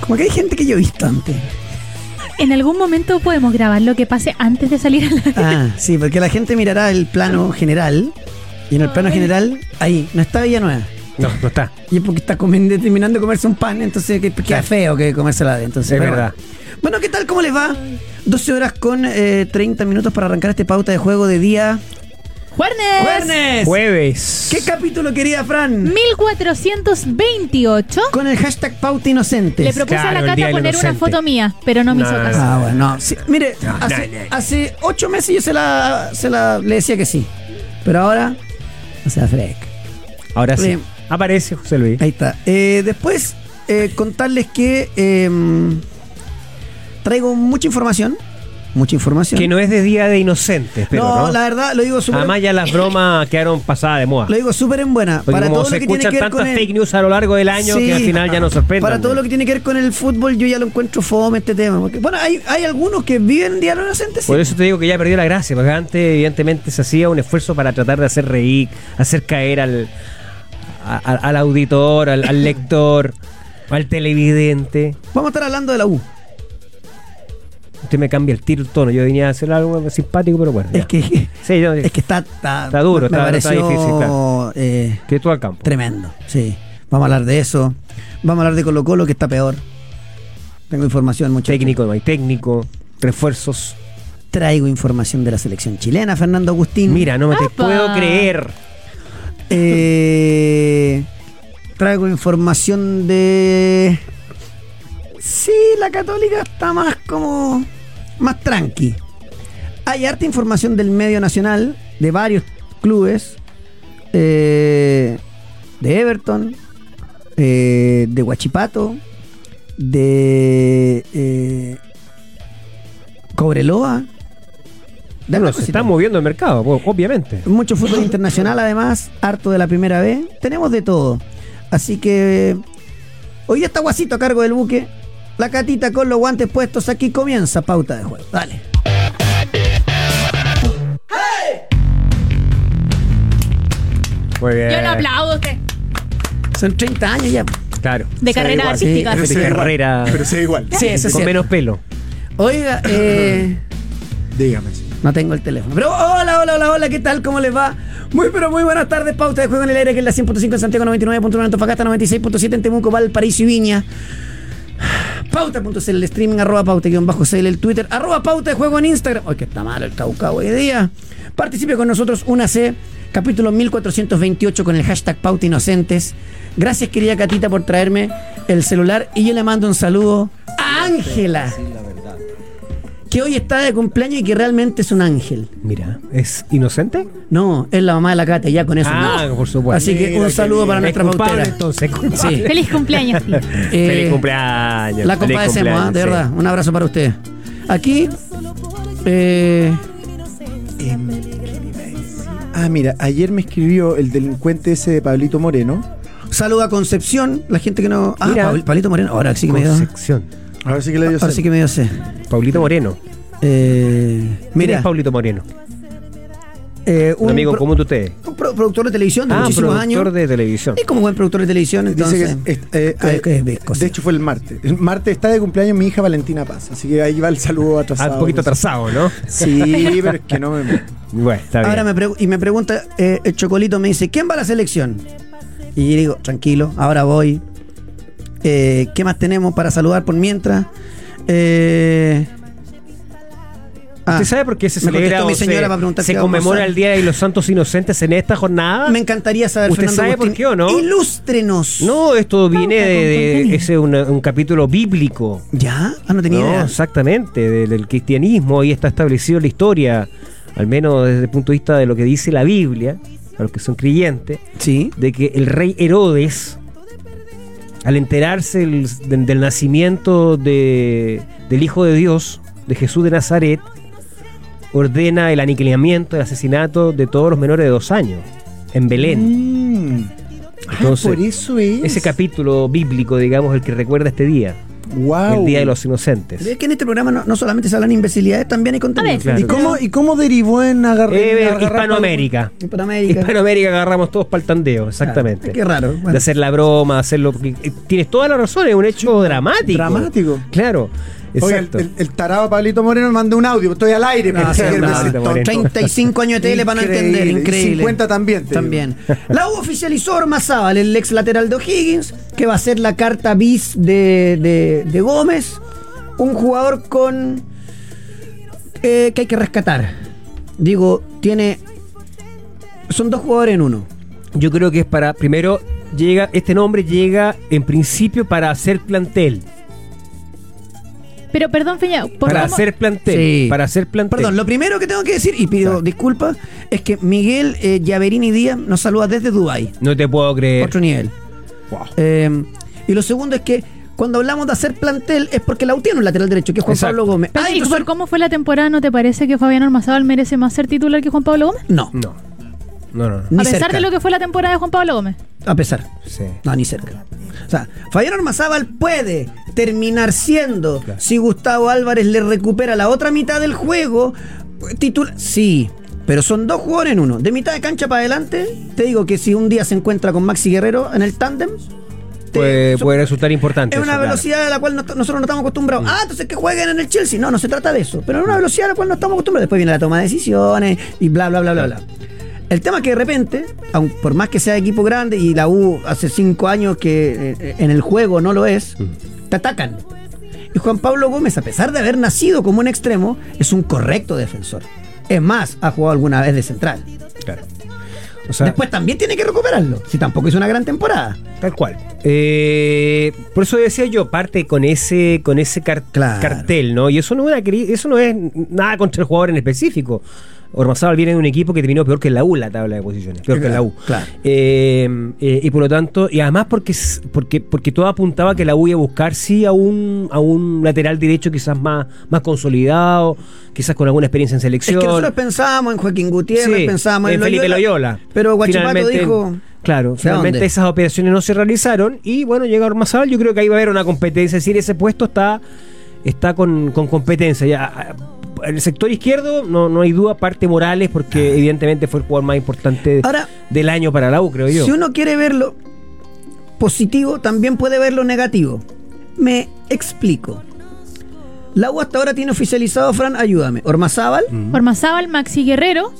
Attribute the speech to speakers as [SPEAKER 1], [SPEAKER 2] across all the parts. [SPEAKER 1] Como que hay gente que yo he visto antes.
[SPEAKER 2] En algún momento podemos grabar lo que pase antes de salir al aire.
[SPEAKER 1] Ah, sí, porque la gente mirará el plano general. Y en el plano
[SPEAKER 2] Ay.
[SPEAKER 1] general, ahí, no está Villanueva.
[SPEAKER 3] No, no está.
[SPEAKER 1] Y es porque está comiendo, terminando de comerse un pan, entonces que, queda
[SPEAKER 3] Claro.
[SPEAKER 1] feo que comérsela de. Entonces,
[SPEAKER 3] Es
[SPEAKER 1] pero
[SPEAKER 3] verdad.
[SPEAKER 1] Bueno. Bueno, ¿qué tal? ¿Cómo les va? 12 horas con eh, 30 minutos para arrancar este pauta de juego de día.
[SPEAKER 2] ¡Juernes!
[SPEAKER 1] ¡Jueves!
[SPEAKER 3] Jueves.
[SPEAKER 1] ¿Qué capítulo quería
[SPEAKER 2] Mm.
[SPEAKER 1] Fran?
[SPEAKER 2] 1428.
[SPEAKER 1] Con el hashtag pauta inocente.
[SPEAKER 2] Le propuse
[SPEAKER 3] Claro,
[SPEAKER 2] a
[SPEAKER 3] el
[SPEAKER 2] la
[SPEAKER 3] Día
[SPEAKER 2] Cata
[SPEAKER 3] del
[SPEAKER 2] poner una
[SPEAKER 3] Inocente.
[SPEAKER 2] foto mía, pero no me hizo
[SPEAKER 3] Nah.
[SPEAKER 2] caso.
[SPEAKER 1] Ah, bueno, no. Sí, mire, hace,
[SPEAKER 3] Eh, no, no.
[SPEAKER 1] hace ocho meses yo se la, se la le decía que sí. Pero ahora, o sea, Freck.
[SPEAKER 3] Ahora sí.
[SPEAKER 1] Bien.
[SPEAKER 3] Aparece José Luis.
[SPEAKER 1] Ahí está. Eh, después, eh, contarles que eh, traigo mucha información. Mucha información.
[SPEAKER 3] Que no es de Día de Inocentes, pero
[SPEAKER 1] no,
[SPEAKER 3] no.
[SPEAKER 1] la verdad, lo digo súper
[SPEAKER 3] Además ya las bromas quedaron pasadas de moda.
[SPEAKER 1] lo digo súper en buena.
[SPEAKER 3] Porque
[SPEAKER 1] para
[SPEAKER 3] como
[SPEAKER 1] todo
[SPEAKER 3] se
[SPEAKER 1] lo que tiene que
[SPEAKER 3] escuchan
[SPEAKER 1] ver con
[SPEAKER 3] tantas
[SPEAKER 1] el-
[SPEAKER 3] fake news a lo largo del año
[SPEAKER 1] Sí.
[SPEAKER 3] que al final ya nos sorprenden. pues.
[SPEAKER 1] Para todo lo que tiene que ver con el fútbol, yo ya lo encuentro fome este tema. Porque, bueno, hay, hay algunos que viven diálogo inocente, sí.
[SPEAKER 3] Por eso te digo que ya perdió la gracia, porque antes evidentemente se hacía un esfuerzo para tratar de hacer reír, hacer caer al, a- a- al auditor, al, al lector, al televidente.
[SPEAKER 1] Vamos a estar hablando de la U.
[SPEAKER 3] Usted me cambia el tiro, el tono. Yo venía a hacer algo simpático, pero bueno. ya.
[SPEAKER 1] Es que,
[SPEAKER 3] sí, yo-
[SPEAKER 1] es que está, está,
[SPEAKER 3] Está duro,
[SPEAKER 1] me
[SPEAKER 3] está-
[SPEAKER 1] pareció,
[SPEAKER 3] está difícil, claro.
[SPEAKER 1] eh,
[SPEAKER 3] que tú al campo.
[SPEAKER 1] tremendo. Sí. Vamos a hablar de eso. Vamos a hablar de Colo Colo, que está peor. Tengo información, muchachos.
[SPEAKER 3] Técnico, no hay técnico, refuerzos.
[SPEAKER 1] Traigo información de la selección chilena, Fernando Agustín.
[SPEAKER 3] Mira, no me te
[SPEAKER 2] ¡Apa!
[SPEAKER 3] puedo creer.
[SPEAKER 1] Eh, traigo información de. Sí, la católica está más como. más tranqui. Hay harta información del medio nacional, de varios clubes, eh, de Everton, eh, de Huachipato, de eh, Cobreloa. De
[SPEAKER 3] Bueno,
[SPEAKER 1] harta
[SPEAKER 3] se
[SPEAKER 1] cosita.
[SPEAKER 3] está moviendo el mercado, po- obviamente.
[SPEAKER 1] Mucho fútbol internacional, además, harto de la primera vez. Tenemos de todo. Así que hoy día está Guasito a cargo del buque. La catita con los guantes puestos. Aquí comienza pauta de juego. Dale.
[SPEAKER 3] Muy bien.
[SPEAKER 2] Yo lo aplaudo a usted.
[SPEAKER 1] Son 30 años ya.
[SPEAKER 3] Claro.
[SPEAKER 2] De carrera
[SPEAKER 4] igual.
[SPEAKER 2] artística.
[SPEAKER 4] Ah, Sí,
[SPEAKER 3] De
[SPEAKER 4] sí.
[SPEAKER 3] carrera.
[SPEAKER 4] Pero sí, igual.
[SPEAKER 1] Sí, eso es
[SPEAKER 3] Con
[SPEAKER 1] cierto.
[SPEAKER 3] menos pelo.
[SPEAKER 1] Oiga, eh,
[SPEAKER 4] Dígame. sí.
[SPEAKER 1] no tengo el teléfono. Pero hola, hola, hola, hola, ¿qué tal? ¿Cómo les va? Muy, pero muy buenas tardes. Pauta de juego en el aire que es la 100.5 en Santiago, 99.1 en Antofagasta, 96.7 en Temuco, Valparaíso y Viña. Pauta.cl, el streaming, arroba pauta, guión bajo CL, el Twitter, arroba pauta de juego en Instagram. Ay, que está malo el caucao hoy día. Participe con nosotros, únase, capítulo 1428 con el hashtag pauta inocentes. Gracias, querida Catita, por traerme el celular y yo le mando un saludo a Ángela. Que hoy está de cumpleaños y que realmente es un ángel.
[SPEAKER 3] Mira, ¿es inocente?
[SPEAKER 1] No, es la mamá de la Cata, ya con eso.
[SPEAKER 3] Ah,
[SPEAKER 1] no.
[SPEAKER 3] por supuesto.
[SPEAKER 1] Así que
[SPEAKER 4] Mira,
[SPEAKER 1] un
[SPEAKER 4] qué lindo.
[SPEAKER 1] saludo para nuestra
[SPEAKER 3] Es culpable,
[SPEAKER 1] pautera.
[SPEAKER 3] entonces,
[SPEAKER 1] Sí.
[SPEAKER 3] culpable.
[SPEAKER 2] Feliz cumpleaños, tío.
[SPEAKER 1] Eh,
[SPEAKER 3] Feliz cumpleaños.
[SPEAKER 1] La
[SPEAKER 3] feliz
[SPEAKER 1] compadecemos, ¿ah?
[SPEAKER 3] cumpleaños,
[SPEAKER 1] de
[SPEAKER 3] sí.
[SPEAKER 1] verdad. Un abrazo para ustedes. Aquí, eh,
[SPEAKER 4] Em, ¿qué le iba a decir? Ah, mira, ayer me escribió el delincuente ese de Pablito Moreno.
[SPEAKER 1] saludo a Concepción, la gente que no. Ah,
[SPEAKER 3] Mira.
[SPEAKER 1] Pabl- Pablito Moreno. Ahora sí que me dio.
[SPEAKER 3] Concepción.
[SPEAKER 4] Ahora sí que le dio
[SPEAKER 3] Ah,
[SPEAKER 1] Ahora
[SPEAKER 4] sed.
[SPEAKER 1] sí que me dio sed.
[SPEAKER 3] Paulito Moreno.
[SPEAKER 1] Eh,
[SPEAKER 3] Mira.
[SPEAKER 1] mira,
[SPEAKER 3] es Paulito Moreno?
[SPEAKER 1] eh,
[SPEAKER 3] Un, amigo
[SPEAKER 1] pro-
[SPEAKER 3] común de ustedes.
[SPEAKER 1] un pro- productor de televisión de
[SPEAKER 3] Ah,
[SPEAKER 1] muchísimos
[SPEAKER 3] productor
[SPEAKER 1] años.
[SPEAKER 3] de televisión.
[SPEAKER 1] Es como buen productor de televisión, entonces.
[SPEAKER 4] Dice que es- es- eh,
[SPEAKER 1] creo
[SPEAKER 4] eh,
[SPEAKER 1] que es visco, sí.
[SPEAKER 4] de hecho fue el martes. El martes está de cumpleaños mi hija Valentina Paz, así que ahí va el saludo
[SPEAKER 3] Ah,
[SPEAKER 4] atrasado.
[SPEAKER 3] un poquito atrasado, ¿no?
[SPEAKER 4] Sí, pero es que no me
[SPEAKER 3] Bueno, está bien.
[SPEAKER 1] Ahora me pregu- y me pregunta, eh, el Chocolito me dice, ¿quién va a la selección? Y yo digo, tranquilo, ahora voy. Eh, ¿Qué más tenemos para saludar por mientras? Eh, ah,
[SPEAKER 3] ¿Usted sabe por qué se
[SPEAKER 1] me ah. contestó
[SPEAKER 3] celebra
[SPEAKER 1] mi
[SPEAKER 3] o se-
[SPEAKER 1] señora para preguntar
[SPEAKER 3] se
[SPEAKER 1] qué vamos a
[SPEAKER 3] conmemora
[SPEAKER 1] hacer.
[SPEAKER 3] el Día de los Santos Inocentes en esta jornada?
[SPEAKER 1] Me encantaría saber,
[SPEAKER 3] ¿Usted
[SPEAKER 1] Fernando
[SPEAKER 3] sabe por
[SPEAKER 1] Agustín,
[SPEAKER 3] qué o no?
[SPEAKER 1] Ilústrenos.
[SPEAKER 3] No, esto viene
[SPEAKER 2] Pauta con
[SPEAKER 3] de, de
[SPEAKER 2] contenido.
[SPEAKER 3] ese un, un capítulo bíblico.
[SPEAKER 1] ¿Ya? Ah, no tenía
[SPEAKER 3] No,
[SPEAKER 1] idea.
[SPEAKER 3] exactamente, del, del cristianismo ahí está establecido la historia, al menos desde el punto de vista de lo que dice la Biblia, a los que son creyentes,
[SPEAKER 1] Sí.
[SPEAKER 3] de que el rey Herodes, al enterarse el- del, del nacimiento de- del Hijo de Dios, de Jesús de Nazaret, ordena el aniquilamiento, el asesinato de todos los menores de dos años en Belén.
[SPEAKER 4] Mm. Ah,
[SPEAKER 3] Entonces,
[SPEAKER 4] por eso es.
[SPEAKER 3] Ese capítulo bíblico, digamos, el que recuerda este día.
[SPEAKER 4] Wow.
[SPEAKER 3] el Día de los Inocentes.
[SPEAKER 1] Es que en este programa no, no solamente se hablan imbecilidades, también hay contenido.
[SPEAKER 2] A ver. Claro.
[SPEAKER 4] ¿Y cómo, ¿Y cómo derivó en agarrar?
[SPEAKER 3] Eh, Hispanoamérica.
[SPEAKER 1] Hispanoamérica.
[SPEAKER 3] Hispanoamérica agarramos todos para el tandeo, exactamente.
[SPEAKER 1] Claro, qué raro. bueno.
[SPEAKER 3] De hacer la broma, hacerlo. porque, eh, Tienes toda la razón, es un hecho dramático.
[SPEAKER 4] Dramático.
[SPEAKER 3] Claro,
[SPEAKER 4] Oye,
[SPEAKER 3] exacto. Ah,
[SPEAKER 4] el, el- el tarado Pablito Moreno mandó un audio, estoy al aire.
[SPEAKER 1] No,
[SPEAKER 4] pero
[SPEAKER 1] sí,
[SPEAKER 4] qué
[SPEAKER 1] no,
[SPEAKER 4] imbécil,
[SPEAKER 3] no,
[SPEAKER 4] tonto.
[SPEAKER 3] Moreno.
[SPEAKER 1] 35 años de tele para no
[SPEAKER 4] Increíble.
[SPEAKER 1] entender,
[SPEAKER 4] Y
[SPEAKER 1] increíble.
[SPEAKER 4] 50 también, te
[SPEAKER 1] También. La U oficializó a Ormazábal, el ex lateral de O'Higgins, que va a ser la carta bis de, de- de Gómez. Un jugador con. eh, que hay que rescatar. Digo, tiene. Son dos jugadores en uno.
[SPEAKER 3] Yo creo que es para. Primero, llega este nombre llega en principio para hacer plantel.
[SPEAKER 2] Pero perdón, Feña, por
[SPEAKER 3] Para
[SPEAKER 2] cómo-
[SPEAKER 3] hacer plantel.
[SPEAKER 1] Sí.
[SPEAKER 3] Para hacer plantel.
[SPEAKER 1] Perdón, lo primero que tengo que decir, y pido
[SPEAKER 3] Claro.
[SPEAKER 1] disculpas, es que Miguel eh, Llaverini Díaz nos saluda desde Dubái.
[SPEAKER 3] No te puedo creer.
[SPEAKER 1] Otro nivel.
[SPEAKER 3] Eh, Wow.
[SPEAKER 1] Eh, y lo segundo es que cuando hablamos de hacer plantel es porque la U tiene un lateral derecho, que es Juan
[SPEAKER 3] Exacto.
[SPEAKER 1] Pablo Gómez.
[SPEAKER 2] Pero,
[SPEAKER 1] Ah,
[SPEAKER 2] ¿y
[SPEAKER 1] entonces-
[SPEAKER 2] por cómo fue la temporada, ¿no te parece que Fabián Ormazábal merece más ser titular que Juan Pablo Gómez?
[SPEAKER 1] No,
[SPEAKER 3] No. No, no, no.
[SPEAKER 1] ni
[SPEAKER 2] a pesar
[SPEAKER 1] cerca.
[SPEAKER 2] de lo que fue la temporada de Juan Pablo Gómez.
[SPEAKER 1] A pesar.
[SPEAKER 3] Sí.
[SPEAKER 1] No, ni cerca. O sea, Fabián Ormazábal puede terminar siendo,
[SPEAKER 3] Claro.
[SPEAKER 1] si Gustavo Álvarez le recupera la otra mitad del juego, titular. Sí, pero son dos jugadores en uno. De mitad de cancha para adelante, te digo que si un día se encuentra con Maxi Guerrero en el tándem, te-
[SPEAKER 3] Puede,
[SPEAKER 1] so-
[SPEAKER 3] puede resultar importante.
[SPEAKER 1] es
[SPEAKER 3] eso,
[SPEAKER 1] una
[SPEAKER 3] claro.
[SPEAKER 1] velocidad a la cual no- nosotros no estamos acostumbrados.
[SPEAKER 3] Mm.
[SPEAKER 1] Ah, entonces que jueguen en el Chelsea. No, no se trata de eso. Pero es una velocidad a la cual no estamos acostumbrados. Después viene la toma de decisiones y bla, bla, bla, bla, bla. El tema es que de repente, aun por más que sea equipo grande y la U hace cinco años que eh, en el juego no lo es,
[SPEAKER 3] Mm.
[SPEAKER 1] te atacan. Y Juan Pablo Gómez, a pesar de haber nacido como un extremo, es un correcto defensor. Es más, ha jugado alguna vez de central.
[SPEAKER 3] Claro. O sea,
[SPEAKER 1] Después también tiene que recuperarlo, si tampoco hizo una gran temporada.
[SPEAKER 3] Tal cual. Eh, por eso decía yo, parte con ese, con ese car-
[SPEAKER 1] Claro.
[SPEAKER 3] cartel, ¿no? Y eso no, es una cri- eso no es nada contra el jugador en específico. Ormazábal viene de un equipo que terminó peor que la U la tabla de posiciones, peor que la U.
[SPEAKER 1] Claro.
[SPEAKER 3] Eh, eh, y por lo tanto, y además porque, s- porque, porque todo apuntaba que la U iba a buscar sí a un, a un lateral derecho quizás más, más consolidado, quizás con alguna experiencia en
[SPEAKER 1] Es
[SPEAKER 3] selección.
[SPEAKER 1] que nosotros pensábamos en Joaquín Gutiérrez,
[SPEAKER 3] Sí,
[SPEAKER 1] pensábamos en,
[SPEAKER 3] Felipe Loyola.
[SPEAKER 1] Pero Guachipato
[SPEAKER 3] Finalmente,
[SPEAKER 1] dijo.
[SPEAKER 3] Claro,
[SPEAKER 1] ¿de
[SPEAKER 3] finalmente
[SPEAKER 1] dónde?
[SPEAKER 3] esas operaciones no se realizaron y bueno, llega Ormazábal, yo creo que ahí va a haber una competencia, es decir, ese puesto está, está con, con competencia. Ya, a- a- el sector izquierdo, no, no hay duda, parte Morales, porque evidentemente fue el jugador más importante
[SPEAKER 1] Ah. Ahora-
[SPEAKER 3] del año para la U, creo yo.
[SPEAKER 1] Si uno quiere verlo positivo, también puede verlo negativo. Me explico. La U hasta ahora tiene oficializado, Fran, ayúdame. Ormazábal
[SPEAKER 2] Ormazábal, Maxi Guerrero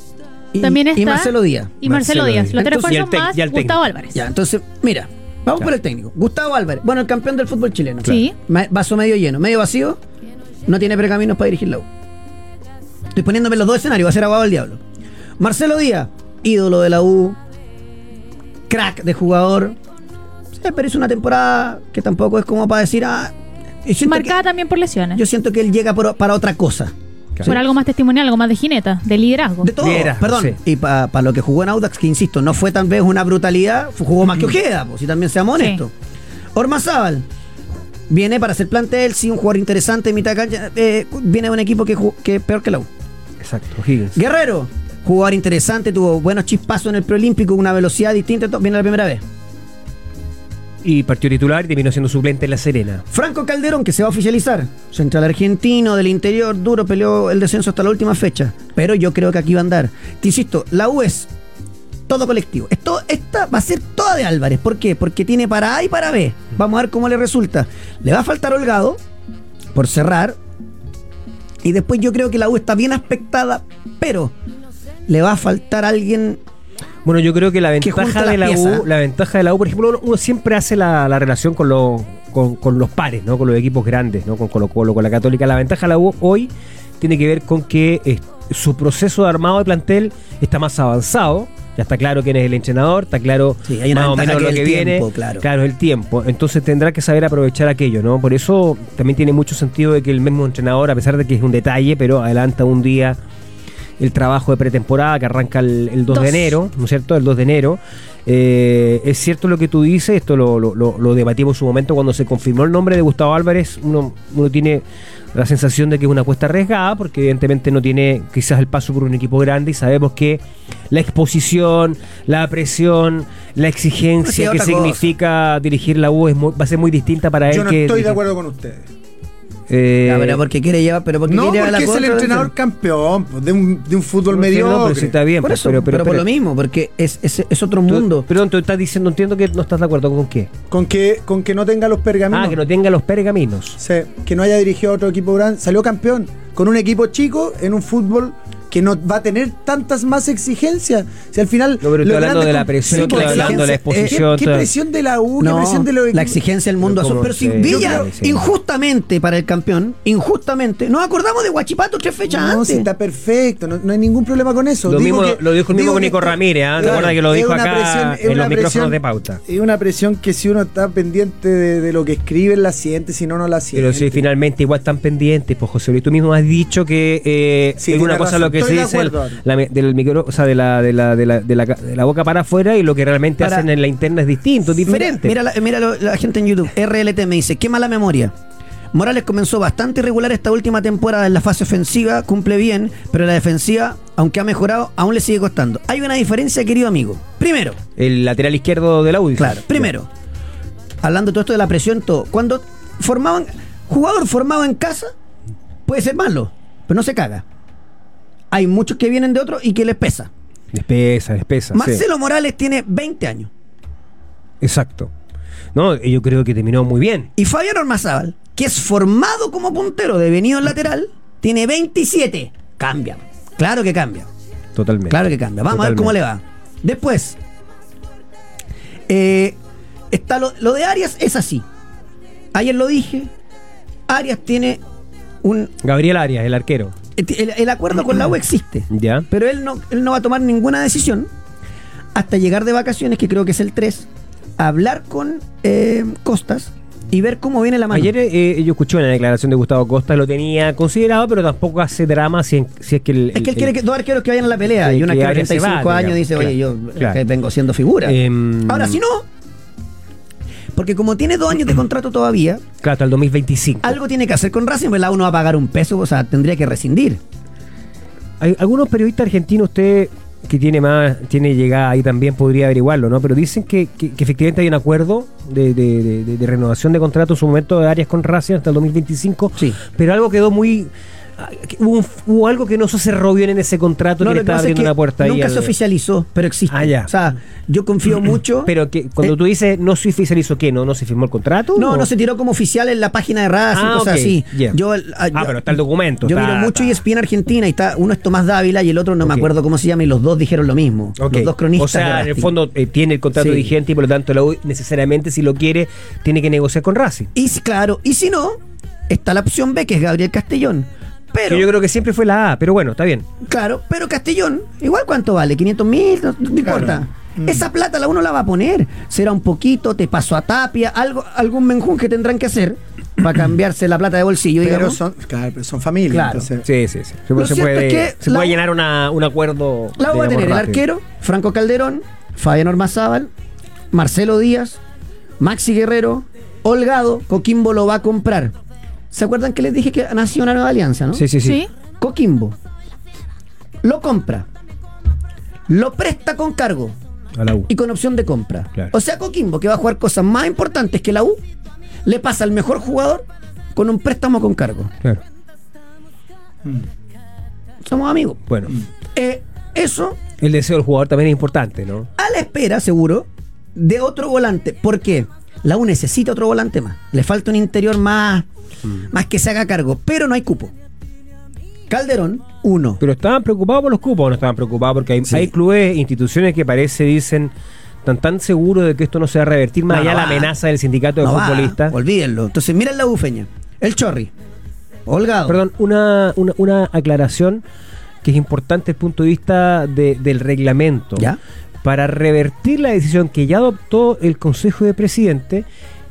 [SPEAKER 1] y,
[SPEAKER 2] Mm. También
[SPEAKER 1] y
[SPEAKER 2] está-
[SPEAKER 1] Marcelo Díaz.
[SPEAKER 2] y Marcelo,
[SPEAKER 3] Marcelo
[SPEAKER 2] Díaz.
[SPEAKER 3] Díaz.
[SPEAKER 2] Los tres
[SPEAKER 3] Entonces, y el
[SPEAKER 2] refuerzos
[SPEAKER 3] tec-
[SPEAKER 2] más
[SPEAKER 3] y el técnico.
[SPEAKER 2] Gustavo Álvarez.
[SPEAKER 1] Ya, entonces, mira, vamos por el técnico. Gustavo Álvarez, bueno, el campeón del fútbol chileno.
[SPEAKER 2] Sí.
[SPEAKER 1] Ma- Vaso medio lleno, medio vacío, no tiene pergaminos para dirigir la U. Estoy poniéndome los dos escenarios, va a ser abogado al diablo. Marcelo Díaz, ídolo de la U, crack de jugador. Sí, pero es una temporada que tampoco es como para decir, ah, y siento que-
[SPEAKER 2] Marcada también por lesiones.
[SPEAKER 1] yo siento que él llega por- para otra cosa.
[SPEAKER 2] Por algo más testimonial, algo más de jineta, de liderazgo.
[SPEAKER 1] De todo,
[SPEAKER 3] Liderazgo,
[SPEAKER 1] perdón.
[SPEAKER 3] sí.
[SPEAKER 1] Y para lo que jugó en Audax, que insisto, no fue tal vez una brutalidad, fu- jugó más que Ojeda, pues, si también seamos
[SPEAKER 2] Sí.
[SPEAKER 1] honestos. Ormazábal viene para hacer plantel, sí, un jugador interesante, mitad de cancha, eh, viene de un equipo que, ju- que es peor que la U.
[SPEAKER 3] Exacto, Higgins.
[SPEAKER 1] Guerrero, jugador interesante, tuvo buenos chispazos en el preolímpico, una velocidad distinta, to- viene la primera vez.
[SPEAKER 3] Y partió titular y terminó siendo suplente en La Serena.
[SPEAKER 1] Franco Calderón, que se va a oficializar. Central argentino, del interior, duro, peleó el descenso hasta la última fecha. Pero yo creo que aquí va a andar. Te insisto, la U es todo colectivo. Esto, esta va a ser toda de Álvarez. ¿Por qué? Porque tiene para A y para B. Vamos a ver cómo le resulta. Le va a faltar Holgado, por cerrar. Y después yo creo que la U está bien aspectada, pero le va a faltar alguien
[SPEAKER 3] Bueno, yo creo que la
[SPEAKER 1] Que
[SPEAKER 3] ventaja
[SPEAKER 1] junta
[SPEAKER 3] de la
[SPEAKER 1] las
[SPEAKER 3] U,
[SPEAKER 1] piezas.
[SPEAKER 3] la ventaja de la U, por ejemplo, uno, uno siempre hace la, la relación con los con, con los pares, ¿no? Con los equipos grandes, ¿no? Con Colo Colo, con la Católica. La ventaja de la U hoy tiene que ver con que eh, su proceso de armado de plantel está más avanzado. Ya está claro quién es el entrenador, está claro
[SPEAKER 1] Sí, hay una
[SPEAKER 3] más o
[SPEAKER 1] ventaja
[SPEAKER 3] menos lo
[SPEAKER 1] que
[SPEAKER 3] que
[SPEAKER 1] es el
[SPEAKER 3] viene.
[SPEAKER 1] tiempo, claro.
[SPEAKER 3] claro, el tiempo. Entonces tendrá que saber aprovechar aquello, ¿no? Por eso también tiene mucho sentido de que el mismo entrenador, a pesar de que es un detalle, pero adelanta un día el trabajo de pretemporada que arranca el, el 2 de
[SPEAKER 2] Dos.
[SPEAKER 3] enero, ¿no es cierto? El 2 de enero. Eh, es cierto lo que tú dices, esto lo, lo- lo- lo debatimos en su momento cuando se confirmó el nombre de Gustavo Álvarez, uno, uno tiene la sensación de que es una apuesta arriesgada porque evidentemente no tiene quizás el paso por un equipo grande y sabemos que la exposición, la presión, la
[SPEAKER 1] Sí,
[SPEAKER 3] exigencia que
[SPEAKER 1] otra cosa.
[SPEAKER 3] significa dirigir la U es muy- va a ser muy distinta para él.
[SPEAKER 5] Yo no
[SPEAKER 3] que-
[SPEAKER 5] estoy de acuerdo con ustedes.
[SPEAKER 3] Eh,
[SPEAKER 1] Ya, Ah, pero porque quiere llevar, pero porque
[SPEAKER 5] No,
[SPEAKER 1] quiere llevar
[SPEAKER 5] porque
[SPEAKER 1] la
[SPEAKER 5] es el
[SPEAKER 1] contra,
[SPEAKER 5] entrenador campeón pues, de un, de un fútbol
[SPEAKER 3] no, sí, no, pero sí
[SPEAKER 5] mediocre.
[SPEAKER 3] está bien.
[SPEAKER 1] Por
[SPEAKER 3] pues,
[SPEAKER 1] eso,
[SPEAKER 3] pero,
[SPEAKER 1] pero,
[SPEAKER 3] pero,
[SPEAKER 1] por
[SPEAKER 3] pero-
[SPEAKER 1] lo mismo, porque es, es, es otro
[SPEAKER 3] tú-
[SPEAKER 1] mundo.
[SPEAKER 3] Perdón, tú estás diciendo, entiendo que no estás de acuerdo con qué.
[SPEAKER 5] Con que, con que no tenga los pergaminos.
[SPEAKER 3] Ah, que no tenga los pergaminos.
[SPEAKER 5] Sí, que no haya dirigido a otro equipo grande. Salió campeón con un equipo chico en un fútbol que no va a tener tantas más exigencias. Si al final.
[SPEAKER 3] No, pero estoy
[SPEAKER 5] los
[SPEAKER 3] hablando
[SPEAKER 5] grandes
[SPEAKER 3] de la
[SPEAKER 5] con-
[SPEAKER 3] presión,
[SPEAKER 5] Sí, pues,
[SPEAKER 3] estoy hablando de la
[SPEAKER 5] exigencia.
[SPEAKER 3] exposición.
[SPEAKER 5] ¿Qué, qué
[SPEAKER 3] estoy-
[SPEAKER 5] presión de la U? ¿Qué
[SPEAKER 1] No,
[SPEAKER 5] presión de los
[SPEAKER 1] la
[SPEAKER 5] equipos?
[SPEAKER 1] exigencia del mundo
[SPEAKER 3] Pero
[SPEAKER 1] azul.
[SPEAKER 3] cómo
[SPEAKER 1] Pero si
[SPEAKER 3] se-
[SPEAKER 1] Villa,
[SPEAKER 3] Yo creo- sí.
[SPEAKER 1] injustamente para el campeón, injustamente, nos acordamos de Guachipato tres fechas
[SPEAKER 5] No,
[SPEAKER 1] antes.
[SPEAKER 5] si está perfecto, no, no hay ningún problema con eso.
[SPEAKER 3] Lo mismo
[SPEAKER 5] que-
[SPEAKER 3] lo dijo el mismo
[SPEAKER 5] digo
[SPEAKER 3] con
[SPEAKER 5] que
[SPEAKER 3] Nico
[SPEAKER 5] está-
[SPEAKER 3] Ramírez, ¿ah? ¿Te acuerdas que lo
[SPEAKER 5] es
[SPEAKER 3] dijo
[SPEAKER 5] una
[SPEAKER 3] acá
[SPEAKER 5] es
[SPEAKER 3] en
[SPEAKER 5] una
[SPEAKER 3] los micrófonos de pauta?
[SPEAKER 5] Es una presión que si uno está pendiente de, de lo que escribe, la siente, si no, no la siente.
[SPEAKER 3] Pero si finalmente igual están pendientes, pues José Luis, tú mismo has dicho que eh,
[SPEAKER 5] Sí,
[SPEAKER 3] es una
[SPEAKER 5] tiene
[SPEAKER 3] cosa
[SPEAKER 5] razón.
[SPEAKER 3] lo que
[SPEAKER 5] Estoy
[SPEAKER 3] se
[SPEAKER 5] de
[SPEAKER 3] dice
[SPEAKER 5] acuerdo.
[SPEAKER 3] la- del micro, o sea, de la, de la, de la, de la, de la boca para afuera y lo que realmente
[SPEAKER 1] Para-
[SPEAKER 3] hacen en la interna es distinto, es diferente.
[SPEAKER 1] Mira, mira la, mira lo- la gente en YouTube. RLT me dice, qué mala memoria. Morales comenzó bastante irregular esta última temporada en la fase ofensiva, cumple bien, pero la defensiva, aunque ha mejorado, aún le sigue costando. Hay una diferencia, querido amigo. Primero,
[SPEAKER 3] El lateral izquierdo del audio.
[SPEAKER 1] claro, primero, hablando todo esto de la presión, todo, cuando formaban, jugador formado en casa puede ser malo, pero no se caga. Hay muchos que vienen de otros y que les pesa.
[SPEAKER 3] Despesa, despesa. sí.
[SPEAKER 1] Marcelo Morales tiene 20 años
[SPEAKER 3] Exacto. No, y yo creo que terminó muy bien.
[SPEAKER 1] y Fabián Ormazábal, que es formado como puntero, devenido en lateral, tiene 27. Cambia. Claro que cambia.
[SPEAKER 3] Totalmente.
[SPEAKER 1] Claro que cambia. Vamos a ver cómo le va. Después, eh, está lo, lo de Arias es así. Ayer lo dije. Arias tiene un.
[SPEAKER 3] Gabriel Arias, el arquero.
[SPEAKER 1] El, el acuerdo con la U existe.
[SPEAKER 3] Ya.
[SPEAKER 1] Pero él no, él no va a tomar ninguna decisión hasta llegar de vacaciones, que creo que es el 3, a hablar con eh, Costas y ver cómo viene la mano.
[SPEAKER 3] Ayer eh, yo escuché una declaración de Gustavo Costa, lo tenía considerado, pero tampoco hace drama si, si es que el.
[SPEAKER 1] es que él
[SPEAKER 3] el-
[SPEAKER 1] quiere que dos arqueros que vayan a la pelea
[SPEAKER 3] que-
[SPEAKER 1] y un
[SPEAKER 3] que
[SPEAKER 1] arquero de
[SPEAKER 3] Arias se
[SPEAKER 1] 35
[SPEAKER 3] va,
[SPEAKER 1] años dice,
[SPEAKER 3] digamos,
[SPEAKER 1] oye,
[SPEAKER 3] claro,
[SPEAKER 1] yo
[SPEAKER 3] claro.
[SPEAKER 1] que vengo siendo figura.
[SPEAKER 3] Em,
[SPEAKER 1] Ahora, si no, porque como tiene dos años de contrato todavía,
[SPEAKER 3] Claro, hasta el 2025.
[SPEAKER 1] algo tiene que hacer con Racing, pero la U no va a pagar un peso, o sea, tendría que rescindir.
[SPEAKER 3] Hay algunos periodistas argentinos, usted que tiene más, tiene llegada ahí también podría averiguarlo, ¿no? Pero dicen que, que- que efectivamente hay un acuerdo de, de- de- de- de renovación de contrato en su momento de Arias con Racing hasta el 2025.
[SPEAKER 1] Sí.
[SPEAKER 3] Pero algo quedó muy. ah, que Hubo, un- hubo algo que no se cerró bien en ese contrato
[SPEAKER 1] No, lo
[SPEAKER 3] que le
[SPEAKER 1] que
[SPEAKER 3] estaba
[SPEAKER 1] pasa es
[SPEAKER 3] abriendo
[SPEAKER 1] que
[SPEAKER 3] una puerta ahí.
[SPEAKER 1] nunca se
[SPEAKER 3] al-
[SPEAKER 1] oficializó, pero existe.
[SPEAKER 3] Ah, ya.
[SPEAKER 1] O sea, yo confío mucho.
[SPEAKER 3] Pero que cuando
[SPEAKER 1] Eh,
[SPEAKER 3] tú dices no se oficializó, ¿qué? ¿No, no se firmó el contrato?
[SPEAKER 1] No,
[SPEAKER 3] ¿O?
[SPEAKER 1] no se tiró como oficial en la página de Racing,
[SPEAKER 3] Ah,
[SPEAKER 1] cosas
[SPEAKER 3] ok,
[SPEAKER 1] así.
[SPEAKER 3] ya.
[SPEAKER 1] Yo, el- ah,
[SPEAKER 3] Ah,
[SPEAKER 1] yo-
[SPEAKER 3] pero está el documento.
[SPEAKER 1] Yo
[SPEAKER 3] está-
[SPEAKER 1] miro mucho E
[SPEAKER 3] está.
[SPEAKER 1] ESPN Argentina y está uno es Tomás Dávila y el otro no me
[SPEAKER 3] Ok.
[SPEAKER 1] acuerdo cómo se llama y los dos dijeron lo mismo.
[SPEAKER 3] Ok.
[SPEAKER 1] Los dos cronistas.
[SPEAKER 3] O sea,
[SPEAKER 1] de
[SPEAKER 3] en el
[SPEAKER 1] Racing.
[SPEAKER 3] fondo eh, tiene el contrato
[SPEAKER 1] Sí.
[SPEAKER 3] vigente y por lo tanto la U necesariamente si lo quiere tiene que negociar con Racing.
[SPEAKER 1] Y si- claro, y si no, está la opción B que es Gabriel Castellón. Pero,
[SPEAKER 3] que yo creo que siempre fue la A, pero bueno, está bien.
[SPEAKER 1] claro, pero Castellón, igual cuánto vale, 500 mil, no, no importa.
[SPEAKER 3] Mm.
[SPEAKER 1] Esa plata la uno la va a poner. Será un poquito, te paso a tapia, algo, algún menjún que tendrán que hacer para cambiarse la plata de bolsillo,
[SPEAKER 5] Pero
[SPEAKER 1] digamos.
[SPEAKER 5] son, claro, pero son familia.
[SPEAKER 1] Claro.
[SPEAKER 5] entonces-
[SPEAKER 3] Sí, sí, sí. Se,
[SPEAKER 1] Lo
[SPEAKER 3] se
[SPEAKER 1] cierto
[SPEAKER 3] puede,
[SPEAKER 1] es que
[SPEAKER 3] se
[SPEAKER 1] la
[SPEAKER 3] puede
[SPEAKER 1] U-
[SPEAKER 3] llenar una- un acuerdo.
[SPEAKER 1] La U va a
[SPEAKER 3] digamos,
[SPEAKER 1] tener el
[SPEAKER 3] rápido.
[SPEAKER 1] arquero, Franco Calderón, Fabián Ormazábal, Marcelo Díaz, Maxi Guerrero, Holgado, Coquimbo lo va a comprar. ¿Se acuerdan que les dije que nació una nueva alianza, no?
[SPEAKER 3] Sí, sí, sí.
[SPEAKER 2] Sí.
[SPEAKER 1] Coquimbo lo compra, lo presta con cargo
[SPEAKER 3] A la U.
[SPEAKER 1] y con opción de compra.
[SPEAKER 3] Claro.
[SPEAKER 1] O sea, Coquimbo, que va a jugar cosas más importantes que la U, le pasa al mejor jugador con un préstamo con cargo.
[SPEAKER 3] Claro.
[SPEAKER 1] Somos amigos.
[SPEAKER 3] Bueno,
[SPEAKER 1] Eh, eso
[SPEAKER 3] el deseo del jugador también es importante, ¿no?
[SPEAKER 1] a la espera, seguro, de otro volante. ¿Por qué? La U necesita otro volante más. Le falta un interior más, más que se haga cargo, pero no hay cupo. Calderón, uno.
[SPEAKER 3] Pero estaban preocupados por los cupos, ¿o no estaban preocupados porque hay,
[SPEAKER 1] Sí.
[SPEAKER 3] hay clubes, instituciones que parece dicen tan tan seguros de que esto no se va a revertir más
[SPEAKER 1] No,
[SPEAKER 3] allá
[SPEAKER 1] no
[SPEAKER 3] de la
[SPEAKER 1] va.
[SPEAKER 3] amenaza del sindicato de
[SPEAKER 1] No va,
[SPEAKER 3] futbolistas.
[SPEAKER 1] olvídenlo. Entonces, miren la bufeña. El Chorri. Holgado.
[SPEAKER 3] Perdón, una, una, una aclaración que es importante desde el punto de vista de- del reglamento.
[SPEAKER 1] ¿Ya?
[SPEAKER 3] Para revertir la decisión que ya adoptó el Consejo de Presidente,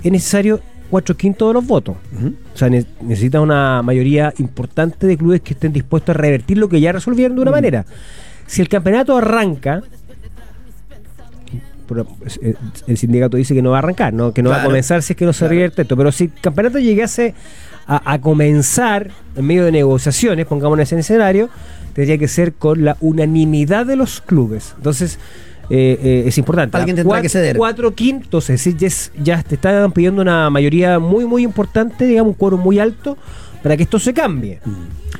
[SPEAKER 3] es necesario cuatro quintos de los votos.
[SPEAKER 1] Ujú.
[SPEAKER 3] O sea, ne- necesita una mayoría importante de clubes que estén dispuestos a revertir lo que ya resolvieron
[SPEAKER 1] Mm.
[SPEAKER 3] de una manera. Si el campeonato arranca, por- eh, el sindicato dice que no va a arrancar, ¿no? que no va a
[SPEAKER 1] Claro.
[SPEAKER 3] comenzar si es que no se revierte esto. Pero si el campeonato llegase a, a comenzar en medio de negociaciones, pongámonos en ese escenario, tendría que ser con la unanimidad de los clubes. Entonces, eh, eh, es importante.
[SPEAKER 1] Alguien tendrá
[SPEAKER 3] Cuat-
[SPEAKER 1] que ceder.
[SPEAKER 3] Cuatro quintos, es decir, ya, es- ya te están pidiendo una mayoría muy, muy importante, digamos, un cuadro muy alto, para que esto se cambie.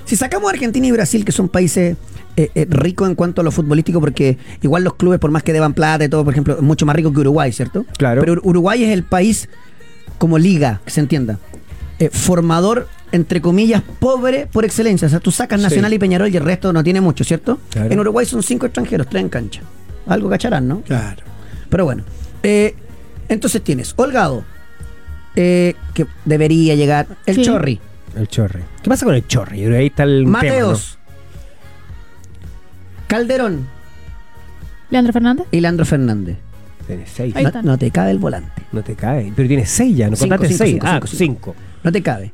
[SPEAKER 1] Si sacamos a Argentina y Brasil, que son países eh, eh, ricos en cuanto a lo futbolístico, porque igual los clubes, por más que deban plata y todo, por ejemplo, es mucho más rico que Uruguay, ¿cierto?
[SPEAKER 3] Claro.
[SPEAKER 1] Pero Ur- Uruguay es el país, como liga, que se entienda, eh, formador, entre comillas, pobre por excelencia. O sea, tú sacas Nacional y Peñarol y el resto no tiene mucho, ¿cierto?
[SPEAKER 3] Claro.
[SPEAKER 1] En Uruguay son cinco extranjeros, tres en cancha. Algo cacharán, ¿no?
[SPEAKER 5] Claro.
[SPEAKER 1] Pero bueno, eh, entonces tienes Holgado, eh, que debería llegar, el
[SPEAKER 2] Sí.
[SPEAKER 1] Chorri,
[SPEAKER 3] Mm, El chorre. ¿Qué pasa con el chorre? Yo creo que Ahí está el tema, ¿no?
[SPEAKER 1] Mateos, Calderón
[SPEAKER 2] Leandro Fernández.
[SPEAKER 1] y Leandro Fernández.
[SPEAKER 3] Tiene seis.
[SPEAKER 2] Ahí
[SPEAKER 1] No,
[SPEAKER 2] está.
[SPEAKER 1] no te cabe el volante,
[SPEAKER 3] No te cae. Pero tiene seis ya, ¿no?
[SPEAKER 1] Cinco,
[SPEAKER 3] Contaste
[SPEAKER 1] cinco,
[SPEAKER 3] seis.
[SPEAKER 1] cinco,
[SPEAKER 3] ah,
[SPEAKER 1] cinco,
[SPEAKER 3] cinco.
[SPEAKER 1] no te cabe.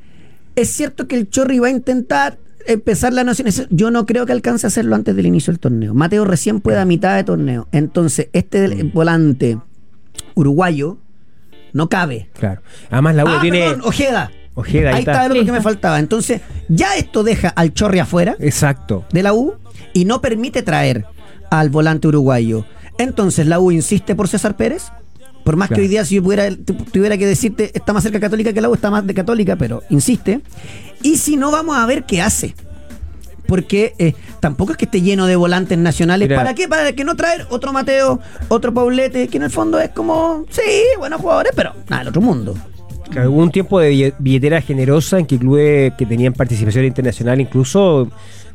[SPEAKER 1] Es cierto que el Chorri va a intentar empezar la noción. es- Yo no creo que alcance a hacerlo antes del inicio del torneo. Mateo recién puede a mitad de torneo. Entonces, este
[SPEAKER 3] Mm.
[SPEAKER 1] del- volante uruguayo no cabe.
[SPEAKER 3] Claro. Además la U
[SPEAKER 1] ah,
[SPEAKER 3] tiene.
[SPEAKER 1] perdón, Ojeda.
[SPEAKER 3] Ojeda, ahí
[SPEAKER 1] Ahí
[SPEAKER 3] está.
[SPEAKER 1] está lo que
[SPEAKER 2] Listo.
[SPEAKER 1] me faltaba. Entonces, ya esto deja al Chorri afuera.
[SPEAKER 3] Exacto.
[SPEAKER 1] de la U y no permite traer al volante uruguayo. Entonces la U insiste por César Pérez. Por más
[SPEAKER 3] Claro.
[SPEAKER 1] que hoy día si yo pudiera, tu- tuviera que decirte, está más cerca Católica que la U, está más de Católica, pero insiste. Y si no, vamos a ver qué hace. Porque eh, tampoco es que esté lleno de volantes nacionales.
[SPEAKER 3] Mira.
[SPEAKER 1] ¿Para qué? Para que no traer otro Mateo, otro Paulete, que en el fondo es como, sí, buenos jugadores, pero nada, del otro mundo.
[SPEAKER 3] Claro, hubo un tiempo de bille- billetera generosa en que clubes que tenían participación internacional incluso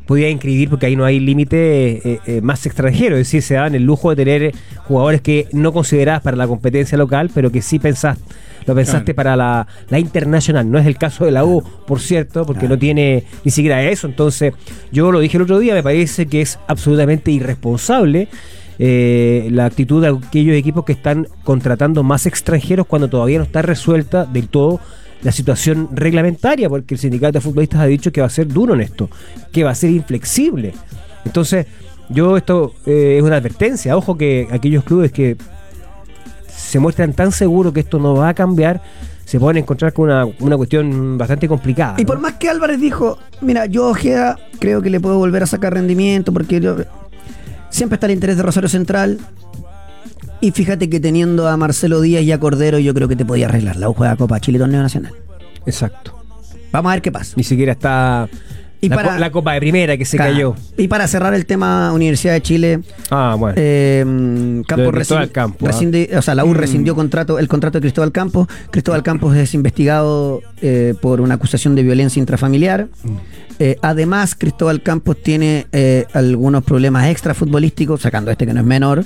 [SPEAKER 3] podía inscribir porque ahí no hay límite eh, eh, más extranjero, es decir, se daban el lujo de tener jugadores que no considerabas para la competencia local, pero que sí pensás, lo pensaste para la, la internacional. No es el caso de la U, por cierto, porque no tiene ni siquiera eso. Entonces, yo lo dije el otro día, me parece que es absolutamente irresponsable eh, la actitud de aquellos equipos que están contratando más extranjeros cuando todavía no está resuelta del todo la situación reglamentaria, porque el sindicato de futbolistas ha dicho que va a ser duro en esto, que va a ser inflexible. Entonces, yo esto eh, es una advertencia. Ojo que aquellos clubes que se muestran tan seguros que esto no va a cambiar, se pueden encontrar con una, una cuestión bastante complicada.
[SPEAKER 1] Y
[SPEAKER 3] ¿no?
[SPEAKER 1] por más que Álvarez dijo, mira, yo Ojeda creo que le puedo volver a sacar rendimiento porque yo- siempre está el interés de Rosario Central. Y fíjate que teniendo a Marcelo Díaz y a Cordero, yo creo que te podía arreglar la U juega Copa Chile Torneo Nacional.
[SPEAKER 3] Exacto.
[SPEAKER 1] Vamos a ver qué pasa.
[SPEAKER 3] Ni siquiera está
[SPEAKER 1] Y
[SPEAKER 3] la,
[SPEAKER 1] para-
[SPEAKER 3] co- la copa de primera que se
[SPEAKER 1] Ca-
[SPEAKER 3] cayó.
[SPEAKER 1] Y para cerrar el tema Universidad de Chile,
[SPEAKER 3] Ah, bueno.
[SPEAKER 1] eh, mm, Campos
[SPEAKER 3] Lo de Cristóbal ¿ah?
[SPEAKER 1] rescindi-
[SPEAKER 3] Mm. Campos,
[SPEAKER 1] rescindi- o sea, la U rescindió contrato, el contrato de Cristóbal Campos. Cristóbal Campos es investigado eh, por una acusación de violencia intrafamiliar.
[SPEAKER 3] Mm.
[SPEAKER 1] Eh, además, Cristóbal Campos tiene eh, algunos problemas extrafutbolísticos, sacando este que no es menor,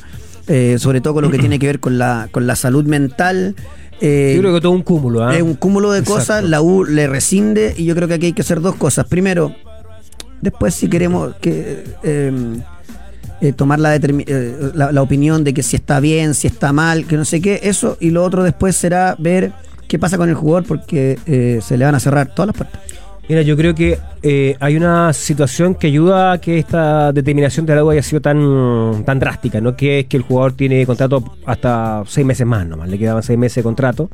[SPEAKER 1] eh, sobre todo con lo que tiene que ver con la, con la salud mental. Eh,
[SPEAKER 3] Yo creo que todo un cúmulo. ¿ah?
[SPEAKER 1] es un cúmulo de
[SPEAKER 3] Exacto.
[SPEAKER 1] cosas, la U le rescinde y yo creo que aquí hay que hacer dos cosas. Primero, después si queremos que eh, eh, tomar la, determi- eh, la, la opinión de que si está bien, si está mal, que no sé qué, eso y lo otro después será ver qué pasa con el jugador porque eh, se le van a cerrar todas las puertas.
[SPEAKER 3] Mira, yo creo que eh, hay una situación que ayuda a que esta determinación de la U haya sido tan, tan drástica, ¿no? Que es que el jugador tiene contrato hasta seis meses más nomás, le quedaban seis meses de contrato.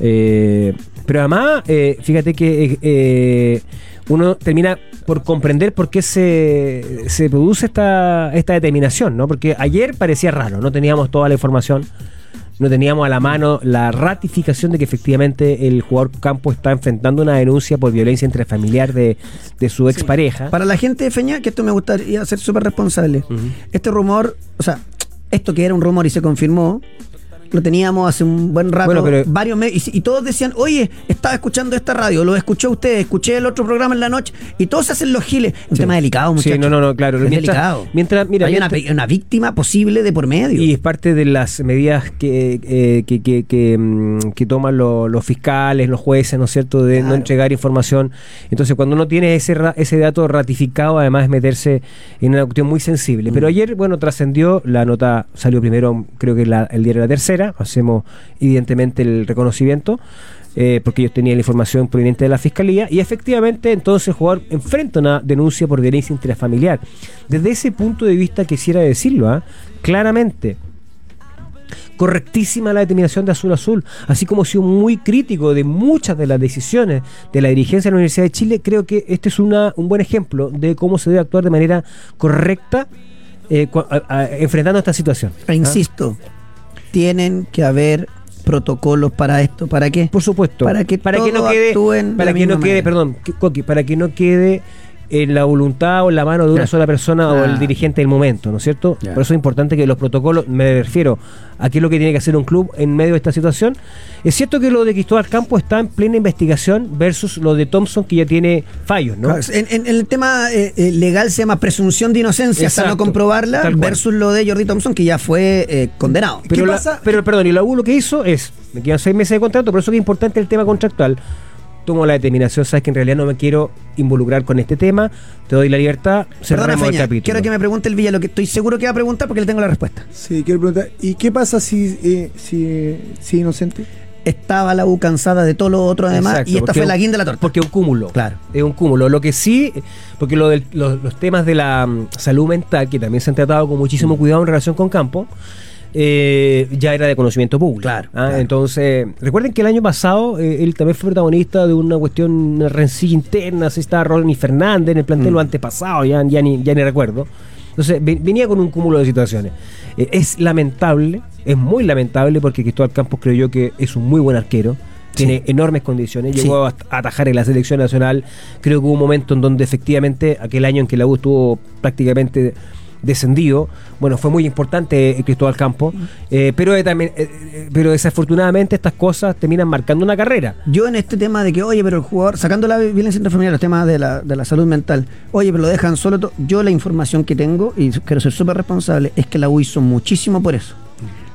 [SPEAKER 3] Eh, pero además, eh, fíjate que eh, eh, uno termina por comprender por qué se, se produce esta, esta determinación, ¿no? Porque ayer parecía raro, no teníamos toda la información no teníamos a la mano la ratificación de que efectivamente el jugador Campo está enfrentando una denuncia por violencia intrafamiliar de, de su expareja.
[SPEAKER 1] Para la gente de Feña, que esto me gustaría ser súper responsable.
[SPEAKER 3] Ujú.
[SPEAKER 1] Este rumor, o sea, esto que era un rumor y se confirmó, lo teníamos hace un buen rato,
[SPEAKER 3] Bueno, pero-
[SPEAKER 1] varios meses, y, y todos decían, oye, estaba escuchando esta radio, lo escuché a usted, escuché el otro programa en la noche, y todos se hacen los giles. Un
[SPEAKER 3] Sí.
[SPEAKER 1] tema delicado, muchachos.
[SPEAKER 3] Sí, no, no, no, claro.
[SPEAKER 1] Es
[SPEAKER 3] Mientras-
[SPEAKER 1] delicado.
[SPEAKER 3] mientras- mira,
[SPEAKER 1] Hay una
[SPEAKER 3] mientras-
[SPEAKER 1] pe- una, víctima posible de por medio.
[SPEAKER 3] Y es parte de las medidas que, eh, que, que- que, mm, que toman lo- los fiscales, los jueces, ¿no es cierto?, de no
[SPEAKER 1] Claro.
[SPEAKER 3] entregar información. Entonces, cuando uno tiene ese, ra- ese dato ratificado, además es meterse en una cuestión muy sensible. Pero ayer, bueno, trascendió, la nota salió primero, creo que la- el diario La Tercera, hacemos evidentemente el reconocimiento. eh, porque ellos tenían la información proveniente de la fiscalía y efectivamente entonces el jugador enfrenta una denuncia por violencia intrafamiliar. Desde ese punto de vista quisiera decirlo, ¿ah? claramente correctísima la determinación de Azul Azul, así como he sido muy crítico de muchas de las decisiones de la dirigencia de la Universidad de Chile, creo que este es una- un buen ejemplo de cómo se debe actuar de manera correcta eh, cua- a- a- enfrentando esta situación. ¿Ah?
[SPEAKER 1] E Insisto, tienen que haber protocolos para esto. ¿Para qué?
[SPEAKER 3] Por supuesto.
[SPEAKER 1] Para que
[SPEAKER 3] no
[SPEAKER 1] todos
[SPEAKER 3] quede,
[SPEAKER 1] actúen de
[SPEAKER 3] para
[SPEAKER 1] la
[SPEAKER 3] que no
[SPEAKER 1] misma
[SPEAKER 3] quede,
[SPEAKER 1] manera.
[SPEAKER 3] perdón, que- Coqui, para que no quede en la voluntad o en la mano de una
[SPEAKER 1] Ya.
[SPEAKER 3] sola persona o
[SPEAKER 1] Ah.
[SPEAKER 3] el dirigente del momento, ¿no es cierto?
[SPEAKER 1] Ya.
[SPEAKER 3] Por eso es importante que los protocolos, me refiero a qué es lo que tiene que hacer un club en medio de esta situación. Es cierto que lo de Cristóbal Campo está en plena investigación versus lo de Thompson que ya tiene fallos, ¿no?
[SPEAKER 1] Claro, En, en- en el tema eh, eh, legal se llama presunción de inocencia hasta no
[SPEAKER 3] Exacto,
[SPEAKER 1] comprobarla
[SPEAKER 3] tal cual.
[SPEAKER 1] versus lo de Jordi Thompson que ya fue eh, condenado.
[SPEAKER 3] Pero,
[SPEAKER 5] ¿Qué
[SPEAKER 3] la-
[SPEAKER 5] pasa?
[SPEAKER 3] pero perdón, y la U lo que hizo es, me quedan seis meses de contrato, por eso que es importante el tema contractual. Tomo la determinación, sabes que en realidad no me quiero involucrar con este tema, te doy la libertad,
[SPEAKER 1] Perdona,
[SPEAKER 3] cerramos el
[SPEAKER 1] Feña,
[SPEAKER 3] capítulo.
[SPEAKER 1] quiero que me pregunte el Villa lo que estoy seguro que va a preguntar porque le tengo la respuesta.
[SPEAKER 5] Sí, quiero preguntar, ¿y qué pasa si, eh, si, eh, si es inocente?
[SPEAKER 1] Estaba la U cansada de todo lo otro además
[SPEAKER 3] Exacto,
[SPEAKER 1] y esta
[SPEAKER 3] porque
[SPEAKER 1] fue
[SPEAKER 3] un-
[SPEAKER 1] la guinda de la torta.
[SPEAKER 3] Porque es un cúmulo.
[SPEAKER 1] Claro.
[SPEAKER 3] Es un cúmulo. Lo que sí, porque lo del- lo- los temas de la mm, salud mental, que también se han tratado con
[SPEAKER 1] Mm.
[SPEAKER 3] muchísimo cuidado en relación con Campo, eh, ya era de conocimiento público.
[SPEAKER 1] Claro,
[SPEAKER 3] Ah,
[SPEAKER 1] claro.
[SPEAKER 3] Entonces, recuerden que el año pasado eh, él también fue protagonista de una cuestión, una rencilla interna, así estaba Ronnie Fernández en el
[SPEAKER 1] Mm.
[SPEAKER 3] plantel lo antepasado, ya, ya, ni, ya ni recuerdo. Entonces, ve- venía con un cúmulo de situaciones. Eh, es lamentable, es muy lamentable porque Cristóbal Campos creo yo que es un muy buen arquero. Tiene enormes condiciones,
[SPEAKER 1] Sí.
[SPEAKER 3] llegó a a atajar en la selección nacional. Creo que hubo un momento en donde efectivamente aquel año en que la U estuvo prácticamente descendido, bueno, fue muy importante eh, Cristóbal Campo, eh, pero, eh, también, eh, eh, pero desafortunadamente estas cosas terminan marcando una carrera.
[SPEAKER 1] Yo en este tema de que, oye, pero el jugador, sacando la violencia intrafamiliar, los temas de la, de la salud mental, oye, pero lo dejan solo, to- yo la información que tengo, y quiero ser súper responsable, es que la U hizo muchísimo por eso.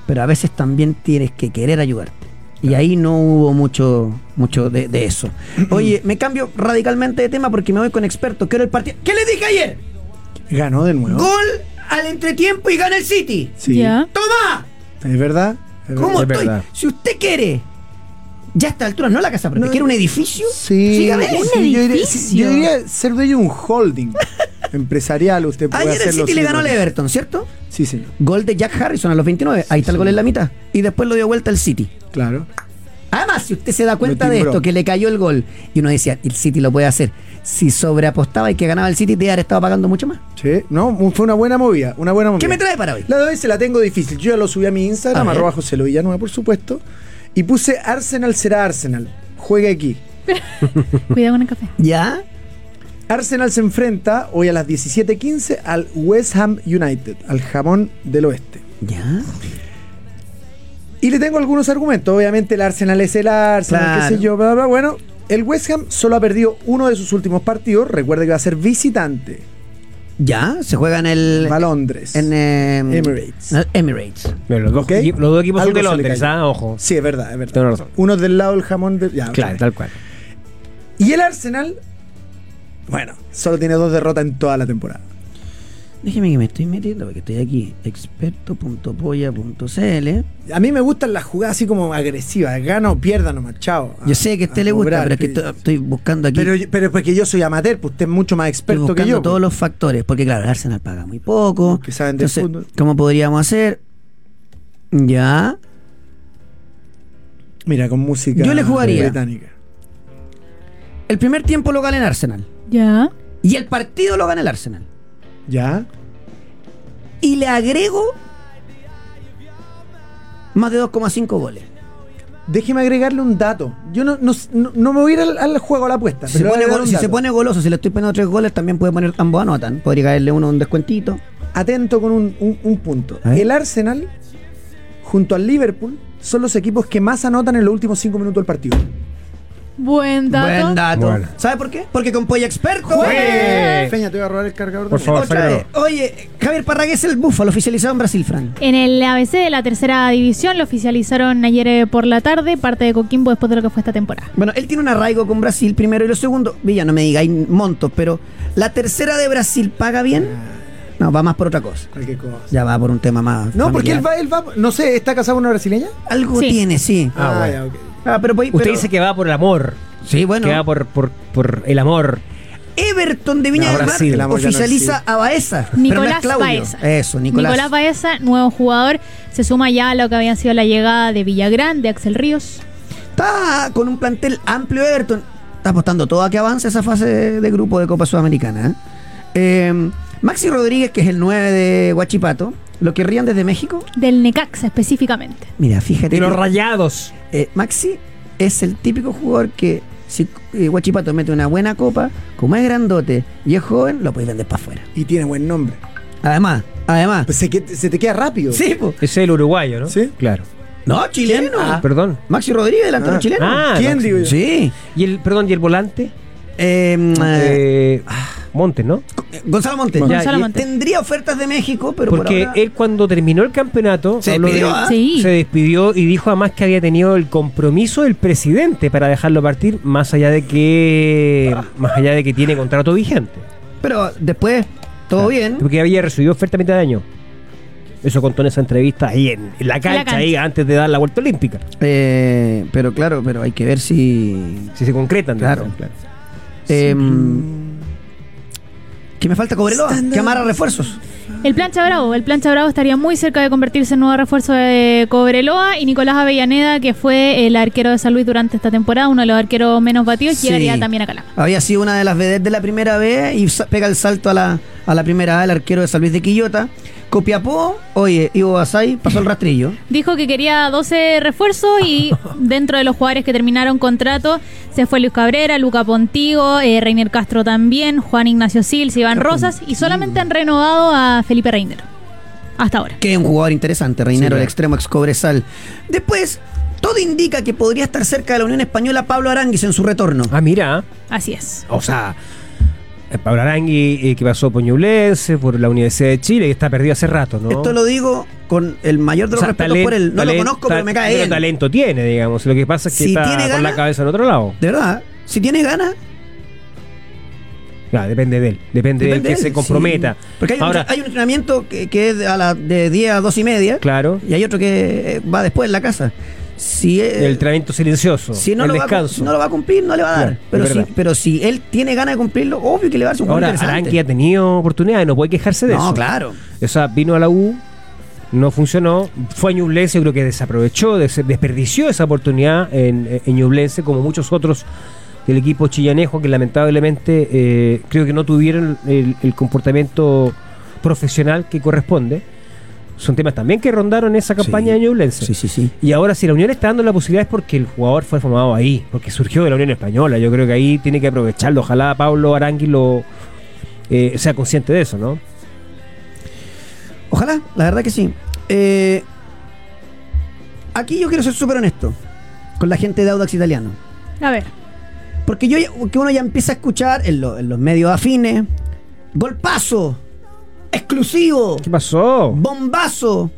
[SPEAKER 1] Pero a veces también tienes que querer ayudarte. Y ahí no hubo mucho, mucho de, de eso. Oye, me cambio radicalmente de tema porque me voy con expertos. Quiero el partido. ¿Qué les dije ayer?
[SPEAKER 5] Ganó de nuevo.
[SPEAKER 1] Gol al entretiempo y gana el City.
[SPEAKER 5] Sí.
[SPEAKER 2] Ya.
[SPEAKER 1] ¡Toma!
[SPEAKER 5] ¿Es verdad? ¿Es verdad?
[SPEAKER 1] ¿Cómo
[SPEAKER 3] Es
[SPEAKER 1] estoy?
[SPEAKER 3] verdad.
[SPEAKER 1] Si usted quiere, ya a esta altura, no la casa, pero
[SPEAKER 5] No.
[SPEAKER 1] quiere un edificio.
[SPEAKER 5] Sí,
[SPEAKER 1] Siga bien.
[SPEAKER 2] Un
[SPEAKER 5] yo, diría,
[SPEAKER 2] edificio.
[SPEAKER 5] sí, yo diría ser dueño de un holding empresarial. Usted puede
[SPEAKER 1] Ayer el
[SPEAKER 5] hacerlo
[SPEAKER 1] City le
[SPEAKER 5] sin
[SPEAKER 1] ganó al
[SPEAKER 5] problema.
[SPEAKER 1] Everton, ¿cierto?
[SPEAKER 5] Sí, señor.
[SPEAKER 1] Gol de Jack Harrison a los 29. Ahí está el gol en la mitad. Y después lo dio vuelta el City.
[SPEAKER 5] Claro.
[SPEAKER 1] Además, si usted se da cuenta
[SPEAKER 5] Lo
[SPEAKER 1] de
[SPEAKER 5] timbró.
[SPEAKER 1] esto, que le cayó el gol, y uno decía, el City lo puede hacer. Si sobreapostaba y que ganaba el City, te haber estado pagando mucho más.
[SPEAKER 5] Sí. No, un- fue una buena movida. Una buena movida.
[SPEAKER 1] ¿Qué me trae para hoy?
[SPEAKER 5] La de hoy se la tengo difícil. Yo ya lo subí a mi Instagram,
[SPEAKER 1] A ver.
[SPEAKER 5] arroba José Lo Villanueva, por supuesto. Y puse Arsenal será Arsenal. Juega aquí.
[SPEAKER 2] Cuidado con el café.
[SPEAKER 1] ¿Ya?
[SPEAKER 5] Arsenal se enfrenta hoy a las 17.15 al West Ham United, al jamón del oeste.
[SPEAKER 1] ¿Ya?
[SPEAKER 5] Y le tengo algunos argumentos. Obviamente el Arsenal es el Arsenal,
[SPEAKER 1] Claro.
[SPEAKER 5] qué sé yo, bla, bla, bla. Bueno, el West Ham solo ha perdido uno de sus últimos partidos. Recuerde que va a ser visitante.
[SPEAKER 1] ¿Ya? Se juega en el...
[SPEAKER 5] va a Londres.
[SPEAKER 1] En eh,
[SPEAKER 5] Emirates.
[SPEAKER 1] en el Emirates.
[SPEAKER 3] Pero los, dos,
[SPEAKER 5] Ok.
[SPEAKER 3] equipos- los dos equipos son
[SPEAKER 5] Algo
[SPEAKER 3] de
[SPEAKER 5] se le
[SPEAKER 3] Londres,
[SPEAKER 5] cayó.
[SPEAKER 3] ah, ojo.
[SPEAKER 5] Sí, es verdad, es verdad.
[SPEAKER 3] Tienes razón.
[SPEAKER 5] Uno del lado del jamón del... ya,
[SPEAKER 3] Claro, tal cual.
[SPEAKER 5] Y el Arsenal, bueno, solo tiene dos derrotas en toda la temporada.
[SPEAKER 1] Déjeme que me estoy metiendo porque estoy aquí. Experto.polla.cl.
[SPEAKER 5] A mí me gustan las jugadas así como agresivas, gana o pierda nomás, chao.
[SPEAKER 1] Yo sé que a usted le gusta, pero es que estoy, estoy buscando aquí.
[SPEAKER 5] Pero, pero es porque yo soy amateur, pues usted es mucho más
[SPEAKER 1] Estoy
[SPEAKER 5] experto
[SPEAKER 1] buscando
[SPEAKER 5] que yo.
[SPEAKER 1] todos
[SPEAKER 5] pues.
[SPEAKER 1] los factores, porque claro, el Arsenal paga muy poco.
[SPEAKER 5] Que saben de
[SPEAKER 1] Entonces,
[SPEAKER 5] fútbol.
[SPEAKER 1] ¿Cómo podríamos hacer? Ya.
[SPEAKER 5] Mira, con música
[SPEAKER 1] Yo le jugaría.
[SPEAKER 5] británica.
[SPEAKER 1] El primer tiempo lo gana el Arsenal.
[SPEAKER 2] Ya.
[SPEAKER 1] Y el partido lo gana el Arsenal.
[SPEAKER 5] ¿Ya?
[SPEAKER 1] Y le agrego más de 2,5 goles.
[SPEAKER 5] Déjeme agregarle un dato. Yo no, no, no- no me voy a ir al, al juego a la apuesta.
[SPEAKER 1] Si, se
[SPEAKER 5] pero le voy a
[SPEAKER 1] pone,
[SPEAKER 5] agregar
[SPEAKER 1] gol-
[SPEAKER 5] un
[SPEAKER 1] si
[SPEAKER 5] dato.
[SPEAKER 1] se pone goloso, si le estoy poniendo tres goles, también puede poner ambos anotan. Podría caerle uno un descuentito.
[SPEAKER 5] Atento con un, un- un punto.
[SPEAKER 1] A ver.
[SPEAKER 5] El Arsenal, junto al Liverpool, son los equipos que más anotan en los últimos cinco minutos del partido.
[SPEAKER 2] Buen dato.
[SPEAKER 1] Buen dato.
[SPEAKER 3] Bueno.
[SPEAKER 1] ¿Sabe por qué? Porque con Polla Experto.
[SPEAKER 3] ¡Jue!
[SPEAKER 5] Peña, te voy a robar el cargador.
[SPEAKER 3] Por
[SPEAKER 5] también.
[SPEAKER 3] favor,
[SPEAKER 1] Otra
[SPEAKER 3] sácalo.
[SPEAKER 1] vez. Oye, Javier Parragués el búfalo oficializado en Brasil, Fran.
[SPEAKER 2] En el ABC de la tercera división lo oficializaron ayer eh, por la tarde, parte de Coquimbo después de lo que fue esta temporada.
[SPEAKER 1] Bueno, él tiene un arraigo con Brasil primero y lo segundo, Villa, no me diga, hay montos, pero la tercera de Brasil paga bien. No, va más por otra cosa.
[SPEAKER 5] Cualquier cosa.
[SPEAKER 1] Ya va por un tema más.
[SPEAKER 5] No, porque
[SPEAKER 1] familiar.
[SPEAKER 5] él va, él va. No sé, ¿está casado con una brasileña?
[SPEAKER 1] Algo
[SPEAKER 2] Sí.
[SPEAKER 1] tiene, sí.
[SPEAKER 3] Ah, bueno.
[SPEAKER 5] ya, ok.
[SPEAKER 1] Ah, pero, podéis-
[SPEAKER 3] Usted
[SPEAKER 1] pero-
[SPEAKER 3] dice que va por el amor,
[SPEAKER 1] Sí, bueno.
[SPEAKER 3] que va por, por, por el amor.
[SPEAKER 1] Everton de Viña
[SPEAKER 5] No,
[SPEAKER 1] del Mar
[SPEAKER 5] Brasil, el amor ya no
[SPEAKER 1] oficializa a Baeza. pero no es
[SPEAKER 2] Nicolás
[SPEAKER 1] Claudio.
[SPEAKER 2] Baeza.
[SPEAKER 1] Eso, Nicolás.
[SPEAKER 2] Nicolás Baeza, nuevo jugador, se suma ya a lo que había sido la llegada de Villagrán, de Axel Ríos.
[SPEAKER 1] Está con un plantel amplio Everton. Está apostando todo a que avance esa fase de, de grupo de Copa Sudamericana. ¿eh? Eh, Maxi Rodríguez, que es el 9 de Huachipato, lo querrían desde México.
[SPEAKER 2] Del Necaxa específicamente.
[SPEAKER 1] Mira, fíjate.
[SPEAKER 3] De los
[SPEAKER 1] que-
[SPEAKER 3] rayados.
[SPEAKER 1] Eh, Maxi es el típico jugador que si eh, Guachipato mete una buena copa, como es grandote y es joven, lo puedes vender para afuera.
[SPEAKER 5] Y tiene buen nombre.
[SPEAKER 1] Además,
[SPEAKER 3] Ah.
[SPEAKER 1] además.
[SPEAKER 5] Pues se, que- se te queda rápido.
[SPEAKER 1] sí, po.
[SPEAKER 3] Es el uruguayo, ¿no?
[SPEAKER 5] Sí.
[SPEAKER 3] Claro.
[SPEAKER 1] No, chileno.
[SPEAKER 5] Ah,
[SPEAKER 3] Perdón.
[SPEAKER 1] Maxi Rodríguez, delantero
[SPEAKER 5] Ah.
[SPEAKER 1] chileno.
[SPEAKER 3] Ah,
[SPEAKER 5] ¿Quién digo yo?
[SPEAKER 1] Sí.
[SPEAKER 3] ¿Y el, perdón, ¿y el volante?
[SPEAKER 1] Eh, eh,
[SPEAKER 3] Eh, Montes, ¿no?
[SPEAKER 1] Gonzalo Montes.
[SPEAKER 3] Ya,
[SPEAKER 2] Gonzalo
[SPEAKER 3] y-
[SPEAKER 2] Montes.
[SPEAKER 1] Tendría ofertas de México, pero
[SPEAKER 3] Porque
[SPEAKER 1] por ahora
[SPEAKER 3] él cuando terminó el campeonato
[SPEAKER 1] se
[SPEAKER 3] habló de-
[SPEAKER 1] despidió, ¿ah?
[SPEAKER 2] Sí.
[SPEAKER 3] se despidió y dijo además que había tenido el compromiso del presidente para dejarlo partir más allá de que más allá de que tiene contrato vigente.
[SPEAKER 1] Pero después, Ah.
[SPEAKER 3] Ah.
[SPEAKER 1] todo bien.
[SPEAKER 3] Porque había recibido oferta a mitad de año. Eso contó en esa entrevista ahí en, en la cancha,
[SPEAKER 2] cancha.
[SPEAKER 3] ahí antes de dar la vuelta olímpica.
[SPEAKER 1] Eh, pero claro, pero hay que ver si.
[SPEAKER 3] Si se concretan.
[SPEAKER 1] Claro.
[SPEAKER 3] digamos, claro.
[SPEAKER 1] eh, que me falta Cobreloa, que amarra refuerzos.
[SPEAKER 2] El plancha bravo, el plancha bravo estaría muy cerca de convertirse en nuevo refuerzo de Cobreloa y Nicolás Avellaneda, que fue el arquero de San Luis durante esta temporada, uno de los arqueros menos batidos,
[SPEAKER 1] Sí.
[SPEAKER 2] llegaría también a Calama.
[SPEAKER 1] Había sido una de las vedettes de la primera B y sa- pega el salto a la, a la primera A, el arquero de San Luis de Quillota. Copiapó, oye, Ivo Basay pasó el rastrillo.
[SPEAKER 2] Dijo que quería 12 refuerzos y dentro de los jugadores que terminaron contrato se fue Luis Cabrera, Luca Pontigo, eh, Reiner Castro también, Juan Ignacio Sils, Iván Rosas y solamente han renovado a Felipe Reiner. Hasta ahora.
[SPEAKER 1] Que es un jugador interesante, Reinero,
[SPEAKER 3] claro.
[SPEAKER 1] el extremo ex Cobresal. Después, todo indica que podría estar cerca de la Unión Española Pablo Aranguis en su retorno.
[SPEAKER 3] Ah, mira.
[SPEAKER 2] Así es.
[SPEAKER 3] O sea, eh, Pablo Arangui eh, que pasó por Ñublense, por la Universidad de Chile, que está perdido hace rato, ¿no?
[SPEAKER 1] Esto lo digo con el mayor de
[SPEAKER 3] O
[SPEAKER 1] los
[SPEAKER 3] sea,
[SPEAKER 1] respetos
[SPEAKER 3] talen-
[SPEAKER 1] por él. No
[SPEAKER 3] talen-
[SPEAKER 1] lo conozco, pero
[SPEAKER 3] ta-
[SPEAKER 1] me cae bien.
[SPEAKER 3] talento tiene, digamos. Lo que pasa es que
[SPEAKER 1] Si
[SPEAKER 3] está
[SPEAKER 1] tiene
[SPEAKER 3] con
[SPEAKER 1] ganas-
[SPEAKER 3] la cabeza en otro lado.
[SPEAKER 1] De verdad, si tiene ganas,
[SPEAKER 3] Claro, depende de él. Depende, de él
[SPEAKER 1] depende
[SPEAKER 3] que
[SPEAKER 1] de él,
[SPEAKER 3] se comprometa.
[SPEAKER 1] sí. Porque hay, un-
[SPEAKER 3] Ahora,
[SPEAKER 1] hay un, entrenamiento que, que es a la, de 10 a 2 y media.
[SPEAKER 3] claro,
[SPEAKER 1] Y hay otro que eh, va después en la casa. Si, eh,
[SPEAKER 3] el entrenamiento silencioso,
[SPEAKER 1] si no,
[SPEAKER 3] el
[SPEAKER 1] lo
[SPEAKER 3] descanso.
[SPEAKER 1] Va, a- no lo va a cumplir, no le va a dar.
[SPEAKER 3] Claro, es
[SPEAKER 1] pero, si,
[SPEAKER 3] verdad.
[SPEAKER 1] pero si él tiene ganas de cumplirlo, obvio que le va a dar su
[SPEAKER 3] Ahora, Arangui ha tenido oportunidades, no puede quejarse de
[SPEAKER 1] No,
[SPEAKER 3] eso.
[SPEAKER 1] claro.
[SPEAKER 3] O sea, vino a la U, no funcionó. Fue a Ñublense, creo que desaprovechó, des- desperdició esa oportunidad en, en Ñublense, como muchos otros del equipo chillanejo, que lamentablemente eh, creo que no tuvieron el, el comportamiento profesional que corresponde. Son temas también que rondaron esa campaña
[SPEAKER 1] Sí.
[SPEAKER 3] de Ñublense.
[SPEAKER 1] Sí, sí, sí.
[SPEAKER 3] Y ahora, si la Unión está dando la posibilidad es porque el jugador fue formado ahí, porque surgió de la Unión Española. Yo creo que ahí tiene que aprovecharlo. Ojalá Pablo Arangui lo, eh, sea consciente de eso, ¿no?
[SPEAKER 1] Ojalá, la verdad que sí. Eh, aquí yo quiero ser súper honesto con la gente de Audax Italiano.
[SPEAKER 2] A ver.
[SPEAKER 1] Porque yo, ya- que uno ya empieza a escuchar en, lo- en los medios afines, golpazo, exclusivo,
[SPEAKER 3] ¿Qué pasó?
[SPEAKER 1] bombazo.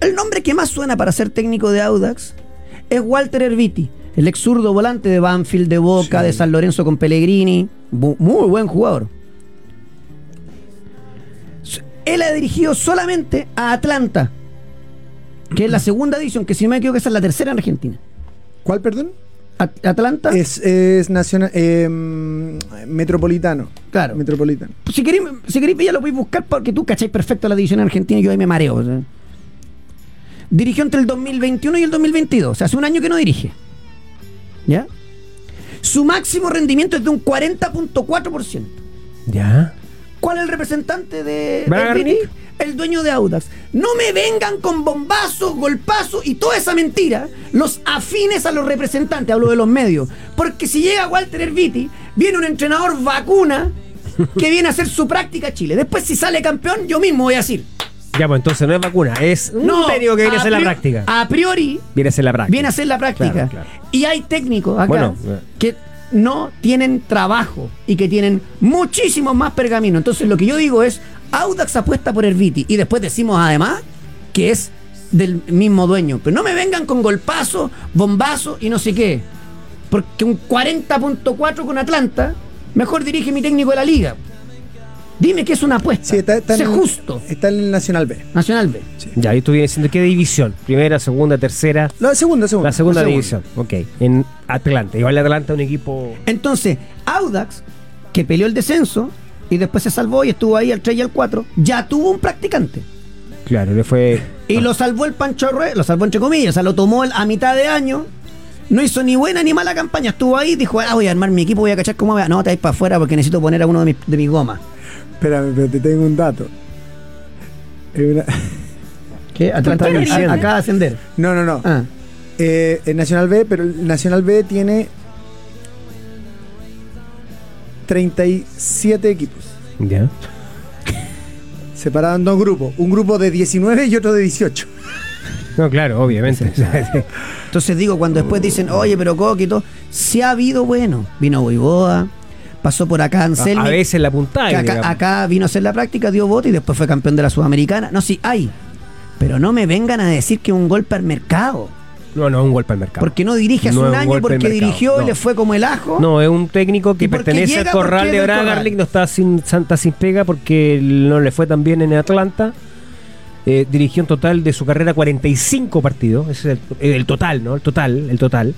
[SPEAKER 1] El nombre que más suena para ser técnico de Audax es Walter Erviti, el ex zurdo volante de Banfield, de Boca, de San Lorenzo con Pellegrini. Bu- Muy buen jugador. S- Él ha dirigido solamente a Atlanta, que es la segunda división, que si no me equivoco, esa es la tercera en Argentina.
[SPEAKER 5] ¿Cuál, perdón?
[SPEAKER 1] At- Atlanta.
[SPEAKER 5] Es, es nacional, eh, metropolitano.
[SPEAKER 1] Claro.
[SPEAKER 5] Metropolitano.
[SPEAKER 1] Si queréis, si queréis ya lo podéis buscar porque tú cacháis perfecto la división argentina y yo ahí me mareo. o sea. Dirigió entre el 2021 y el 2022. O sea, hace un año que no dirige. ¿Ya? Su máximo rendimiento es de un 40.4%.
[SPEAKER 3] Ya.
[SPEAKER 1] ¿Cuál es el representante de
[SPEAKER 3] Bragarnik.
[SPEAKER 1] del Vini? El dueño de Audax. No me vengan con bombazos, golpazos y toda esa mentira. Los afines a los representantes, hablo de los medios. Porque si llega Walter Erviti, viene un entrenador vacuna que viene a hacer su práctica a Chile. Después, si sale campeón, yo mismo voy a decir.
[SPEAKER 3] Ya, pues entonces no es vacuna, es un técnico que viene a hacer la
[SPEAKER 1] priori-
[SPEAKER 3] práctica.
[SPEAKER 1] A priori,
[SPEAKER 3] Viene a hacer la práctica.
[SPEAKER 1] Ah, viene a hacer la práctica.
[SPEAKER 3] Claro, claro.
[SPEAKER 1] Y hay técnicos acá
[SPEAKER 3] Bueno, eh.
[SPEAKER 1] que no tienen trabajo y que tienen muchísimos más pergaminos. Entonces lo que yo digo es, Audax apuesta por Erviti y después decimos además que es del mismo dueño. Pero no me vengan con golpazos, bombazos y no sé qué. Porque un 40.4 con Atlanta, mejor dirige mi técnico de la liga. Dime que es una apuesta.
[SPEAKER 5] Sí, está, está
[SPEAKER 1] Sé
[SPEAKER 5] en-
[SPEAKER 1] justo.
[SPEAKER 5] Está en el Nacional B.
[SPEAKER 1] Nacional B.
[SPEAKER 3] Ya, y tú vienes diciendo, ¿qué división? Primera, segunda, tercera.
[SPEAKER 5] La segunda, segunda.
[SPEAKER 3] La segunda
[SPEAKER 1] la segunda.
[SPEAKER 3] división. Ok. En Atlanta. Igual Atlanta es un equipo.
[SPEAKER 1] Entonces, Audax, que peleó el descenso y después se salvó y estuvo ahí al 3 y al 4, ya tuvo un practicante.
[SPEAKER 3] Claro, le fue.
[SPEAKER 1] Y lo salvó el Pancho Rueda, lo salvó entre comillas, o sea, lo tomó el- a mitad de año. No hizo ni buena ni mala campaña, estuvo ahí, dijo, ah, voy a armar mi equipo, voy a cachar cómo me va. No, te vais para afuera porque necesito poner a uno de mis, de mis gomas.
[SPEAKER 5] Espérame, pero te tengo un dato. Hay una-
[SPEAKER 1] ¿Qué? Atlanta,
[SPEAKER 2] ¿Por qué
[SPEAKER 1] a-
[SPEAKER 2] ríen?
[SPEAKER 1] acaba de ascender.
[SPEAKER 5] No, no, no.
[SPEAKER 1] Ah,
[SPEAKER 5] Eh, en Nacional B, pero el Nacional B tiene 37 equipos.
[SPEAKER 3] Ya.
[SPEAKER 5] Separados en dos grupos. Un grupo de 19 y otro de 18.
[SPEAKER 3] No, claro, obviamente.
[SPEAKER 1] entonces digo, cuando después dicen, oye, pero Coqui, y todo, sí ha habido bueno. Vino Boivoa, pasó por acá Anselmi.
[SPEAKER 3] a veces la puntada.
[SPEAKER 1] que acá, acá vino a hacer la práctica, dio voto y después fue campeón de la Sudamericana. No, sí, hay. Pero no me vengan a decir que un golpe al mercado.
[SPEAKER 3] No, no, un golpe al mercado.
[SPEAKER 1] Porque no dirige hace
[SPEAKER 3] No es
[SPEAKER 1] un
[SPEAKER 3] un
[SPEAKER 1] año,
[SPEAKER 3] golpe
[SPEAKER 1] porque
[SPEAKER 3] de mercado,
[SPEAKER 1] dirigió y
[SPEAKER 3] no.
[SPEAKER 1] le fue como el ajo.
[SPEAKER 3] No, es un técnico
[SPEAKER 1] ¿Y
[SPEAKER 3] que
[SPEAKER 1] por qué
[SPEAKER 3] pertenece
[SPEAKER 1] llega?
[SPEAKER 3] al
[SPEAKER 1] ¿Por
[SPEAKER 3] corral
[SPEAKER 1] qué
[SPEAKER 3] de
[SPEAKER 1] del corral?
[SPEAKER 3] Bragarlik, no está sin, Santa sin pega porque no le fue tan bien en Atlanta. Eh, dirigió en total de su carrera 45 partidos, ese es el, el total, ¿no? El total, el total.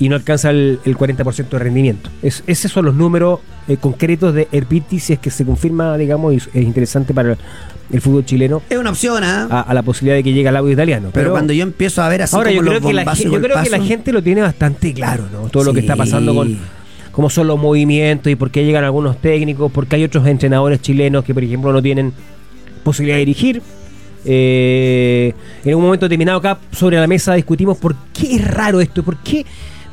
[SPEAKER 3] Y no alcanza el, el 40% de rendimiento. Es, esos son los números eh, concretos de Herbiti, si es que se confirma, digamos, y es interesante para el fútbol chileno,
[SPEAKER 1] Es una opción, ¿ah?
[SPEAKER 3] a, a la posibilidad de que llegue al audio italiano.
[SPEAKER 1] pero, cuando yo empiezo a ver así
[SPEAKER 3] Ahora,
[SPEAKER 1] como
[SPEAKER 3] yo creo,
[SPEAKER 1] los
[SPEAKER 3] que la,
[SPEAKER 1] bombazos
[SPEAKER 3] gen-
[SPEAKER 1] y
[SPEAKER 3] yo creo que la
[SPEAKER 1] golpazos,
[SPEAKER 3] gente lo tiene bastante claro, ¿no? Todo lo que está pasando
[SPEAKER 1] Sí.
[SPEAKER 3] con cómo son los movimientos y por qué llegan algunos técnicos, por qué hay otros entrenadores chilenos que, por ejemplo, no tienen posibilidad de dirigir. Eh, en un momento determinado acá sobre la mesa discutimos por qué es raro esto, por qué,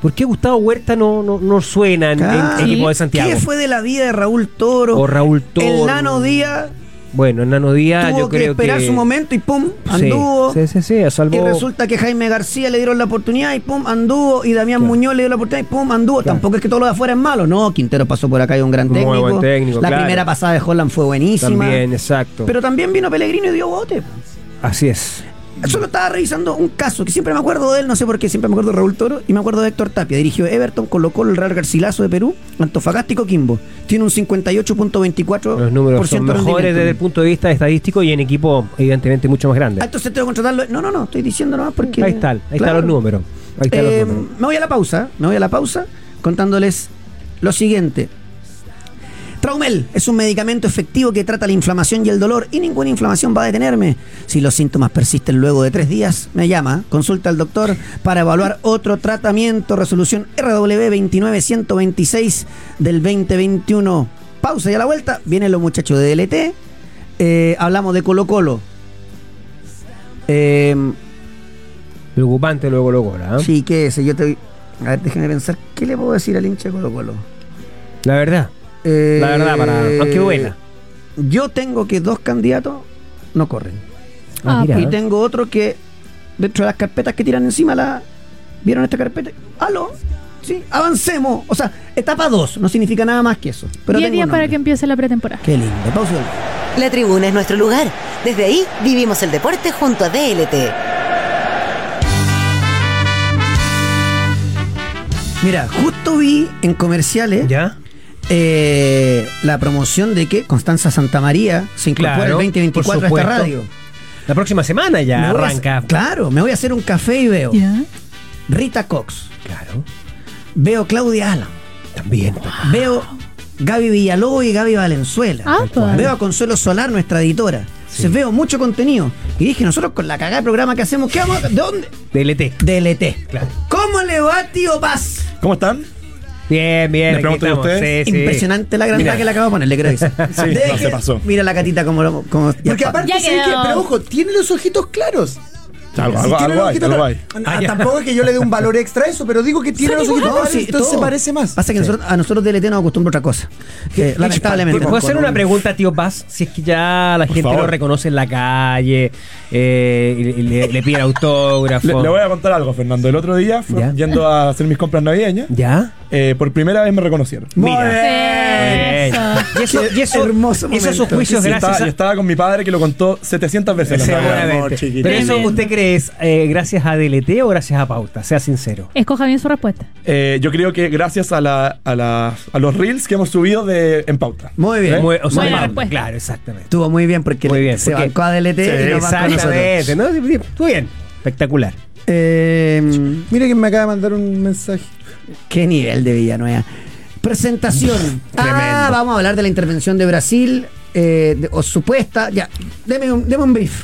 [SPEAKER 3] por qué Gustavo Huerta no, no, no suena en, en
[SPEAKER 1] Claro.
[SPEAKER 3] equipo de Santiago.
[SPEAKER 1] ¿Qué fue de la vida de Raúl Toro?
[SPEAKER 3] O Raúl Toro.
[SPEAKER 1] El Nano Díaz
[SPEAKER 3] Bueno, el Nano Díaz
[SPEAKER 1] tuvo
[SPEAKER 3] yo
[SPEAKER 1] que
[SPEAKER 3] creo
[SPEAKER 1] esperar
[SPEAKER 3] que...
[SPEAKER 1] su momento y pum,
[SPEAKER 3] Sí,
[SPEAKER 1] anduvo.
[SPEAKER 3] Sí, sí, sí, salvó-
[SPEAKER 1] Y resulta que Jaime García le dieron la oportunidad y pum, anduvo. Y Damián Muñoz le dio la oportunidad y pum, anduvo. Tampoco es que todo lo de afuera es malo, ¿no? Quintero pasó por acá y es un gran
[SPEAKER 3] Muy
[SPEAKER 1] técnico.
[SPEAKER 3] buen técnico,
[SPEAKER 1] la
[SPEAKER 3] claro.
[SPEAKER 1] primera pasada de Holland fue buenísima.
[SPEAKER 3] También, exacto.
[SPEAKER 1] Pero también vino Pellegrino y dio bote.
[SPEAKER 3] Así es.
[SPEAKER 1] Solo estaba revisando un caso que siempre me acuerdo de él, no sé por qué, siempre me acuerdo de Raúl Toro y me acuerdo de Héctor Tapia. Dirigió Everton, colocó el Real Garcilaso de Perú, Antofagástico Quimbo. Tiene un 58.24%
[SPEAKER 3] Los números son
[SPEAKER 1] de
[SPEAKER 3] mejores
[SPEAKER 1] Oh, rendimiento.
[SPEAKER 3] desde el punto de vista estadístico y en equipo, evidentemente, mucho más grande.
[SPEAKER 1] Ah, entonces tengo que contratarlo. No, no, no, estoy diciendo nomás porque.
[SPEAKER 3] Ahí están, ahí
[SPEAKER 1] Claro.
[SPEAKER 3] están los números. Ahí están
[SPEAKER 1] Eh,
[SPEAKER 3] los números.
[SPEAKER 1] me voy a la pausa, me voy a la pausa contándoles lo siguiente. Traumel es un medicamento efectivo que trata la inflamación y el dolor y ninguna inflamación va a detenerme. Si los síntomas persisten luego de tres días, me llama, consulta al doctor para evaluar otro tratamiento. Resolución RW 29126 del 2021. Pausa y a la vuelta vienen los muchachos de DLT. Eh, hablamos de Colo Colo. Eh,
[SPEAKER 3] Preocupante luego luego ¿ah?
[SPEAKER 1] Sí, qué sé, yo te... A ver, déjenme pensar, ¿qué le puedo decir al hincha de Colo Colo? Eh,
[SPEAKER 3] La verdad, la verdad, para. Aunque buena.
[SPEAKER 1] Yo tengo que dos candidatos no corren.
[SPEAKER 3] Ah,
[SPEAKER 2] Ah,
[SPEAKER 3] mira.
[SPEAKER 1] Y tengo otro que, dentro de las carpetas que tiran encima, la... ¿vieron esta carpeta? ¡Aló! Sí, avancemos. O sea, etapa 2, no significa nada más que eso. Pero
[SPEAKER 2] 10
[SPEAKER 1] tengo
[SPEAKER 2] días
[SPEAKER 1] un
[SPEAKER 2] para que
[SPEAKER 1] nombre.
[SPEAKER 2] empiece la pretemporada.
[SPEAKER 1] Qué lindo. Pausa. y volvemos.
[SPEAKER 6] La tribuna es nuestro lugar. Desde ahí vivimos el deporte junto a DLT.
[SPEAKER 1] Mira, justo vi en comerciales
[SPEAKER 3] ¿Ya?
[SPEAKER 1] eh, la promoción de que Constanza Santamaría se incorpora
[SPEAKER 3] Claro,
[SPEAKER 1] el 2024 a
[SPEAKER 3] por
[SPEAKER 1] esta
[SPEAKER 3] supuesto.
[SPEAKER 1] radio.
[SPEAKER 3] La próxima semana ya
[SPEAKER 1] Me voy a-
[SPEAKER 3] arranca.
[SPEAKER 1] claro, me voy a hacer un café y veo
[SPEAKER 2] Ya.
[SPEAKER 1] Rita Cox,
[SPEAKER 3] Claro.
[SPEAKER 1] veo Claudia Alan,
[SPEAKER 3] También. también.
[SPEAKER 1] veo Gaby Villalobos y Gaby Valenzuela.
[SPEAKER 2] Ah, pues.
[SPEAKER 1] Veo a Consuelo Solar, nuestra editora. Se veo mucho contenido. Y dije, nosotros con la cagada de programa que hacemos, ¿qué vamos? a- ¿De dónde?
[SPEAKER 3] DLT.
[SPEAKER 1] DLT.
[SPEAKER 3] Claro.
[SPEAKER 1] ¿Cómo le va, tío Paz?
[SPEAKER 7] ¿Cómo están?
[SPEAKER 3] Bien, bien.
[SPEAKER 7] ¿Le
[SPEAKER 3] aquí
[SPEAKER 7] preguntan
[SPEAKER 3] estamos.
[SPEAKER 7] ustedes?
[SPEAKER 3] Eh, Sí, sí.
[SPEAKER 1] Impresionante la grandeza
[SPEAKER 7] Mira.
[SPEAKER 1] que le acabo de poner, le creo. Sí,
[SPEAKER 7] Sí, no, se pasó.
[SPEAKER 1] Mira la catita como... lo- como ya
[SPEAKER 5] Porque
[SPEAKER 1] está.
[SPEAKER 5] aparte,
[SPEAKER 2] Ya
[SPEAKER 5] sé que,
[SPEAKER 2] quedó.
[SPEAKER 5] pero ojo, tiene los ojitos claros.
[SPEAKER 7] Algo,
[SPEAKER 5] Si
[SPEAKER 7] algo,
[SPEAKER 5] tiene
[SPEAKER 7] algo
[SPEAKER 5] los
[SPEAKER 7] hay,
[SPEAKER 5] ojitos
[SPEAKER 7] algo
[SPEAKER 5] claros-
[SPEAKER 7] hay.
[SPEAKER 5] Ah, tampoco es que yo le dé un valor extra a eso, pero digo que tiene los ojitos
[SPEAKER 1] No,
[SPEAKER 5] claros,
[SPEAKER 1] sí,
[SPEAKER 5] entonces
[SPEAKER 1] todo.
[SPEAKER 5] parece más.
[SPEAKER 1] Pasa que nosotros- a nosotros DLT nos acostumbra otra cosa. Que, lamentablemente.
[SPEAKER 3] ¿Puedo hacer una pregunta, tío Paz? Si es que ya la gente lo
[SPEAKER 7] favor.
[SPEAKER 3] reconoce en la calle, eh, y le, y le- le piden autógrafo.
[SPEAKER 7] Le, le voy a contar algo, Fernando. El otro día, fue
[SPEAKER 3] Ya.
[SPEAKER 7] yendo a hacer mis compras navideñas,
[SPEAKER 3] ¿Ya?
[SPEAKER 7] eh, por primera vez me reconocieron.
[SPEAKER 3] Bien.
[SPEAKER 2] Eso.
[SPEAKER 3] Y eso, y eso,
[SPEAKER 1] hermoso
[SPEAKER 3] y esos
[SPEAKER 1] momento.
[SPEAKER 3] juicios
[SPEAKER 7] Y
[SPEAKER 3] gracias
[SPEAKER 7] estaba,
[SPEAKER 3] a-
[SPEAKER 7] y estaba con mi padre que lo contó 700 veces. la verdad.
[SPEAKER 3] Seguramente.
[SPEAKER 5] amor, chiquitito.
[SPEAKER 3] Pero eso,
[SPEAKER 2] Tremendo.
[SPEAKER 3] ¿usted cree es eh, gracias a DLT o gracias a Pauta? Sea sincero.
[SPEAKER 2] Escoja bien su respuesta.
[SPEAKER 7] Eh, yo creo que gracias a, la, a, la- a los reels que hemos subido de En Pauta.
[SPEAKER 1] Muy bien.
[SPEAKER 3] Eh, Muy- o sea,
[SPEAKER 2] Buena
[SPEAKER 3] Pauta,
[SPEAKER 2] respuesta.
[SPEAKER 3] claro, exactamente.
[SPEAKER 1] Estuvo muy bien porque
[SPEAKER 3] Muy bien,
[SPEAKER 1] se
[SPEAKER 3] porque-
[SPEAKER 1] bancó a DLT y no bancó a nosotros.
[SPEAKER 3] exactamente. ¿no? Sí, sí, Estuvo bien. Espectacular.
[SPEAKER 1] Eh,
[SPEAKER 5] Mira que me acaba de mandar un mensaje.
[SPEAKER 1] qué nivel de Villanueva. Presentación. ah, vamos a hablar de la intervención de Brasil eh, de- o supuesta. Ya, deme un, deme un brief.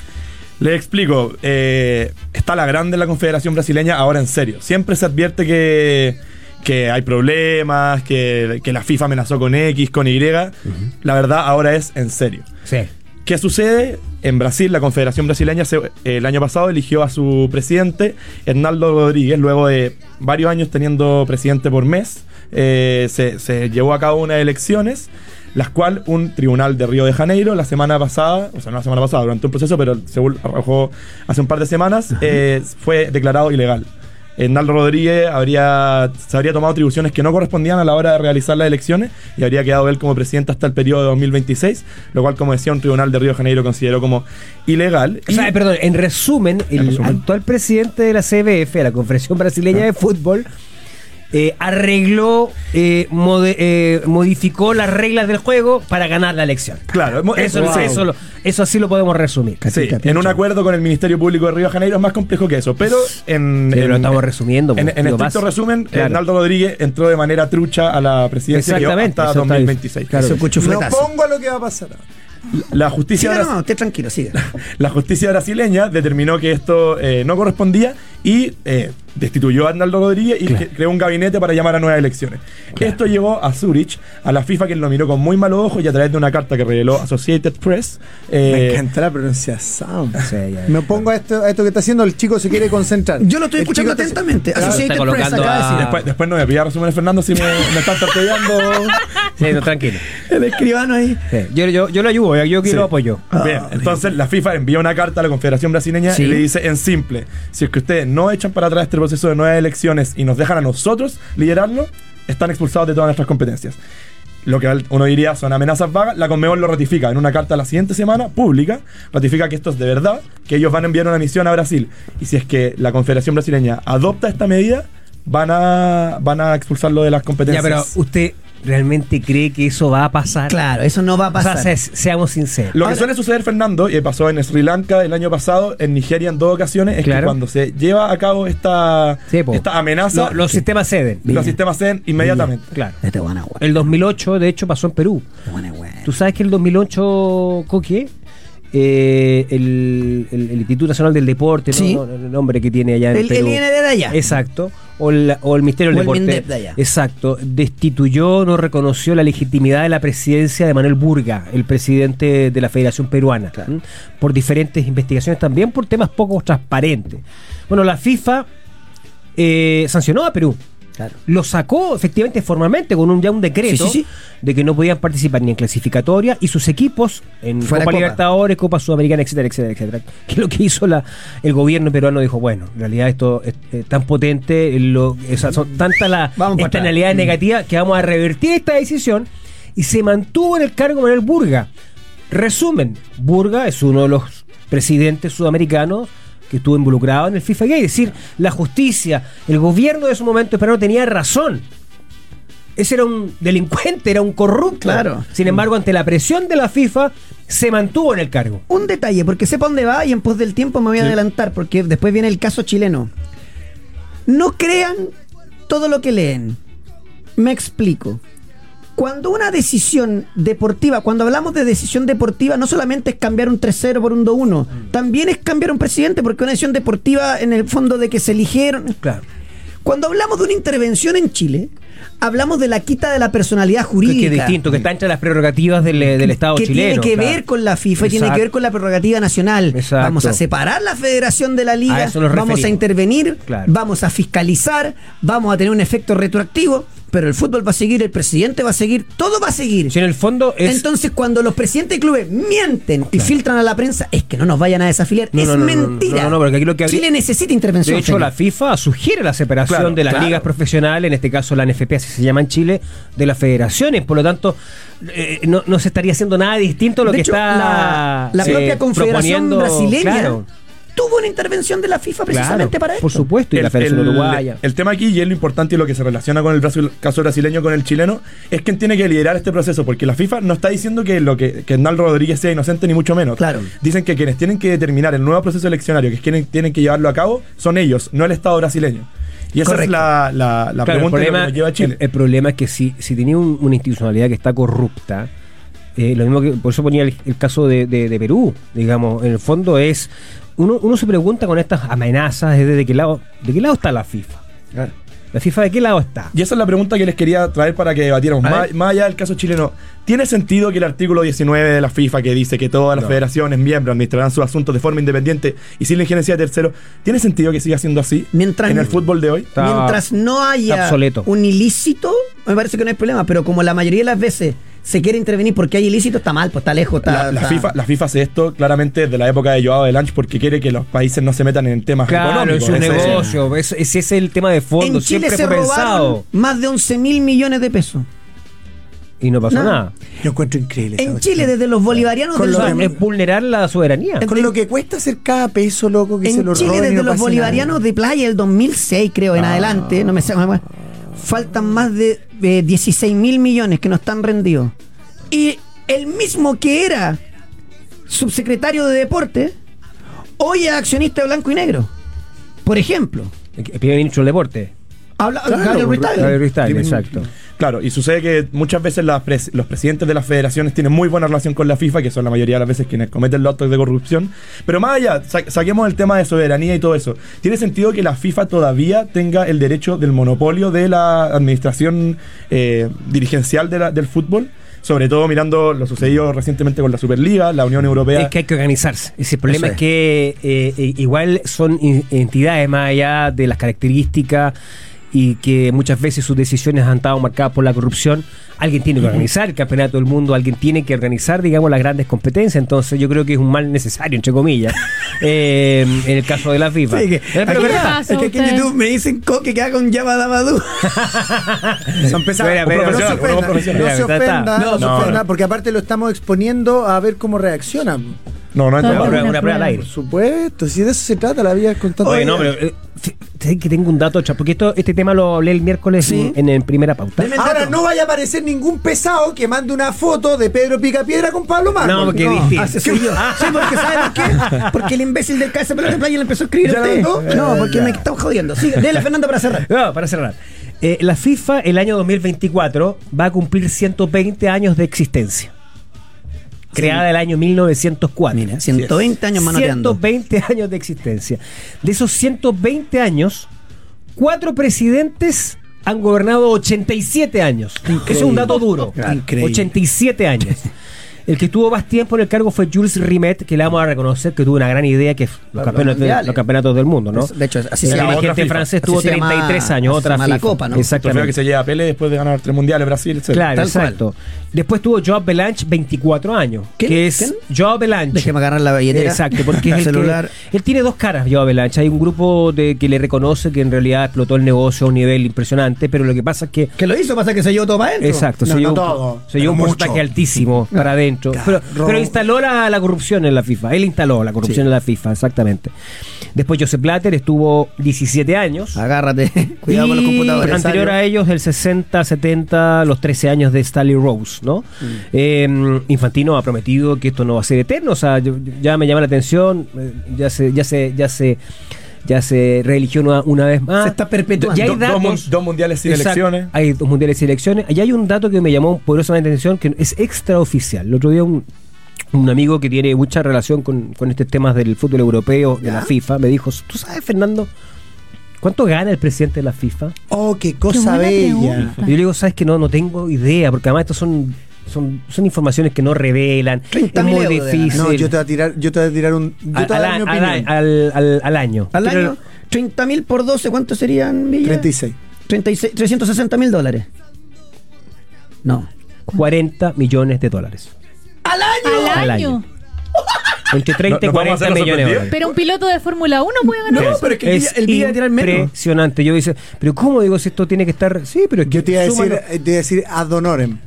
[SPEAKER 7] Le explico. eh, está la grande en la Confederación Brasileña ahora en serio. Siempre se advierte que, que hay problemas, que, que la FIFA amenazó con X, con Y. La verdad ahora es en serio.
[SPEAKER 3] Sí.
[SPEAKER 7] ¿Qué sucede? En Brasil, la Confederación Brasileña se- eh, el año pasado eligió a su presidente, Hernaldo Rodríguez, luego de varios años teniendo presidente por mes, eh, se, se llevó a cabo unas elecciones, las cual un tribunal de Río de Janeiro la semana pasada, o sea, no la semana pasada, durante un proceso, pero según arrojó hace un par de semanas, eh, fue declarado ilegal. Hernaldo Rodríguez habría, se habría tomado atribuciones que no correspondían a la hora de realizar las elecciones y habría quedado él como presidente hasta el periodo de 2026, lo cual, como decía, un tribunal de Río de Janeiro consideró como ilegal.
[SPEAKER 3] O
[SPEAKER 7] Y-
[SPEAKER 3] sea, perdón, en resumen, el
[SPEAKER 7] resumen.
[SPEAKER 3] actual presidente de la CBF, la Confederación Brasileña
[SPEAKER 1] Ah.
[SPEAKER 3] de Fútbol, eh, arregló, eh, mode- eh, modificó las reglas del juego para ganar la elección.
[SPEAKER 7] Claro, mo- eh,
[SPEAKER 3] Eso,
[SPEAKER 7] wow.
[SPEAKER 3] eso lo- eso así lo podemos resumir.
[SPEAKER 7] Sí, en un acuerdo con el Ministerio Público de Río de Janeiro es más complejo que eso, pero en,
[SPEAKER 3] Pero
[SPEAKER 7] en-
[SPEAKER 3] lo estamos resumiendo,
[SPEAKER 7] En,
[SPEAKER 3] pues,
[SPEAKER 7] en
[SPEAKER 3] digo,
[SPEAKER 7] estricto
[SPEAKER 3] vas-
[SPEAKER 7] resumen,
[SPEAKER 3] Claro.
[SPEAKER 7] Hernaldo Rodríguez entró de manera trucha a la presidencia que
[SPEAKER 3] Exactamente,
[SPEAKER 7] hasta
[SPEAKER 3] eso está-
[SPEAKER 7] 2026.
[SPEAKER 3] claro.
[SPEAKER 1] Eso
[SPEAKER 5] Me
[SPEAKER 1] cuchufletazo.
[SPEAKER 5] opongo a lo que va a pasar.
[SPEAKER 7] La justicia
[SPEAKER 1] Siga
[SPEAKER 7] ahora-
[SPEAKER 1] nomás, usted tranquilo, siga.
[SPEAKER 7] La justicia brasileña determinó que esto eh, no correspondía y eh, destituyó a Arnaldo Rodríguez y cre- creó un gabinete para llamar a nuevas elecciones. Esto llevó a Zurich, a la FIFA que lo miró con muy malos ojos y a través de una carta que reveló Associated Press. eh,
[SPEAKER 5] Me encanta la pronunciación.
[SPEAKER 3] Sí, ya, ya.
[SPEAKER 5] Me opongo a esto, a esto que está haciendo el chico se quiere concentrar.
[SPEAKER 1] Yo lo estoy
[SPEAKER 5] El
[SPEAKER 1] escuchando
[SPEAKER 5] chico está-
[SPEAKER 1] atentamente.
[SPEAKER 3] Claro,
[SPEAKER 1] Associated
[SPEAKER 3] está
[SPEAKER 1] Press
[SPEAKER 3] colocando
[SPEAKER 1] acaba de decir.
[SPEAKER 3] a-
[SPEAKER 7] Después, después no me pida resumen Fernando si me, me están tarteando.
[SPEAKER 3] Sí, no, tranquilo.
[SPEAKER 1] El escribano ahí.
[SPEAKER 3] Sí, Yo, yo, yo lo ayudo, yo aquí
[SPEAKER 7] Sí.
[SPEAKER 3] lo apoyo.
[SPEAKER 7] Bien, entonces la FIFA envía una carta a la Confederación Brasileña
[SPEAKER 3] Sí.
[SPEAKER 7] y le dice en simple, si es que ustedes no echan para atrás este proceso de nuevas elecciones y nos dejan a nosotros liderarlo, están expulsados de todas nuestras competencias. Lo que al- uno diría son amenazas vagas, la Conmebol lo ratifica en una carta la siguiente semana, pública, ratifica que esto es de verdad, que ellos van a enviar una misión a Brasil. Y si es que la Confederación Brasileña adopta esta medida, van a, van a expulsarlo de las
[SPEAKER 3] Ya,
[SPEAKER 7] competencias.
[SPEAKER 3] pero ¿usted realmente cree que eso va a pasar?
[SPEAKER 1] Claro, eso no va a
[SPEAKER 3] O sea,
[SPEAKER 1] pasar.
[SPEAKER 3] se- seamos sinceros.
[SPEAKER 7] Lo que suele suceder, Fernando, y pasó en Sri Lanka el año pasado, en Nigeria en dos ocasiones, es que
[SPEAKER 3] Claro.
[SPEAKER 7] cuando se lleva a cabo esta,
[SPEAKER 3] Sí, po.
[SPEAKER 7] esta amenaza,
[SPEAKER 3] Lo- los
[SPEAKER 7] Sí.
[SPEAKER 3] sistemas ceden.
[SPEAKER 7] los sistemas ceden inmediatamente.
[SPEAKER 3] Claro.
[SPEAKER 1] Este buena, weón.
[SPEAKER 3] El 2008, de hecho, pasó en Perú.
[SPEAKER 1] Buena, weón.
[SPEAKER 3] Tú sabes que el 2008, Coque, eh, el, el- el Instituto Nacional del Deporte, ¿no?
[SPEAKER 1] Sí.
[SPEAKER 3] No, no, el nombre que tiene allá en
[SPEAKER 1] El- el
[SPEAKER 3] Perú.
[SPEAKER 1] IND de allá.
[SPEAKER 3] Exacto. O, la- o el Ministerio
[SPEAKER 1] O
[SPEAKER 3] del
[SPEAKER 1] el
[SPEAKER 3] Deporte.
[SPEAKER 1] MINDEP de allá.
[SPEAKER 3] Exacto. Destituyó, no reconoció la legitimidad de la presidencia de Manuel Burga, el presidente de la Federación Peruana, ¿m? por diferentes investigaciones, también por temas poco transparentes. Bueno, la FIFA eh, sancionó a Perú. Lo sacó efectivamente formalmente con un, ya un decreto
[SPEAKER 1] Sí, sí, sí.
[SPEAKER 3] de que no podían participar ni en clasificatoria y sus equipos en
[SPEAKER 1] Fuera
[SPEAKER 3] Copa,
[SPEAKER 1] Copa.
[SPEAKER 3] Libertadores, Copa Sudamericana, etcétera, etcétera, etcétera. Que lo que hizo la, el gobierno peruano dijo, bueno, en realidad esto es, es tan potente, lo, o sea, son tantas las
[SPEAKER 1] Vamos para atrás.
[SPEAKER 3] externalidades negativas que vamos a revertir esta decisión y se mantuvo en el cargo Manuel Burga. Resumen, Burga es uno de los presidentes sudamericanos que estuvo involucrado en el FIFA Gate. Es decir, la justicia, el gobierno de su momento peruano tenía razón. Ese era un delincuente, era un corrupto.
[SPEAKER 1] Claro.
[SPEAKER 3] Sin embargo, ante la presión de la FIFA, se mantuvo en el cargo.
[SPEAKER 1] Un detalle, porque sepa dónde va y en pos del tiempo me voy a adelantar, porque después viene el caso chileno. No crean todo lo que leen. Me explico. Cuando una decisión deportiva, cuando hablamos de decisión deportiva, no solamente es cambiar un 3-0 por un 2-1,
[SPEAKER 3] Mm.
[SPEAKER 1] también es cambiar un presidente, porque una decisión deportiva en el fondo de que se eligieron.
[SPEAKER 3] Claro.
[SPEAKER 1] Cuando hablamos de una intervención en Chile, hablamos de la quita de la personalidad
[SPEAKER 3] Que,
[SPEAKER 1] jurídica
[SPEAKER 3] que es distinto, que está entre las prerrogativas del, del Estado
[SPEAKER 1] que
[SPEAKER 3] chileno.
[SPEAKER 1] tiene que
[SPEAKER 3] claro.
[SPEAKER 1] ver con la FIFA, y tiene
[SPEAKER 3] Exacto.
[SPEAKER 1] que ver con la prerrogativa nacional.
[SPEAKER 3] Exacto.
[SPEAKER 1] Vamos a separar la federación de la liga,
[SPEAKER 3] A eso nos
[SPEAKER 1] vamos a
[SPEAKER 3] referimos.
[SPEAKER 1] intervenir,
[SPEAKER 3] Claro.
[SPEAKER 1] vamos a fiscalizar, vamos a tener un efecto retroactivo, pero el fútbol va a seguir, el presidente va a seguir, todo va a seguir.
[SPEAKER 3] Si en el fondo es.
[SPEAKER 1] Entonces, cuando los presidentes de clubes mienten y filtran a la prensa, es que no nos vayan a desafiliar.
[SPEAKER 3] No,
[SPEAKER 1] es
[SPEAKER 3] no, no, no,
[SPEAKER 1] mentira.
[SPEAKER 3] no, no, no, porque aquí lo que habría-
[SPEAKER 1] Chile necesita intervención.
[SPEAKER 3] de hecho,
[SPEAKER 1] señor.
[SPEAKER 3] la FIFA sugiere la separación
[SPEAKER 7] Claro,
[SPEAKER 3] de las
[SPEAKER 7] claro.
[SPEAKER 3] ligas profesionales, en este caso la NFP, así se llama en Chile, de las federaciones. Por lo tanto, eh, no, no se estaría haciendo nada distinto a lo
[SPEAKER 1] De
[SPEAKER 3] que
[SPEAKER 1] hecho,
[SPEAKER 3] está.
[SPEAKER 1] la, la
[SPEAKER 3] eh,
[SPEAKER 1] propia Confederación
[SPEAKER 3] proponiendo-
[SPEAKER 1] Brasileña
[SPEAKER 3] Claro,
[SPEAKER 1] tuvo una intervención de la FIFA precisamente
[SPEAKER 3] claro,
[SPEAKER 1] para eso.
[SPEAKER 3] Por supuesto, y la Federación Uruguaya.
[SPEAKER 7] el tema aquí, y es lo importante y lo que se relaciona con el brasil- caso brasileño con el chileno, es quien tiene que liderar este proceso, porque la FIFA no está diciendo que lo que, que Hernán Rodríguez sea inocente, ni mucho menos.
[SPEAKER 1] Claro.
[SPEAKER 7] Dicen que quienes tienen que determinar el nuevo proceso eleccionario, que quienes tienen que llevarlo a cabo, son ellos, no el Estado brasileño. Y esa es
[SPEAKER 1] Correcto.
[SPEAKER 7] la, la-
[SPEAKER 3] Claro,
[SPEAKER 7] la
[SPEAKER 3] el,
[SPEAKER 7] pregunta y lo que
[SPEAKER 3] problema,
[SPEAKER 7] nos lleva a Chile.
[SPEAKER 3] el- el problema es que si, si tenía un- una institucionalidad que está corrupta, eh, lo mismo que por eso ponía el, el caso de, de- de Perú, digamos, en el fondo es, uno, uno se pregunta con estas amenazas es de, de qué lado, de qué lado está la FIFA. ¿La FIFA de qué lado está?
[SPEAKER 7] Y esa es la pregunta que les quería traer para que debatiéramos.
[SPEAKER 3] A
[SPEAKER 7] Más,
[SPEAKER 3] ver.
[SPEAKER 7] más allá del caso chileno, ¿tiene sentido que el artículo 19 de la FIFA, que dice que todas las
[SPEAKER 3] No.
[SPEAKER 7] federaciones miembros administrarán sus asuntos de forma independiente y sin la injerencia de terceros, ¿tiene sentido que siga siendo así
[SPEAKER 1] Mientras-
[SPEAKER 7] en el fútbol de hoy?
[SPEAKER 3] Está
[SPEAKER 1] Mientras no haya
[SPEAKER 3] obsoleto.
[SPEAKER 1] un ilícito, me parece que no hay problema, pero como la mayoría de las veces se quiere intervenir porque hay ilícito, está mal, pues está lejos, está...
[SPEAKER 7] La, la
[SPEAKER 1] está-
[SPEAKER 7] FIFA, la FIFA hace esto claramente desde la época de Joao Delange porque quiere que los países no se metan en temas
[SPEAKER 3] Claro, en
[SPEAKER 7] económicos.
[SPEAKER 3] su
[SPEAKER 7] Ese-
[SPEAKER 3] negocio. Es- ese es el tema de fondo.
[SPEAKER 1] En Chile
[SPEAKER 3] Siempre
[SPEAKER 1] se
[SPEAKER 3] fue
[SPEAKER 1] robaron
[SPEAKER 3] pensado.
[SPEAKER 1] más de 11 mil millones de pesos.
[SPEAKER 3] Y no pasó
[SPEAKER 1] No.
[SPEAKER 3] nada.
[SPEAKER 5] Yo encuentro increíble. esa
[SPEAKER 1] En
[SPEAKER 5] cuestión.
[SPEAKER 1] Chile, desde los bolivarianos...
[SPEAKER 5] Con
[SPEAKER 1] del
[SPEAKER 5] lo
[SPEAKER 1] sur-
[SPEAKER 5] que
[SPEAKER 3] Eso es vulnerar la soberanía.
[SPEAKER 5] Con lo que cuesta hacer cada peso, loco, que se
[SPEAKER 1] en
[SPEAKER 5] lo
[SPEAKER 1] Chile,
[SPEAKER 5] roben y
[SPEAKER 1] desde
[SPEAKER 5] no
[SPEAKER 1] los
[SPEAKER 5] pase
[SPEAKER 1] bolivarianos de playa, el 2006, creo, en adelante, no me sé, no me acuerdo, faltan más de 16 mil millones que no están rendidos. Y el mismo que era subsecretario de deporte, hoy es accionista de blanco y negro. Por ejemplo,
[SPEAKER 3] El primer ministro del deporte.
[SPEAKER 1] habla
[SPEAKER 4] Claro,
[SPEAKER 1] Gabriel Ruiz Tagle.
[SPEAKER 3] Gabriel Ruiz Tagle,
[SPEAKER 7] Primer-
[SPEAKER 3] exacto.
[SPEAKER 7] Claro, y sucede que muchas veces las pres- los presidentes de las federaciones tienen muy buena relación con la FIFA, que son la mayoría de las veces quienes cometen los actos de corrupción. Pero más allá, sa- saquemos el tema de soberanía y todo eso. ¿Tiene sentido que la FIFA todavía tenga el derecho del monopolio de la administración eh, dirigencial de la- del fútbol? Sobre todo mirando lo sucedido recientemente con la Superliga, la Unión Europea.
[SPEAKER 3] Es que hay que organizarse. Ese problema
[SPEAKER 7] Eso
[SPEAKER 3] es.
[SPEAKER 7] es.
[SPEAKER 3] que eh, eh, igual son in- entidades más allá de las características y que muchas veces sus decisiones han estado marcadas por la corrupción. Alguien tiene que organizar el campeonato del mundo, alguien tiene que organizar, digamos, las grandes competencias. Entonces, yo creo que es un mal necesario, entre comillas, eh, en el caso de la FIFA.
[SPEAKER 1] Sí, que-
[SPEAKER 3] Eh, pero
[SPEAKER 1] aquí-
[SPEAKER 3] verdad.
[SPEAKER 2] pasa
[SPEAKER 1] es que aquí en
[SPEAKER 2] usted?
[SPEAKER 1] YouTube me dicen coque que haga un Jabba Dabba Doo.
[SPEAKER 5] Son pesados.
[SPEAKER 3] Espera, espera,
[SPEAKER 5] no se
[SPEAKER 7] espera,
[SPEAKER 5] ofenda, no se
[SPEAKER 7] espera,
[SPEAKER 3] espera, está,
[SPEAKER 5] ofenda,
[SPEAKER 3] está.
[SPEAKER 5] no se
[SPEAKER 7] No,
[SPEAKER 5] ofenda,
[SPEAKER 7] no.
[SPEAKER 5] porque aparte lo estamos exponiendo a ver cómo reacciona.
[SPEAKER 7] No, no
[SPEAKER 3] Una
[SPEAKER 2] Todo
[SPEAKER 7] entramos.
[SPEAKER 3] prueba- una prueba al aire.
[SPEAKER 5] Por supuesto, si de eso se trata, la vida es constante.
[SPEAKER 3] Oye, no, pero eh, f- sé que tengo un dato, cha- porque esto, este tema lo hablé el miércoles
[SPEAKER 1] Sí.
[SPEAKER 3] en, en primera pauta.
[SPEAKER 1] Deme el
[SPEAKER 5] Ahora
[SPEAKER 1] dato.
[SPEAKER 5] no vaya a aparecer ningún pesado que mande una foto de Pedro Picapiedra con Pablo Marcos.
[SPEAKER 3] No, porque
[SPEAKER 5] no.
[SPEAKER 3] viste.
[SPEAKER 1] Ah, ese soy yo. Sí, porque ¿sabe por qué? Porque el imbécil del casa pelota de playa le empezó a escribir a
[SPEAKER 5] ¿Ya
[SPEAKER 1] usted.
[SPEAKER 5] lo mandó?
[SPEAKER 1] No, porque me está jodiendo. Sigue, dele Fernando para cerrar.
[SPEAKER 3] No, para cerrar. Eh, la FIFA el año 2024 va a cumplir 120 años de existencia. Creada el año 1904.
[SPEAKER 1] Mira, 120 años manoteando.
[SPEAKER 3] 120 años de existencia. De esos 120 años, cuatro presidentes han gobernado 87 años. Eso es un dato duro.
[SPEAKER 1] Increíble.
[SPEAKER 3] 87 años. El que estuvo más tiempo en el cargo fue Jules Rimet, que le vamos a reconocer que tuvo una gran idea que es los,
[SPEAKER 1] Los
[SPEAKER 3] campeones de-
[SPEAKER 1] mundiales.
[SPEAKER 3] los campeonatos del mundo, ¿no?
[SPEAKER 1] Pues, De hecho, así se
[SPEAKER 3] el
[SPEAKER 1] llama
[SPEAKER 7] otra
[SPEAKER 3] dirigente
[SPEAKER 7] FIFA.
[SPEAKER 3] francés
[SPEAKER 1] Así
[SPEAKER 3] tuvo
[SPEAKER 1] se llama-
[SPEAKER 3] 33 años,
[SPEAKER 1] así se
[SPEAKER 3] otra
[SPEAKER 1] llama la
[SPEAKER 3] FIFA.
[SPEAKER 1] Copa, ¿no?
[SPEAKER 7] Trofeo
[SPEAKER 3] Exactamente.
[SPEAKER 7] que se lleva a Pele después de ganar tres mundiales Brasil, etc.
[SPEAKER 3] Claro,
[SPEAKER 1] Tal cual.
[SPEAKER 3] exacto. Después tuvo Joao Belange, 24 años.
[SPEAKER 1] ¿Quién?
[SPEAKER 3] Que es
[SPEAKER 1] ¿Quién?
[SPEAKER 3] Joao Belange.
[SPEAKER 1] Déjeme agarrar la billetera.
[SPEAKER 3] Exacto, porque es
[SPEAKER 1] el
[SPEAKER 3] el que-
[SPEAKER 1] celular.
[SPEAKER 3] él tiene dos caras, Joao Belange. Hay un grupo de, que le reconoce que en realidad explotó el negocio a un nivel impresionante, pero lo que pasa es que.
[SPEAKER 1] Que lo hizo, pasa que se llevó todo para adentro.
[SPEAKER 3] Exacto,
[SPEAKER 5] No,
[SPEAKER 3] se
[SPEAKER 5] no
[SPEAKER 3] llevó, un-
[SPEAKER 5] todo,
[SPEAKER 3] se llevó un
[SPEAKER 5] pero
[SPEAKER 3] porcentaje
[SPEAKER 5] mucho.
[SPEAKER 3] altísimo para adentro. Pero,
[SPEAKER 5] robo.
[SPEAKER 3] pero instaló la, la corrupción en la FIFA. Él instaló la corrupción
[SPEAKER 1] Sí.
[SPEAKER 3] en la FIFA, exactamente. Después Joseph Blatter estuvo 17
[SPEAKER 1] Ah,
[SPEAKER 3] años.
[SPEAKER 1] Agárrate. Cuidado con los
[SPEAKER 3] Y
[SPEAKER 1] computadores.
[SPEAKER 3] Anterior a este, ellos, del 60, 70, los 13 años de Stanley Rose, ¿no?
[SPEAKER 1] Mm.
[SPEAKER 3] Eh, Infantino ha prometido que esto no va a ser eterno, o sea, yo- yo- ya me llama la atención, eh, ya se, ya se, ya se, ya se reeligió una, una vez más.
[SPEAKER 1] Se está perpetuando.
[SPEAKER 3] Ya hay
[SPEAKER 7] Do- dos,
[SPEAKER 3] datos-
[SPEAKER 7] mun- dos mundiales sin
[SPEAKER 3] Exacto.
[SPEAKER 7] elecciones.
[SPEAKER 3] Hay dos mundiales sin elecciones. Y hay un dato que me llamó poderosamente la atención que es extraoficial. El otro día un, un amigo que tiene mucha relación con, con estos temas del fútbol europeo, de la FIFA, me dijo, ¿tú sabes, Fernando, cuánto gana el presidente de la FIFA?
[SPEAKER 5] Oh, qué
[SPEAKER 2] Qué
[SPEAKER 5] cosa
[SPEAKER 2] buena
[SPEAKER 5] bella.
[SPEAKER 2] pregunta.
[SPEAKER 3] Y yo le digo, ¿sabes que No, no tengo idea, porque además estas son... Son, son informaciones que no revelan.
[SPEAKER 1] 30.000
[SPEAKER 3] Es muy
[SPEAKER 1] euros de gana.
[SPEAKER 3] difícil.
[SPEAKER 5] No, yo te voy a tirar, yo te voy a tirar un. Yo
[SPEAKER 3] al,
[SPEAKER 5] te voy a dar
[SPEAKER 3] al-
[SPEAKER 5] mi
[SPEAKER 3] al-
[SPEAKER 5] opinión.
[SPEAKER 3] al- al- al año.
[SPEAKER 1] Al
[SPEAKER 3] Pero-
[SPEAKER 1] año, 30 mil por 12, ¿cuántos serían? Villa?
[SPEAKER 5] 36.
[SPEAKER 1] 36 360 mil dólares. No.
[SPEAKER 3] 40 millones de dólares.
[SPEAKER 1] ¡Al año!
[SPEAKER 2] Al
[SPEAKER 3] Al año.
[SPEAKER 2] año.
[SPEAKER 3] Entre 30 y
[SPEAKER 7] ¿Nos vamos
[SPEAKER 3] 40
[SPEAKER 7] a hacer los
[SPEAKER 3] millones de
[SPEAKER 7] sorprendidos?
[SPEAKER 3] dólares.
[SPEAKER 2] Pero un piloto de Fórmula 1 puede ganar.
[SPEAKER 1] No,
[SPEAKER 2] eso.
[SPEAKER 1] pero es que el día- el día de tirar menos.
[SPEAKER 3] Impresionante. Yo dice, pero ¿cómo digo si esto tiene que estar? Sí, pero es que
[SPEAKER 5] Yo te iba a decir,
[SPEAKER 3] súmalo.
[SPEAKER 5] eh, te iba a decir ad honorem.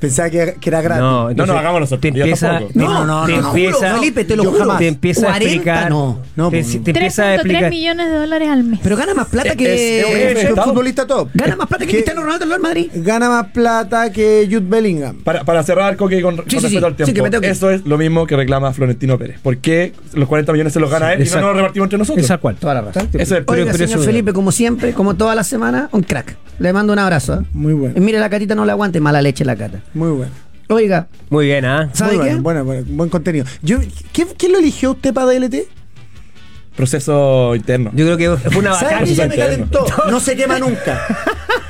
[SPEAKER 5] Pensaba que, que era gratis.
[SPEAKER 3] No, entonces,
[SPEAKER 7] no, hagámonos
[SPEAKER 3] te
[SPEAKER 7] sorprendidos
[SPEAKER 3] empieza,
[SPEAKER 7] tampoco.
[SPEAKER 3] te-
[SPEAKER 5] No, no,
[SPEAKER 3] te
[SPEAKER 5] no, no,
[SPEAKER 3] empieza,
[SPEAKER 1] juro, Felipe, te lo
[SPEAKER 3] yo
[SPEAKER 1] juro.
[SPEAKER 3] Te empieza a
[SPEAKER 1] 40
[SPEAKER 3] explicar.
[SPEAKER 1] no.
[SPEAKER 5] No,
[SPEAKER 3] te,
[SPEAKER 5] pues,
[SPEAKER 3] te empieza a
[SPEAKER 2] 3.3
[SPEAKER 3] explicar.
[SPEAKER 2] millones de dólares al mes.
[SPEAKER 1] Pero gana más plata
[SPEAKER 7] Es- es-
[SPEAKER 1] que.
[SPEAKER 7] es-
[SPEAKER 5] Es un futbolista top.
[SPEAKER 1] Gana más plata que
[SPEAKER 5] ¿Qué?
[SPEAKER 1] Cristiano Ronaldo en el Real Madrid.
[SPEAKER 5] Gana más plata que Jude Bellingham.
[SPEAKER 7] Para, para cerrar, Coque, con, con
[SPEAKER 1] sí,
[SPEAKER 7] respecto
[SPEAKER 1] sí.
[SPEAKER 7] al tiempo,
[SPEAKER 1] Sí, que me tengo que ir.
[SPEAKER 7] eso es lo mismo que reclama Florentino Pérez. ¿Por qué los 40 millones se los gana él y no
[SPEAKER 3] Exacto.
[SPEAKER 7] nos los repartimos entre nosotros?
[SPEAKER 3] Esa cual.
[SPEAKER 1] Toda la razón.
[SPEAKER 7] Ese es el
[SPEAKER 1] Oiga,
[SPEAKER 3] Pero- pero
[SPEAKER 1] señor
[SPEAKER 3] eso-
[SPEAKER 1] Felipe, como siempre, como toda la semana, un crack. Le mando un abrazo. ¿eh?
[SPEAKER 5] Muy bueno.
[SPEAKER 1] Y mire, la catita no la aguante, mala leche la cata.
[SPEAKER 5] Muy bueno.
[SPEAKER 1] Oiga,
[SPEAKER 3] Muy bien, ¿ah?
[SPEAKER 1] ¿sabe
[SPEAKER 5] Muy
[SPEAKER 1] qué?
[SPEAKER 5] bueno, bueno, bueno, buen contenido. Yo, ¿qué- ¿Quién lo eligió usted para DLT?
[SPEAKER 7] proceso interno.
[SPEAKER 3] Yo creo que fue una
[SPEAKER 5] ¿Sabes qué?
[SPEAKER 3] vacancia.
[SPEAKER 5] Ya me calentó. No se quema nunca.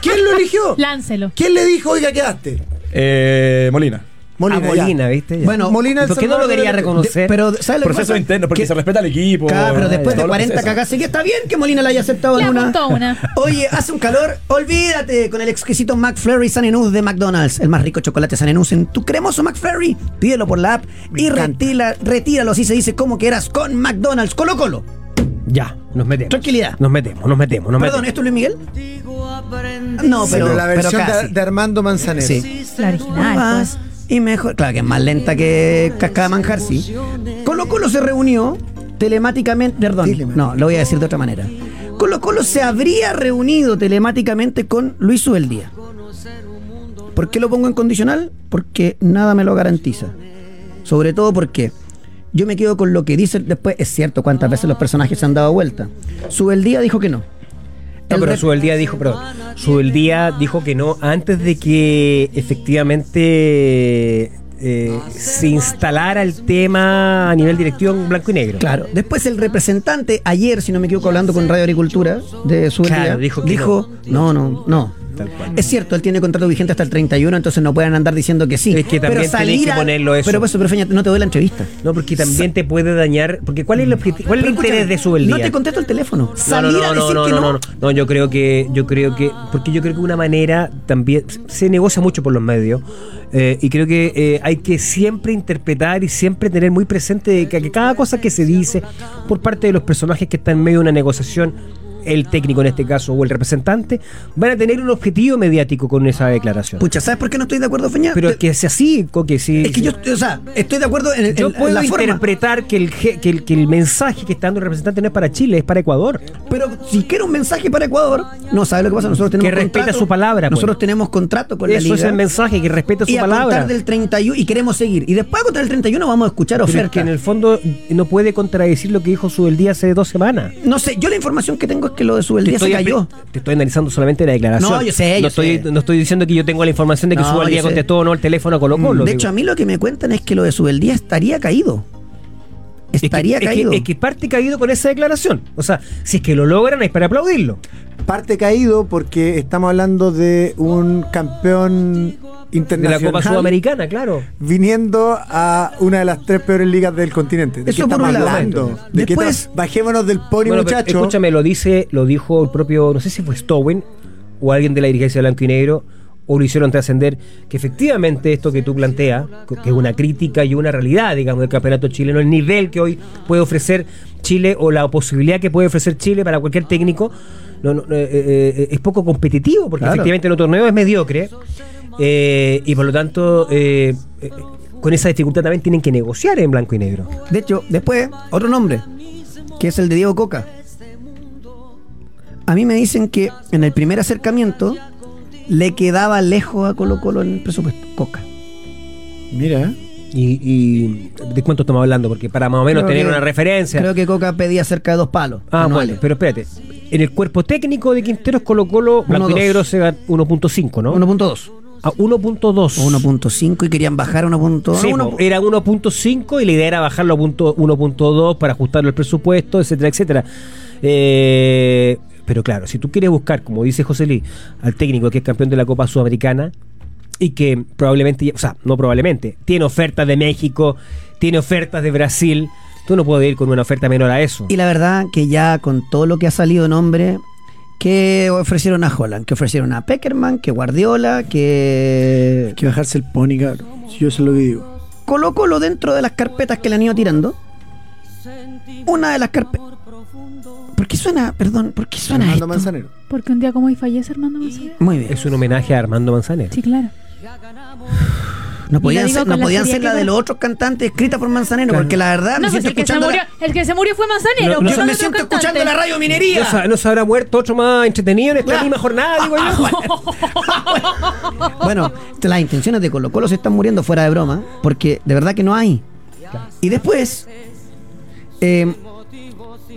[SPEAKER 5] ¿Quién lo eligió?
[SPEAKER 2] Láncelo.
[SPEAKER 5] ¿Quién le dijo, oiga, quedaste?
[SPEAKER 7] Eh, Molina.
[SPEAKER 3] Molina,
[SPEAKER 5] ya.
[SPEAKER 3] Molina ¿viste? Ya.
[SPEAKER 5] Bueno, Molina el
[SPEAKER 3] ¿Por qué no lo
[SPEAKER 5] Salvador
[SPEAKER 3] quería
[SPEAKER 5] de-
[SPEAKER 3] reconocer?
[SPEAKER 1] De- pero, ¿sabes lo que
[SPEAKER 7] Proceso
[SPEAKER 1] pasa?
[SPEAKER 7] interno, porque
[SPEAKER 1] Que-
[SPEAKER 7] se respeta al equipo.
[SPEAKER 1] Claro, pero después de
[SPEAKER 7] todo lo
[SPEAKER 1] 40
[SPEAKER 7] proceso.
[SPEAKER 1] cagas, sí que está bien que Molina le haya aceptado
[SPEAKER 2] Le
[SPEAKER 1] alguna.
[SPEAKER 2] apuntó una.
[SPEAKER 1] Oye, hace un calor, olvídate con el exquisito McFlurry Sanenus de McDonald's, el más rico chocolate Sanenus en tu cremoso McFlurry. Pídelo por la app y retira, retíralo si se dice como quieras con McDonald's. Colo Colo.
[SPEAKER 3] Ya, nos metemos.
[SPEAKER 1] Tranquilidad.
[SPEAKER 3] Nos metemos, nos metemos, nos
[SPEAKER 1] Perdón,
[SPEAKER 3] metemos.
[SPEAKER 1] ¿esto es Luis Miguel? No,
[SPEAKER 5] Sí,
[SPEAKER 1] pero,
[SPEAKER 5] pero la
[SPEAKER 1] pero
[SPEAKER 5] versión de-
[SPEAKER 1] casi.
[SPEAKER 5] de, Ah, Armando Manzanero.
[SPEAKER 1] Sí.
[SPEAKER 2] La original.
[SPEAKER 1] Más
[SPEAKER 2] pues.
[SPEAKER 1] y mejor. Claro que es más lenta que Cascada de Manjar, sí. Colo Colo se reunió telemáticamente. Perdón,
[SPEAKER 5] Telemática.
[SPEAKER 1] no, lo voy a decir de otra manera. Colo Colo se habría reunido telemáticamente con Luis Ubeldía. ¿Por qué lo pongo en condicional? Porque nada me lo garantiza. Sobre todo porque yo me quedo con lo que dice después. Es cierto cuántas veces los personajes se han dado vuelta. Subeldía dijo que no.
[SPEAKER 3] No,
[SPEAKER 1] El
[SPEAKER 3] pero
[SPEAKER 1] rep-
[SPEAKER 3] Subeldía dijo, perdón, Subeldía dijo que no antes de que efectivamente eh, se instalara el tema a nivel directivo en blanco y negro.
[SPEAKER 1] Claro. Después el representante, ayer, si no me equivoco, hablando con Radio Agricultura de su
[SPEAKER 3] Claro,
[SPEAKER 1] día,
[SPEAKER 3] dijo que
[SPEAKER 1] no, no, no.
[SPEAKER 3] Tal cual.
[SPEAKER 1] Es cierto, él tiene contrato vigente hasta el 31, entonces no pueden andar diciendo que sí.
[SPEAKER 3] Es que también tenés que
[SPEAKER 1] a-
[SPEAKER 3] ponerlo eso.
[SPEAKER 1] Pero por eso, pero Feña, no te doy la entrevista.
[SPEAKER 3] No, porque también te puede dañar. Porque ¿cuál es el objetivo? ¿Cuál es el
[SPEAKER 1] Pero
[SPEAKER 3] interés
[SPEAKER 1] escúchame,
[SPEAKER 3] de Subeldía?
[SPEAKER 1] No te contesto el teléfono.
[SPEAKER 3] No,
[SPEAKER 1] Salir
[SPEAKER 3] no, no,
[SPEAKER 1] a
[SPEAKER 3] no,
[SPEAKER 1] decir
[SPEAKER 3] no,
[SPEAKER 1] que
[SPEAKER 3] no,
[SPEAKER 1] no.
[SPEAKER 3] no, no. No, yo creo que, yo creo que, porque yo creo que una manera también se negocia mucho por los medios eh, y creo que eh, hay que siempre interpretar y siempre tener muy presente que, que cada cosa que se dice por parte de los personajes que están en medio de una negociación, el técnico en este caso o el representante, van a tener un objetivo mediático con esa declaración.
[SPEAKER 1] Pucha, ¿sabes por qué no estoy de acuerdo, Feña?
[SPEAKER 3] Pero
[SPEAKER 1] Te-
[SPEAKER 3] es que sea así, Coque, sí.
[SPEAKER 1] Pues, es que yo, o sea, estoy de acuerdo en, el-
[SPEAKER 3] Yo
[SPEAKER 1] en
[SPEAKER 3] puedo
[SPEAKER 1] la forma.
[SPEAKER 3] interpretar que el, je- que, el, que el mensaje que está dando el representante no es para Chile, es para Ecuador.
[SPEAKER 1] Pero si quiero un mensaje para Ecuador, no sabe lo que pasa. Nosotros tenemos
[SPEAKER 3] Que respeta
[SPEAKER 1] contrato-
[SPEAKER 3] su palabra, pues.
[SPEAKER 1] Nosotros tenemos contrato con la
[SPEAKER 3] Eso
[SPEAKER 1] liga.
[SPEAKER 3] es el mensaje, que respete su
[SPEAKER 1] y a
[SPEAKER 3] palabra.
[SPEAKER 1] contar del 31 y queremos seguir. Y después a contar del 31 vamos a escuchar
[SPEAKER 3] Pero es
[SPEAKER 1] ofertas.
[SPEAKER 3] que en el fondo no puede contradecir lo que dijo su del día hace dos semanas.
[SPEAKER 1] No sé, yo la información que tengo es que lo de Subeldía se cayó.
[SPEAKER 3] te estoy analizando solamente la declaración.
[SPEAKER 1] No, yo sé, yo
[SPEAKER 3] no, estoy,
[SPEAKER 1] sé.
[SPEAKER 3] no estoy diciendo que yo tengo la información de que
[SPEAKER 1] No,
[SPEAKER 3] su
[SPEAKER 1] yo
[SPEAKER 3] día
[SPEAKER 1] sé.
[SPEAKER 3] contestó o no el teléfono a Colo Colo.
[SPEAKER 1] de
[SPEAKER 3] digo.
[SPEAKER 1] hecho, a mí lo que me cuentan es que lo de Subeldía estaría caído.
[SPEAKER 3] Es que-
[SPEAKER 1] Estaría
[SPEAKER 3] es que,
[SPEAKER 1] caído.
[SPEAKER 3] Es que, parte caído con esa declaración. O sea, si es que lo logran es para aplaudirlo.
[SPEAKER 5] Parte caído porque estamos hablando de un campeón
[SPEAKER 3] De la
[SPEAKER 5] internacional.
[SPEAKER 3] Copa Sudamericana, claro.
[SPEAKER 5] Viniendo a una de las tres peores ligas del continente. ¿De
[SPEAKER 1] Eso
[SPEAKER 5] qué
[SPEAKER 1] por
[SPEAKER 5] estamos
[SPEAKER 1] un lado.
[SPEAKER 5] hablando? ¿De qué
[SPEAKER 1] Después-
[SPEAKER 5] estamos- Bajémonos del pony,
[SPEAKER 3] Bueno, pero
[SPEAKER 5] muchacho.
[SPEAKER 3] escúchame, lo dice, lo dijo el propio, no sé si fue Stowen o alguien de la dirigencia de Blanco y Negro, o lo hicieron trascender, que efectivamente esto que tú planteas, co- que es una crítica y una realidad, digamos, del campeonato chileno, el nivel que hoy puede ofrecer Chile o la posibilidad que puede ofrecer Chile para cualquier técnico, no, no, eh, eh, eh, es poco competitivo, porque
[SPEAKER 1] Claro.
[SPEAKER 3] efectivamente el torneo es mediocre, eh, y por lo tanto, eh, eh, con esa dificultad también tienen que negociar en blanco y negro.
[SPEAKER 1] De hecho, después, otro nombre, que es el de Diego Coca. A mí me dicen que en el primer acercamiento le quedaba lejos a Colo Colo en el presupuesto. Coca.
[SPEAKER 5] Mira,
[SPEAKER 3] ¿Y, y de cuánto estamos hablando? Porque para más o menos
[SPEAKER 1] Creo
[SPEAKER 3] tener
[SPEAKER 1] que-
[SPEAKER 3] una referencia.
[SPEAKER 1] Creo que Coca pedía cerca de dos palos.
[SPEAKER 3] ah,
[SPEAKER 1] anuales.
[SPEAKER 3] bueno, pero espérate. En el cuerpo técnico de Quinteros Colo Colo, Blanco y
[SPEAKER 1] dos.
[SPEAKER 3] Negro se da 1.5, ¿no? Ah,
[SPEAKER 1] 1.2.
[SPEAKER 3] a 1.2.
[SPEAKER 1] o 1.5 y querían bajar a 1.1.
[SPEAKER 3] Sí, po, era 1.5 y la idea era bajarlo a punto- 1.2 para ajustarlo al presupuesto, etcétera, etcétera. Eh, pero claro, si tú quieres buscar, como dice José Luis, al técnico que es campeón de la Copa Sudamericana y que probablemente, ya- o sea, no probablemente, tiene ofertas de México, tiene ofertas de Brasil, tú no puedes ir con una oferta menor a eso.
[SPEAKER 1] Y la verdad que ya con todo lo que ha salido nombre, que ofrecieron a Holland, que ofrecieron a Peckerman, que Guardiola, que
[SPEAKER 5] hay que bajarse el pony, cabrón. Si yo se lo digo.
[SPEAKER 1] Colo Colo dentro de las carpetas que le han ido tirando. Una de las carpetas... ¿Por qué suena, perdón, por qué suena
[SPEAKER 5] Armando
[SPEAKER 1] esto?
[SPEAKER 5] Manzanero.
[SPEAKER 2] Porque un día como hoy fallece Armando Manzanero.
[SPEAKER 1] Muy bien.
[SPEAKER 3] Es un homenaje a Armando Manzanero.
[SPEAKER 2] Sí, claro.
[SPEAKER 1] No
[SPEAKER 2] Y lo
[SPEAKER 1] podían
[SPEAKER 2] digo
[SPEAKER 1] ser, no
[SPEAKER 2] con la
[SPEAKER 1] podían
[SPEAKER 2] seriedad
[SPEAKER 1] ser la
[SPEAKER 2] que
[SPEAKER 1] de
[SPEAKER 2] va.
[SPEAKER 1] los otros cantantes escrita por Manzanero,
[SPEAKER 3] Claro.
[SPEAKER 1] porque la verdad
[SPEAKER 2] No,
[SPEAKER 1] me
[SPEAKER 2] pues
[SPEAKER 1] siento
[SPEAKER 2] el que, se
[SPEAKER 1] escuchando...
[SPEAKER 2] murió,
[SPEAKER 1] la-
[SPEAKER 2] el que se murió fue Manzanero.
[SPEAKER 3] No,
[SPEAKER 2] que fue
[SPEAKER 3] no,
[SPEAKER 1] Yo me
[SPEAKER 2] otro
[SPEAKER 1] siento
[SPEAKER 2] cantante.
[SPEAKER 1] escuchando la radio minería.
[SPEAKER 3] No, se- no se habrá muerto otro más entretenido en esta
[SPEAKER 1] Claro.
[SPEAKER 3] misma jornada, digo yo.
[SPEAKER 1] Bueno, las intenciones de Colo Colo se están muriendo fuera de broma, porque de verdad que no hay. Y después, eh,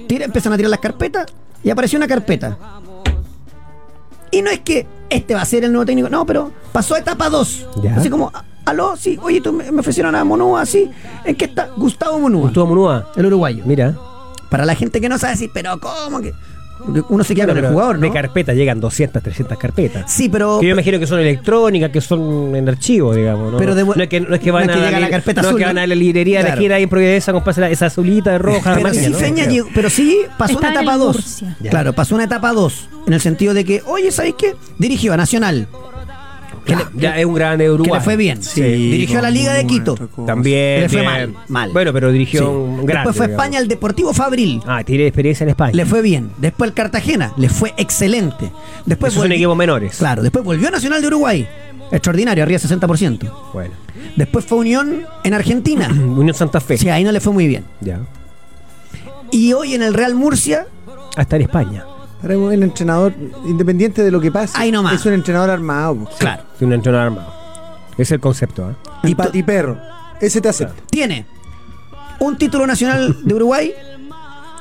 [SPEAKER 1] tira- empiezan a tirar las carpetas y apareció una carpeta. Y no es que este va a ser el nuevo técnico, no, pero pasó a etapa 2.
[SPEAKER 3] Ya.
[SPEAKER 1] Así como, aló, sí, oye, tú me me ofrecieron a Monúa, así. ¿En qué está? Gustavo Monúa,
[SPEAKER 3] Gustavo Munúa.
[SPEAKER 1] el uruguayo.
[SPEAKER 3] Mira,
[SPEAKER 1] Para la gente que no sabe decir, pero ¿cómo que? Porque uno se queda con el
[SPEAKER 3] Pero
[SPEAKER 1] jugador,
[SPEAKER 3] De
[SPEAKER 1] ¿no?
[SPEAKER 3] carpeta llegan 200, 300 carpetas.
[SPEAKER 1] Sí, pero.
[SPEAKER 3] Que yo imagino que son electrónicas, que son en archivo, digamos. ¿no?
[SPEAKER 1] Pero de bu-
[SPEAKER 3] no, es que, no es que
[SPEAKER 1] no
[SPEAKER 3] van
[SPEAKER 1] es que
[SPEAKER 3] a
[SPEAKER 1] llega la
[SPEAKER 3] li-
[SPEAKER 1] carpeta
[SPEAKER 3] no es
[SPEAKER 1] azul,
[SPEAKER 3] que
[SPEAKER 1] ¿no?
[SPEAKER 3] van a la librería de la
[SPEAKER 1] Claro.
[SPEAKER 3] gira ahí en Providencia a comprarse la- esa azulita roja.
[SPEAKER 1] Pero
[SPEAKER 3] amarilla,
[SPEAKER 1] sí,
[SPEAKER 3] ¿no?
[SPEAKER 1] Feña,
[SPEAKER 3] Creo.
[SPEAKER 1] llegó- pero sí pasó
[SPEAKER 2] Estaba
[SPEAKER 1] una
[SPEAKER 2] en
[SPEAKER 1] etapa
[SPEAKER 2] el
[SPEAKER 1] 2.
[SPEAKER 2] Murcia.
[SPEAKER 3] Ya.
[SPEAKER 1] Claro, pasó una etapa 2. En el sentido de que, oye, ¿sabéis qué? Dirigió a Nacional. Que
[SPEAKER 3] Ya,
[SPEAKER 1] le-
[SPEAKER 3] ya es un gran Uruguay.
[SPEAKER 1] que le fue bien.
[SPEAKER 4] Sí,
[SPEAKER 1] Dirigió a la Liga de
[SPEAKER 4] muy
[SPEAKER 1] Quito.
[SPEAKER 4] otra cosa.
[SPEAKER 3] También.
[SPEAKER 1] Que le fue
[SPEAKER 3] bien.
[SPEAKER 1] mal, mal.
[SPEAKER 3] Bueno, pero dirigió
[SPEAKER 1] Sí.
[SPEAKER 3] un gran.
[SPEAKER 1] Después fue España al Deportivo Fabril.
[SPEAKER 3] Ah, tiene experiencia en España.
[SPEAKER 1] Le fue bien. Después el Cartagena. Le fue excelente. Después
[SPEAKER 3] Esos son
[SPEAKER 1] volvió-
[SPEAKER 3] equipos menores.
[SPEAKER 1] Claro, después volvió a Nacional de Uruguay. Extraordinario, arriba 60%.
[SPEAKER 3] Bueno.
[SPEAKER 1] Después fue Unión en Argentina.
[SPEAKER 3] Unión Santa Fe.
[SPEAKER 1] sí, ahí no le fue muy bien.
[SPEAKER 3] Ya.
[SPEAKER 1] Y hoy en el Real Murcia,
[SPEAKER 3] Hasta en España.
[SPEAKER 5] Para un entrenador, independiente de lo que pase,
[SPEAKER 1] Ahí nomás.
[SPEAKER 5] es un entrenador armado. po.
[SPEAKER 1] claro,
[SPEAKER 3] De un entrenador armado. Ese es el concepto, ¿eh?
[SPEAKER 1] Y
[SPEAKER 5] Y,
[SPEAKER 1] to-
[SPEAKER 5] pa- y perro. Ese te acepta.
[SPEAKER 1] tiene un título nacional de Uruguay.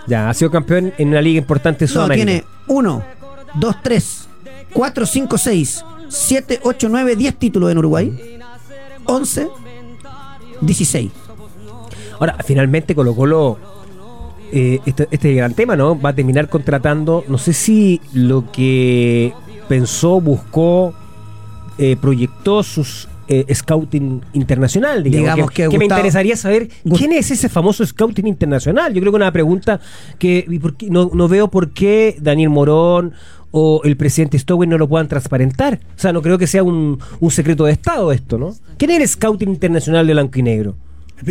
[SPEAKER 3] Ya, ha sido campeón en una liga importante en
[SPEAKER 1] No,
[SPEAKER 3] Sudamérica.
[SPEAKER 1] tiene 1, 2, 3, 4, 5, 6, 7, 8, 9, 10 títulos en Uruguay. 11, 16.
[SPEAKER 3] Ahora, finalmente Colo Colo, eh, este, este es el gran tema, ¿no? Va a terminar contratando, no sé si lo que pensó, buscó, eh, proyectó sus eh, scouting internacional, digamos.
[SPEAKER 1] Digamos que
[SPEAKER 3] me
[SPEAKER 1] Gustavo-
[SPEAKER 3] interesaría saber
[SPEAKER 1] Gus-
[SPEAKER 3] quién es ese famoso scouting internacional. Yo creo que una pregunta que y por qué- no, no veo por qué Daniel Morón o el presidente Stowe no lo puedan transparentar. O sea, no creo que sea un, un secreto de Estado esto, ¿no? ¿Quién es el scouting internacional de blanco y negro?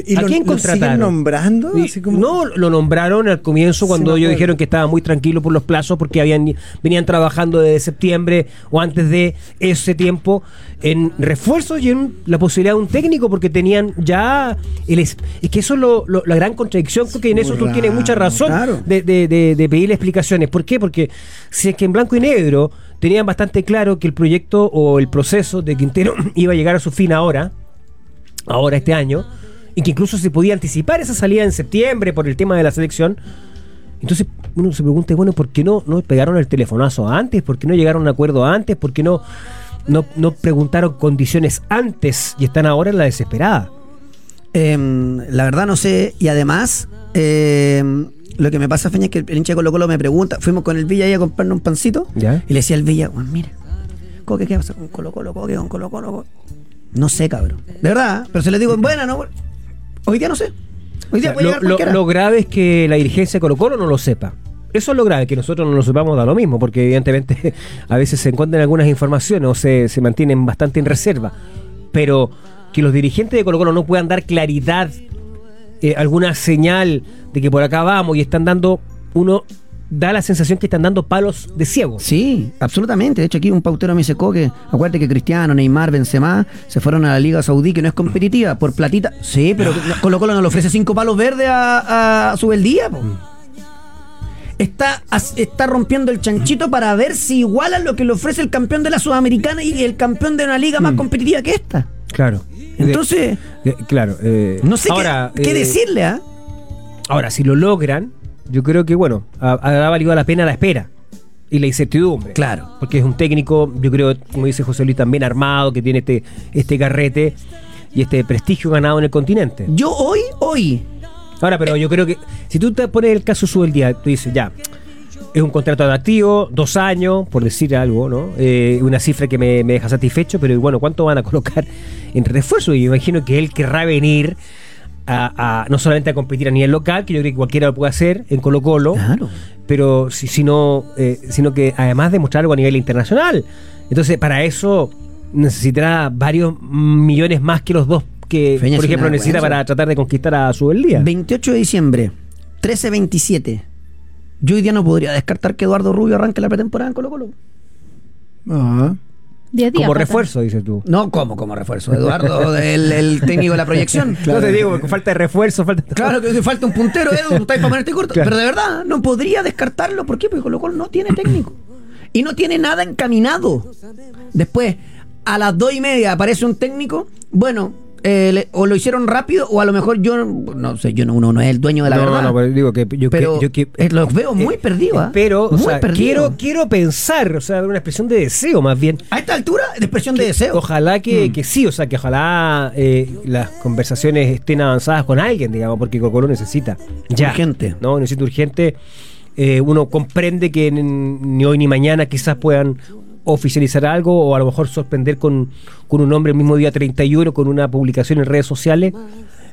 [SPEAKER 5] ¿Y
[SPEAKER 3] ¿A
[SPEAKER 5] lo,
[SPEAKER 3] quién
[SPEAKER 5] lo siguen
[SPEAKER 3] contrataron?
[SPEAKER 5] nombrando?
[SPEAKER 3] Y-
[SPEAKER 5] Así como-
[SPEAKER 3] No, lo nombraron al comienzo
[SPEAKER 5] Sí,
[SPEAKER 3] cuando
[SPEAKER 5] me
[SPEAKER 3] ellos
[SPEAKER 5] acuerdo.
[SPEAKER 3] dijeron que estaba muy tranquilo por los plazos porque habían venían trabajando desde septiembre o antes de ese tiempo en refuerzos y en la posibilidad de un técnico porque tenían ya el es, es que eso es lo- lo- la gran contradicción porque en
[SPEAKER 5] muy
[SPEAKER 3] eso tú tienes
[SPEAKER 5] raro,
[SPEAKER 3] mucha razón
[SPEAKER 5] claro.
[SPEAKER 3] de, de- de- de pedirle explicaciones. ¿Por qué? Porque si es que en blanco y negro tenían bastante claro que el proyecto o el proceso de Quintero iba a llegar a su fin ahora ahora este año, y que incluso se podía anticipar esa salida en septiembre por el tema de la selección. Entonces uno se pregunta, bueno, ¿por qué no, no pegaron el telefonazo antes? ¿Por qué no llegaron a un acuerdo antes? ¿Por qué no, no, no preguntaron condiciones antes y están ahora en la desesperada?
[SPEAKER 1] Em, la verdad no sé. Y además, em, lo que me pasa, Feña, es que el hincha de Colo Colo me pregunta. Fuimos con el Villa ahí a comprarnos un pancito.
[SPEAKER 3] ¿Ya?
[SPEAKER 1] Y le decía al Villa, "Juan, mira, Coque, ¿qué pasa con Colo Colo? Coque, con Colo Colo. Coque?". No sé, cabrón. De verdad, ¿eh? pero se le digo en buena, ¿no? Hoy día no sé. Hoy día Pues puede
[SPEAKER 3] O sea, lo,
[SPEAKER 1] llegar
[SPEAKER 3] lo-
[SPEAKER 1] cualquiera.
[SPEAKER 3] lo grave es que la dirigencia de Colo Colo no lo sepa. Eso es lo grave, que nosotros no lo sepamos da lo mismo, porque evidentemente a veces se encuentran algunas informaciones o se, se mantienen bastante en reserva. Pero que los dirigentes de Colo Colo no puedan dar claridad, eh, alguna señal de que por acá vamos y están dando, uno da la sensación que están dando palos de ciego.
[SPEAKER 1] Sí, absolutamente. De hecho, aquí un pautero me dice, Coque, acuérdate que Cristiano, Neymar, Benzema se fueron a la Liga Saudí, que no es competitiva, por platita. Sí, pero no- Colo Colo no le ofrece cinco palos verdes a, a su Beldía, po.
[SPEAKER 3] Mm.
[SPEAKER 1] Está, as- está rompiendo el chanchito para ver si igualan lo que le ofrece el campeón de la Sudamericana y el campeón de una liga
[SPEAKER 3] Mm.
[SPEAKER 1] más competitiva que esta.
[SPEAKER 3] Claro.
[SPEAKER 1] Entonces,
[SPEAKER 3] claro. eh,
[SPEAKER 1] no sé qué-
[SPEAKER 3] ahora,
[SPEAKER 1] qué,
[SPEAKER 3] eh,
[SPEAKER 1] decirle, ¿ah?
[SPEAKER 3] Ahora, si lo logran, yo creo que, bueno, ha, ha valido la pena la espera y la incertidumbre.
[SPEAKER 1] Claro.
[SPEAKER 3] Porque es un técnico, yo creo, como dice José Luis, también armado, que tiene este, este carrete y este prestigio ganado en el continente.
[SPEAKER 1] Yo hoy, hoy,
[SPEAKER 3] Ahora, pero yo creo que si tú te pones el caso sube el día, tú dices, ya, es un contrato atractivo, dos años, por decir algo, ¿no? Eh, una cifra que me, me deja satisfecho, pero bueno, ¿cuánto van a colocar en refuerzo? Y yo imagino que él querrá venir a, a- no solamente a competir a nivel local, que yo creo que cualquiera lo puede hacer en Colo Colo,
[SPEAKER 1] Claro.
[SPEAKER 3] pero si, sino, eh, sino que además demostrar algo a nivel internacional. Entonces, para eso necesitará varios millones más que los dos que,
[SPEAKER 1] Feña,
[SPEAKER 3] por
[SPEAKER 1] es
[SPEAKER 3] ejemplo,
[SPEAKER 1] una
[SPEAKER 3] necesita
[SPEAKER 1] vergüenza.
[SPEAKER 3] para tratar de conquistar a su día.
[SPEAKER 1] 28 de diciembre, 13-27. Yo hoy día no podría descartar que Eduardo Rubio arranque la pretemporada en Colo Colo.
[SPEAKER 5] Ajá.
[SPEAKER 2] Diez días
[SPEAKER 3] Como
[SPEAKER 2] faltan.
[SPEAKER 3] refuerzo, dices tú.
[SPEAKER 1] No, ¿cómo? Como refuerzo. Eduardo, el, el técnico de la proyección.
[SPEAKER 3] No te digo, porque falta de refuerzo, falta.
[SPEAKER 1] Claro que falta un puntero, Edu, tú estás para ponerte corto.
[SPEAKER 3] Claro.
[SPEAKER 1] Pero de verdad, no podría descartarlo. ¿Por qué? Porque Colo Colo no tiene técnico. Y no tiene nada encaminado. Después, a las dos y media aparece un técnico. Bueno, eh, le- o lo hicieron rápido o a lo mejor yo no sé, yo no uno no es el dueño de la
[SPEAKER 3] no,
[SPEAKER 1] verdad.
[SPEAKER 3] no, pero digo que yo, que-
[SPEAKER 1] pero
[SPEAKER 3] yo que-
[SPEAKER 1] eh, los veo muy perdidos. ¿ah?
[SPEAKER 3] Pero, o
[SPEAKER 1] muy
[SPEAKER 3] sea,
[SPEAKER 1] perdidos.
[SPEAKER 3] quiero, quiero pensar, o sea, una expresión de deseo más bien.
[SPEAKER 1] a esta altura, de expresión de deseo.
[SPEAKER 3] Ojalá que, que sí, o sea, que ojalá eh, las conversaciones estén avanzadas con alguien, digamos, porque Coco lo necesita. Ya.
[SPEAKER 1] Urgente.
[SPEAKER 3] No, necesita urgente. Eh, uno comprende que n- ni hoy ni mañana quizás puedan oficializar algo o a lo mejor sorprender con, con un nombre el mismo día 31 con una publicación en redes sociales.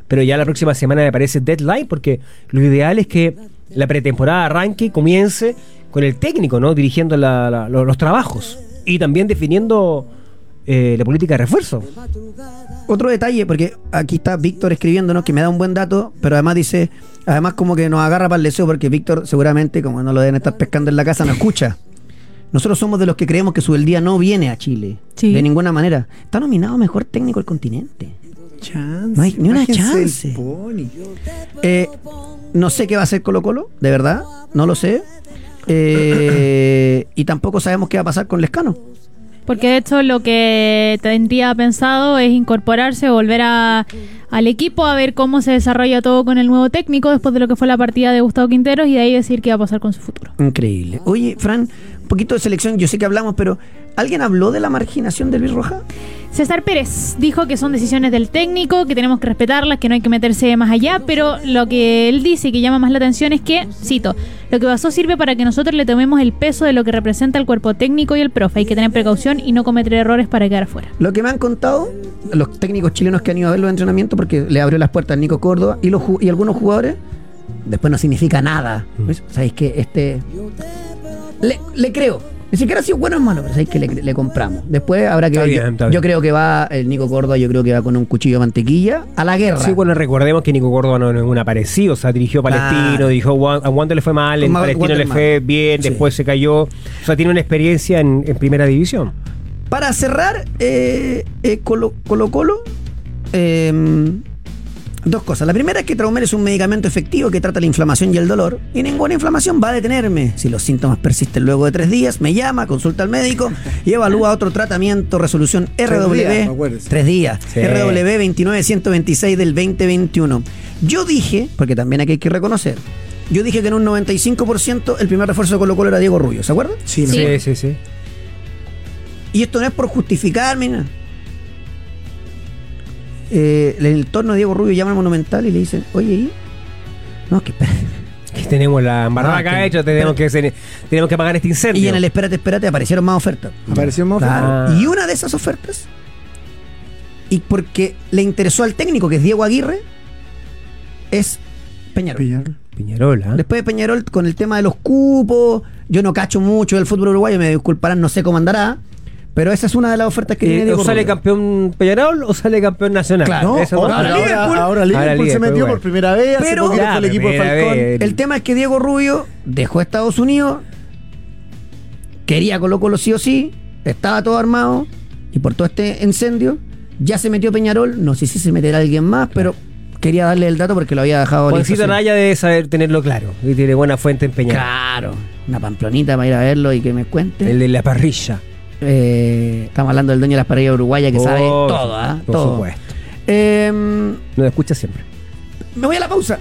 [SPEAKER 3] Pero ya la próxima semana me parece deadline porque lo ideal es que la pretemporada arranque y comience con el técnico, ¿no? Dirigiendo la- la- lo- los trabajos y también definiendo eh, la política de refuerzo.
[SPEAKER 1] Otro detalle, porque aquí está Víctor escribiéndonos que me da un buen dato, pero además dice, además como que nos agarra para el deseo, porque Víctor seguramente, como no lo deben estar pescando en la casa, no escucha. Nosotros somos de los que creemos que su el día no viene a Chile.
[SPEAKER 2] Sí.
[SPEAKER 1] De ninguna manera. Está nominado mejor técnico del continente.
[SPEAKER 5] Chance.
[SPEAKER 1] No hay ni una
[SPEAKER 5] bájense el
[SPEAKER 1] chance.
[SPEAKER 5] pony.
[SPEAKER 1] Eh, no sé qué va a hacer Colo Colo, de verdad, no lo sé. Eh, y tampoco sabemos qué va a pasar con Lescano.
[SPEAKER 2] Porque de hecho lo que tendría pensado es incorporarse, volver a- al equipo a ver cómo se desarrolla todo con el nuevo técnico después de lo que fue la partida de Gustavo Quinteros y de ahí decir qué va a pasar con su futuro.
[SPEAKER 1] Increíble. Oye, Fran, un poquito de selección, yo sé que hablamos, pero ¿alguien habló de la marginación de Luis Roja?
[SPEAKER 2] César Pérez dijo que son decisiones del técnico, que tenemos que respetarlas, que no hay que meterse más allá, pero lo que él dice y que llama más la atención es que, cito, lo que pasó sirve para que nosotros le tomemos el peso de lo que representa el cuerpo técnico y el profe. Hay que tener precaución y no cometer errores para quedar fuera.
[SPEAKER 1] Lo que me han contado los técnicos chilenos que han ido a ver los entrenamientos, porque le abrió las puertas Nico Córdoba y, los, ju- y algunos jugadores, después no significa nada.
[SPEAKER 3] Mm.
[SPEAKER 1] ¿Ves? ¿Sabéis que este. Le, le creo. Ni siquiera ha sido bueno o malo, pero sabéis que le, le compramos. Después habrá que
[SPEAKER 3] Está
[SPEAKER 1] ver.
[SPEAKER 3] bien,
[SPEAKER 1] Yo-
[SPEAKER 3] está
[SPEAKER 1] yo,
[SPEAKER 3] bien.
[SPEAKER 1] creo que va el Nico Córdoba, yo creo que va con un cuchillo de mantequilla a la guerra.
[SPEAKER 3] Sí, pues bueno, recordemos que Nico Córdoba no es un aparecido, o sea, dirigió a Palestino,
[SPEAKER 1] Claro.
[SPEAKER 3] dirigió a Wan- a Wanda le fue mal, en
[SPEAKER 1] Ma-
[SPEAKER 3] Palestino le
[SPEAKER 1] Wander
[SPEAKER 3] fue
[SPEAKER 1] mal.
[SPEAKER 3] bien,
[SPEAKER 1] Sí.
[SPEAKER 3] después se cayó. O sea, tiene una experiencia en, en primera división.
[SPEAKER 1] Para cerrar, eh, eh, Colo Colo, Colo, eh, dos cosas. La primera es que Traumer es un medicamento efectivo que trata la inflamación y el dolor. Y ninguna inflamación va a detenerme. Si los síntomas persisten luego de tres días, me llama, consulta al médico y evalúa otro tratamiento. Resolución RW.
[SPEAKER 5] días, acuérdese.
[SPEAKER 1] Tres días.
[SPEAKER 3] Sí.
[SPEAKER 1] RW 29126 del 2021. Yo dije, porque también aquí hay que reconocer, yo dije que en un 95% el primer refuerzo de Colo Colo era Diego Rubio, ¿se acuerdan?
[SPEAKER 5] Sí,
[SPEAKER 2] Sí.
[SPEAKER 3] sí, sí. sí.
[SPEAKER 1] Y esto no es por justificarme. ni nada. Eh, en el torno de Diego Rubio llama al Monumental y le dicen, oye, ¿y? No, es que espera.
[SPEAKER 3] Que tenemos la embarrada
[SPEAKER 1] Ah,
[SPEAKER 3] acá
[SPEAKER 1] que-
[SPEAKER 3] hecha, tenemos que, se- tenemos que pagar este incendio.
[SPEAKER 1] Y en el espérate, espérate, aparecieron más ofertas.
[SPEAKER 5] Apareció más ofertas.
[SPEAKER 1] Claro. Y una de esas ofertas, y porque le interesó al técnico, que es Diego Aguirre, es Peñarol.
[SPEAKER 5] Pillar.
[SPEAKER 3] Piñarola.
[SPEAKER 1] Después de Peñarol, con el tema de los cupos, yo no cacho mucho del fútbol uruguayo, me disculparán, no sé cómo andará, pero esa es una de las ofertas que tiene
[SPEAKER 3] Eh,
[SPEAKER 1] Diego
[SPEAKER 3] ¿O sale
[SPEAKER 1] Rubio.
[SPEAKER 3] campeón Peñarol o sale campeón nacional?
[SPEAKER 1] Claro.
[SPEAKER 5] No,
[SPEAKER 3] Esas dos
[SPEAKER 5] ahora,
[SPEAKER 3] cosas.
[SPEAKER 5] ahora, ahora,
[SPEAKER 3] Ah, Ahora
[SPEAKER 5] Liverpool se
[SPEAKER 3] Liverpool,
[SPEAKER 5] metió
[SPEAKER 3] bueno.
[SPEAKER 5] por primera vez. hace
[SPEAKER 1] Pero-
[SPEAKER 5] poquito
[SPEAKER 3] Ya,
[SPEAKER 5] fue el equipo de
[SPEAKER 3] primera
[SPEAKER 5] Falcón.
[SPEAKER 3] vez.
[SPEAKER 1] El tema es que Diego Rubio dejó Estados Unidos, quería Colo Colo sí o sí, estaba todo armado y por todo este incendio ya se metió Peñarol, no sé si se meterá alguien más, pero quería darle el dato porque lo había dejado
[SPEAKER 3] Juancito
[SPEAKER 1] listo, sí.
[SPEAKER 3] Araya debe saber tenerlo claro. Y tiene buena fuente en Peñarol.
[SPEAKER 1] Claro, una pamplonita para ir a verlo y que me cuente.
[SPEAKER 3] El de la parrilla.
[SPEAKER 1] Eh, estamos hablando del dueño de las parrillas uruguayas que
[SPEAKER 3] Oh,
[SPEAKER 1] sabe todo, ¿ah?
[SPEAKER 3] Por
[SPEAKER 1] Todo.
[SPEAKER 3] supuesto.
[SPEAKER 1] Em,
[SPEAKER 3] Nos escucha siempre.
[SPEAKER 1] me voy a la pausa.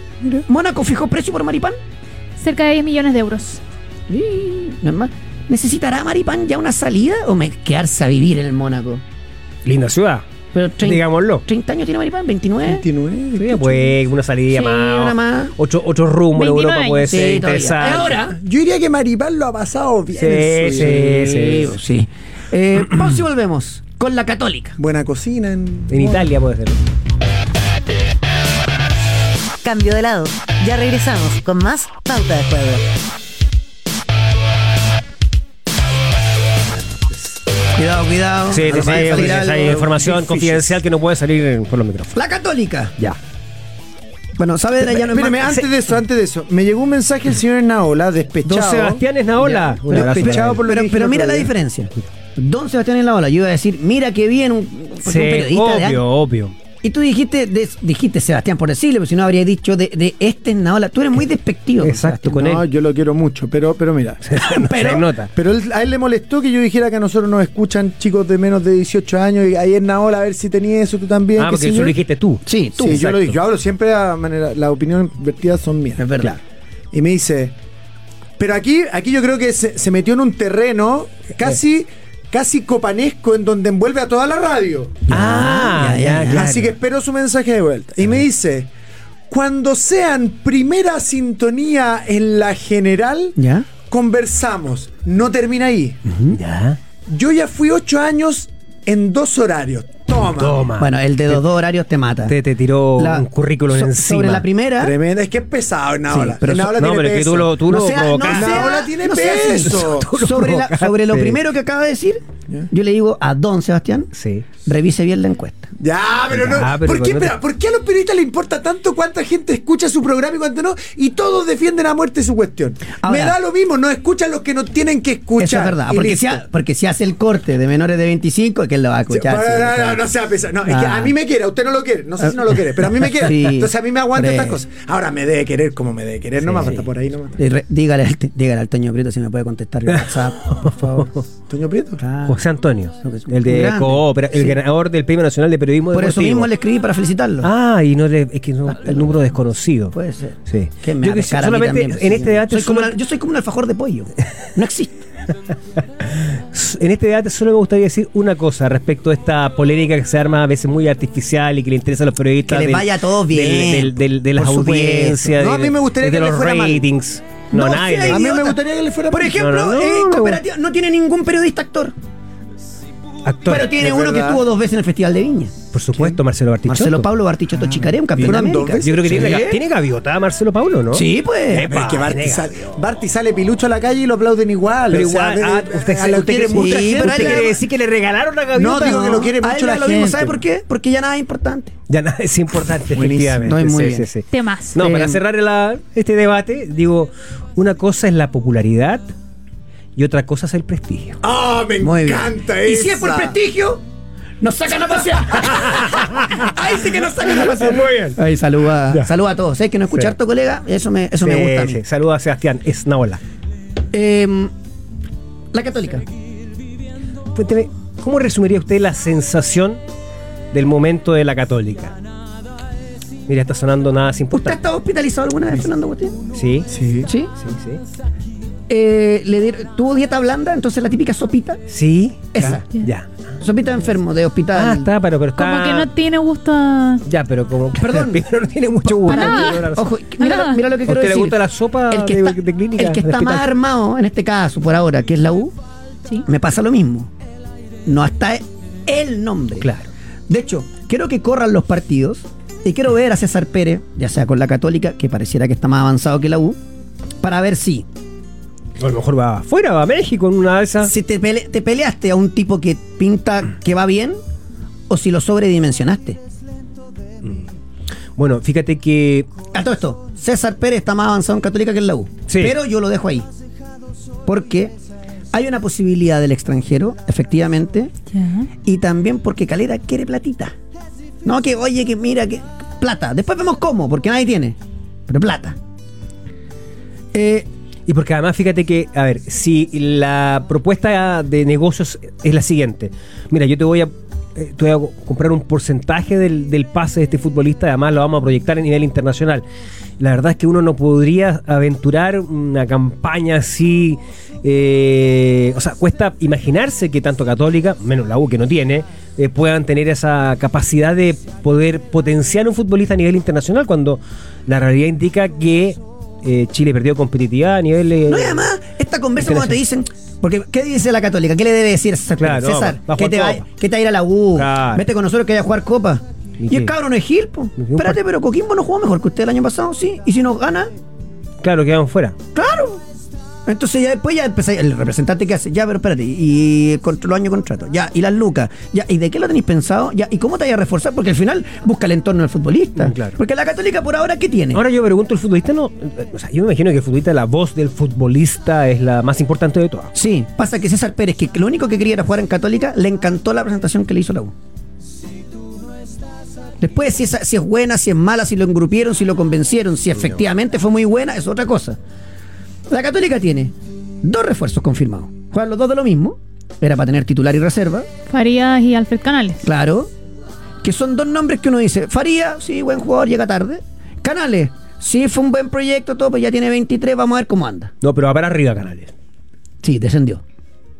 [SPEAKER 1] Mónaco fijó precio por Maripán.
[SPEAKER 2] Cerca de 10 millones de euros.
[SPEAKER 1] Sí, normal. ¿Necesitará Maripán ya una salida o me quedarse a vivir en el Mónaco?
[SPEAKER 3] Linda ciudad,
[SPEAKER 1] Pero trein-
[SPEAKER 3] digámoslo.
[SPEAKER 1] 30 años tiene Maripán, 29.
[SPEAKER 5] 29.
[SPEAKER 3] Sí, pues una salida
[SPEAKER 1] Sí,
[SPEAKER 3] más.
[SPEAKER 1] una más.
[SPEAKER 3] Otro, otro rumbo en
[SPEAKER 2] 29
[SPEAKER 3] Europa puede
[SPEAKER 2] años.
[SPEAKER 3] ser
[SPEAKER 1] Sí, todavía.
[SPEAKER 3] interesante.
[SPEAKER 1] Ahora.
[SPEAKER 5] Yo diría que Maripán lo ha pasado bien.
[SPEAKER 3] Sí,
[SPEAKER 5] en su-
[SPEAKER 3] sí, sí.
[SPEAKER 1] Sí, pues sí. Eh, vamos y volvemos con la Católica.
[SPEAKER 5] Buena cocina. En,
[SPEAKER 3] En Italia puede ser.
[SPEAKER 1] Oh,
[SPEAKER 6] Cambio de lado. Ya regresamos con más Pauta de Juego.
[SPEAKER 1] Cuidado, cuidado.
[SPEAKER 3] Sí,
[SPEAKER 1] A
[SPEAKER 3] sí,
[SPEAKER 1] lo
[SPEAKER 3] sí,
[SPEAKER 1] mejor
[SPEAKER 3] sí,
[SPEAKER 1] salir
[SPEAKER 3] sí, hay
[SPEAKER 1] algo
[SPEAKER 3] información
[SPEAKER 1] difícil.
[SPEAKER 3] confidencial que no puede salir en- por los micrófonos.
[SPEAKER 1] La Católica.
[SPEAKER 3] Ya.
[SPEAKER 1] Bueno, Saavedra ya no es
[SPEAKER 5] Espérame,
[SPEAKER 1] más-
[SPEAKER 5] antes de eso, antes de eso. Me llegó un mensaje del señor Naola,
[SPEAKER 3] Don
[SPEAKER 5] despechado.
[SPEAKER 3] Sebastián Esnaola.
[SPEAKER 5] Ya.
[SPEAKER 3] Un abrazo
[SPEAKER 5] Despechado
[SPEAKER 3] para él.
[SPEAKER 5] por lo
[SPEAKER 1] Pero,
[SPEAKER 5] que dije
[SPEAKER 1] pero
[SPEAKER 5] el
[SPEAKER 1] mira
[SPEAKER 5] otro
[SPEAKER 1] la
[SPEAKER 5] día.
[SPEAKER 1] diferencia. Don Sebastián en la ola. Yo iba a decir, mira qué bien un, un
[SPEAKER 3] Sí,
[SPEAKER 1] periodista de
[SPEAKER 3] obvio, obvio.
[SPEAKER 1] Y tú dijiste, de- dijiste Sebastián por decirle, porque si no habría dicho de, de este Naola. Tú eres muy despectivo. con
[SPEAKER 3] Exacto, con
[SPEAKER 5] No,
[SPEAKER 3] él.
[SPEAKER 5] yo lo quiero mucho, pero, pero mira.
[SPEAKER 3] se nota.
[SPEAKER 5] Pero él- a él le molestó que yo dijera que a nosotros nos escuchan chicos de menos de 18 años y ahí en Naola a ver si tenía eso tú también.
[SPEAKER 3] Ah,
[SPEAKER 5] qué
[SPEAKER 3] porque
[SPEAKER 5] sé
[SPEAKER 3] eso
[SPEAKER 5] yo.
[SPEAKER 3] lo dijiste tú.
[SPEAKER 1] Sebastián. Sí, tú.
[SPEAKER 5] Sí, yo lo
[SPEAKER 3] exacto.
[SPEAKER 5] dije. Yo hablo siempre de la manera. Las opiniones vertidas son mías.
[SPEAKER 1] Es verdad.
[SPEAKER 5] Y me dice. Pero aquí, aquí yo creo que se, se metió en un terreno casi, casi copanesco en donde envuelve a toda la radio.
[SPEAKER 3] Ah,
[SPEAKER 1] ya, ya,
[SPEAKER 3] ya,
[SPEAKER 1] ya.
[SPEAKER 3] ya.
[SPEAKER 5] Así que espero su mensaje de vuelta. Y me dice. Cuando sean primera sintonía en la general,
[SPEAKER 1] ¿Ya?
[SPEAKER 5] conversamos. No termina ahí. Yo ya fui ocho años en dos horarios. Toma.
[SPEAKER 3] Toma.
[SPEAKER 1] Bueno, el de los dos horarios te mata.
[SPEAKER 3] te, te tiró
[SPEAKER 1] La-
[SPEAKER 3] un currículum
[SPEAKER 1] so-
[SPEAKER 3] encima.
[SPEAKER 1] Sobre la primera.
[SPEAKER 5] Tremendo. Es que es pesado en
[SPEAKER 1] Sí,
[SPEAKER 5] Naola.
[SPEAKER 1] pero
[SPEAKER 5] En
[SPEAKER 1] so-
[SPEAKER 5] Naola
[SPEAKER 3] no,
[SPEAKER 5] tiene
[SPEAKER 3] pero es que tú
[SPEAKER 5] peso.
[SPEAKER 3] lo, tú lo provocaste.
[SPEAKER 5] sea- Naola tiene
[SPEAKER 1] así.
[SPEAKER 5] peso.
[SPEAKER 3] Tú lo
[SPEAKER 1] sobre, la-
[SPEAKER 3] provocaste.
[SPEAKER 1] sobre lo primero que acaba de decir, yo le digo a don Sebastián,
[SPEAKER 3] Sí.
[SPEAKER 1] revise bien la encuesta.
[SPEAKER 5] Ya, pero no.
[SPEAKER 3] Ya, pero
[SPEAKER 5] ¿por, qué,
[SPEAKER 3] no te-
[SPEAKER 5] espera, por qué a los periodistas les importa tanto cuánta gente escucha su programa y cuánto no? Y todos defienden a muerte su cuestión.
[SPEAKER 1] Ahora-
[SPEAKER 5] Me da lo mismo, no escuchan los que no tienen que escuchar.
[SPEAKER 1] Eso es verdad,
[SPEAKER 5] Y
[SPEAKER 1] porque
[SPEAKER 5] listo.
[SPEAKER 1] si, ha- porque si hace el corte de menores de 25, que él lo va a escuchar.
[SPEAKER 5] No,
[SPEAKER 1] sí,
[SPEAKER 5] no,
[SPEAKER 1] claro.
[SPEAKER 5] no, no, no sea pesado. No, es que
[SPEAKER 1] Ah.
[SPEAKER 5] a mí me quiere, a usted no lo quiere. No sé si no lo quiere, pero a mí me quiere.
[SPEAKER 1] Sí.
[SPEAKER 5] Entonces a mí me aguanta
[SPEAKER 1] Tres.
[SPEAKER 5] estas cosas. Ahora me debe querer como me debe querer. no más,
[SPEAKER 1] Sí.
[SPEAKER 5] hasta por ahí nomás.
[SPEAKER 1] Y re- Dígale, al te- dígale al Toño Prieto si me puede contestar el WhatsApp, por favor.
[SPEAKER 5] Toño Prieto.
[SPEAKER 1] Claro.
[SPEAKER 3] José Antonio,
[SPEAKER 1] No, Ah, que es un
[SPEAKER 3] el de
[SPEAKER 1] grande.
[SPEAKER 3] Coopera, el
[SPEAKER 1] Sí.
[SPEAKER 3] ganador del Premio Nacional de Periodismo
[SPEAKER 1] Por eso
[SPEAKER 3] Deportivo.
[SPEAKER 1] mismo le escribí para felicitarlo.
[SPEAKER 3] Ah, y no le, es que no, el número desconocido.
[SPEAKER 1] Puede ser.
[SPEAKER 3] Sí.
[SPEAKER 1] Que me
[SPEAKER 3] Yo
[SPEAKER 1] va a
[SPEAKER 3] que sé,
[SPEAKER 1] pescar a mí
[SPEAKER 3] solamente
[SPEAKER 1] también,
[SPEAKER 3] en
[SPEAKER 1] sí.
[SPEAKER 3] este debate
[SPEAKER 1] Soy como
[SPEAKER 3] solo-
[SPEAKER 1] una- yo soy como un alfajor de pollo. No existe.
[SPEAKER 3] En este debate solo me gustaría decir una cosa respecto a esta polémica que se arma a veces muy artificial y que le interesa a los periodistas.
[SPEAKER 1] Que le vaya a todos bien,
[SPEAKER 3] del- del- del- de las
[SPEAKER 1] por supuesto.
[SPEAKER 3] audiencias.
[SPEAKER 5] No,
[SPEAKER 3] de-
[SPEAKER 5] a mí me gustaría
[SPEAKER 3] de
[SPEAKER 5] que le
[SPEAKER 3] los
[SPEAKER 5] fuera mal.
[SPEAKER 3] ratings. No,
[SPEAKER 1] No,
[SPEAKER 3] nadie.
[SPEAKER 1] sí hay-
[SPEAKER 5] A mí me
[SPEAKER 1] Idiota.
[SPEAKER 5] gustaría que le fuera
[SPEAKER 1] Por
[SPEAKER 5] mal.
[SPEAKER 1] ejemplo,
[SPEAKER 3] no, no,
[SPEAKER 1] eh,
[SPEAKER 3] no.
[SPEAKER 1] Cooperativa no tiene ningún periodista actor.
[SPEAKER 3] Actor.
[SPEAKER 1] pero tiene
[SPEAKER 5] es
[SPEAKER 1] uno que
[SPEAKER 5] verdad.
[SPEAKER 1] estuvo dos veces en el Festival de Viña.
[SPEAKER 3] Por supuesto, Marcelo Bartichotto.
[SPEAKER 1] Marcelo Pablo Bartichotto Chicaré, un campeón de
[SPEAKER 5] ¿Fueron dos
[SPEAKER 1] América.
[SPEAKER 5] veces?
[SPEAKER 3] Yo creo que tiene,
[SPEAKER 1] Sí.
[SPEAKER 3] ga- tiene gaviota Marcelo Pablo, ¿no?
[SPEAKER 1] Sí, pues.
[SPEAKER 3] Epa.
[SPEAKER 5] Pero es que Barty,
[SPEAKER 3] Venega,
[SPEAKER 5] sale, Barty sale pilucho a la calle y lo aplauden igual.
[SPEAKER 3] Pero
[SPEAKER 5] o
[SPEAKER 3] igual,
[SPEAKER 5] sea, de-
[SPEAKER 3] ah,
[SPEAKER 5] de-
[SPEAKER 3] usted,
[SPEAKER 5] a lo
[SPEAKER 3] usted-
[SPEAKER 5] quiere
[SPEAKER 3] sí,
[SPEAKER 5] mucha
[SPEAKER 3] pero
[SPEAKER 5] gente.
[SPEAKER 3] usted quiere decir que le regalaron la gaviota.
[SPEAKER 5] No, digo que lo quiere
[SPEAKER 1] A él
[SPEAKER 5] mucho
[SPEAKER 1] le da
[SPEAKER 5] la
[SPEAKER 1] lo mismo,
[SPEAKER 5] gente.
[SPEAKER 1] ¿sabe por qué? Porque ya nada es importante.
[SPEAKER 3] Ya nada es importante,
[SPEAKER 1] Buenísimo.
[SPEAKER 3] efectivamente.
[SPEAKER 1] No, es muy
[SPEAKER 3] Sí,
[SPEAKER 1] bien.
[SPEAKER 3] sí, sí.
[SPEAKER 2] Temas.
[SPEAKER 3] No, para
[SPEAKER 1] Eh,
[SPEAKER 3] cerrar la- este debate, digo, una cosa es la popularidad y otra cosa es el prestigio.
[SPEAKER 5] Ah, me
[SPEAKER 1] Muy bien.
[SPEAKER 5] encanta
[SPEAKER 1] Y si es por
[SPEAKER 5] esa.
[SPEAKER 1] prestigio, nos sacan a pasear. Ahí sí que nos sacan a pasear.
[SPEAKER 8] Muy bien.
[SPEAKER 1] Ay, saluda, saluda a todos. ¿Sabes que no escuchar tu colega? Eso me, eso me
[SPEAKER 3] Sí,
[SPEAKER 1] gusta. a mí.
[SPEAKER 3] sí. Saluda a Sebastián Esnaola.
[SPEAKER 1] Eh, la católica.
[SPEAKER 3] Cuénteme, Pues, ¿cómo resumiría usted la sensación del momento de la católica? Mira, está sonando nada sin
[SPEAKER 1] ¿Usted ha
[SPEAKER 3] importante.
[SPEAKER 1] estado hospitalizado alguna vez, Fernando Agustín?
[SPEAKER 3] Sí,
[SPEAKER 5] Sí.
[SPEAKER 1] Sí.
[SPEAKER 3] sí, sí.
[SPEAKER 1] Eh, le dieron- ¿Tuvo dieta blanda? Entonces la típica sopita.
[SPEAKER 3] Sí,
[SPEAKER 1] Esa.
[SPEAKER 3] ya. ya.
[SPEAKER 1] Sopita de enfermo, de hospital.
[SPEAKER 3] Ah, está, pero, pero está.
[SPEAKER 2] Como que no tiene gusto a-
[SPEAKER 3] Ya, pero como.
[SPEAKER 1] Perdón.
[SPEAKER 3] Pero no tiene mucho gusto.
[SPEAKER 1] Para mí,
[SPEAKER 3] Tiene razón.
[SPEAKER 1] ojo, que- mira, lo- mira lo que
[SPEAKER 3] ¿A
[SPEAKER 1] quiero
[SPEAKER 3] usted le
[SPEAKER 1] decir.
[SPEAKER 3] gusta la sopa
[SPEAKER 1] el que
[SPEAKER 3] de-
[SPEAKER 1] está,
[SPEAKER 3] de clínica,
[SPEAKER 1] el que
[SPEAKER 3] de
[SPEAKER 1] está
[SPEAKER 3] hospital?
[SPEAKER 1] más armado en este caso, por ahora, que es la U,
[SPEAKER 2] Sí.
[SPEAKER 1] me pasa lo mismo. No está el nombre.
[SPEAKER 3] Claro.
[SPEAKER 1] De hecho, quiero que corran los partidos y quiero ver a César Pérez, ya sea con la Católica, que pareciera que está más avanzado que la U, para ver si,
[SPEAKER 3] A lo mejor va afuera, va a México en una de esas.
[SPEAKER 1] si te, pele- te peleaste a un tipo que pinta que va bien o si lo sobredimensionaste.
[SPEAKER 3] Bueno, fíjate que
[SPEAKER 1] A todo esto, César Pérez está más avanzado en Católica que en la U.
[SPEAKER 3] Sí.
[SPEAKER 1] Pero yo lo dejo ahí. Porque hay una posibilidad del extranjero, efectivamente,
[SPEAKER 2] Ya.
[SPEAKER 1] y también porque Calera quiere platita. No, que oye, que mira, que plata. Después vemos cómo, porque nadie tiene. Pero plata. Eh,
[SPEAKER 3] Y porque además fíjate que, a ver, si la propuesta de negocios es la siguiente, mira, yo te voy a, eh, te voy a co- comprar un porcentaje del, del pase de este futbolista, además lo vamos a proyectar a nivel internacional. La verdad es que uno no podría aventurar una campaña así, eh, o sea, cuesta imaginarse que tanto Católica, menos la U que no tiene, eh, puedan tener esa capacidad de poder potenciar un futbolista a nivel internacional cuando la realidad indica que... eh, Chile perdió competitividad a nivel eh,
[SPEAKER 1] no, y además, esta conversa cuando te dicen.
[SPEAKER 3] Interesante.
[SPEAKER 1] Porque, ¿qué dice la católica? ¿Qué le debe decir a César?
[SPEAKER 3] Claro,
[SPEAKER 1] Pérez? César,
[SPEAKER 3] no, va a
[SPEAKER 1] que
[SPEAKER 3] jugar
[SPEAKER 1] te va,
[SPEAKER 3] Copa.
[SPEAKER 1] que te va a ir a la U.
[SPEAKER 3] Claro.
[SPEAKER 1] Vete con nosotros que vaya a jugar Copa.
[SPEAKER 3] ¿Y
[SPEAKER 1] Y el
[SPEAKER 3] qué?
[SPEAKER 1] cabrón es Gil, po.
[SPEAKER 3] ¿Y qué?
[SPEAKER 1] Espérate, pero Coquimbo no jugó mejor que usted el año pasado, sí. Y si nos gana,
[SPEAKER 3] Claro, quedaron fuera.
[SPEAKER 1] Claro. Entonces ya después ya empecé, el representante que hace, ya, pero espérate, y controló año de contrato, ya, y las lucas, ya, ¿y de qué lo tenéis pensado? Ya, ¿y cómo te vais a reforzar? Porque al final busca el entorno del futbolista.
[SPEAKER 3] Mm, claro.
[SPEAKER 1] Porque la católica por ahora, ¿qué tiene?
[SPEAKER 3] Ahora yo pregunto, el futbolista no. eh, O sea, yo me imagino que el futbolista, la voz del futbolista es la más importante de todas.
[SPEAKER 1] sí, pasa que César Pérez, que lo único que quería era jugar en católica, le encantó la presentación que le hizo la U. Después, si, esa- si es buena, si es mala, si lo engrupieron, si lo convencieron, si efectivamente fue muy buena, es otra cosa. La Católica tiene dos refuerzos confirmados. Juegan los dos de lo mismo. Era para tener titular y reserva.
[SPEAKER 2] Farías y Alfred Canales.
[SPEAKER 1] Claro. Que son dos nombres que uno dice. Faría, sí, buen jugador, llega tarde. Canales, sí, fue un buen proyecto, todo, pues ya tiene 23, vamos a ver cómo anda.
[SPEAKER 3] No, pero va para arriba, Canales.
[SPEAKER 1] Sí, descendió.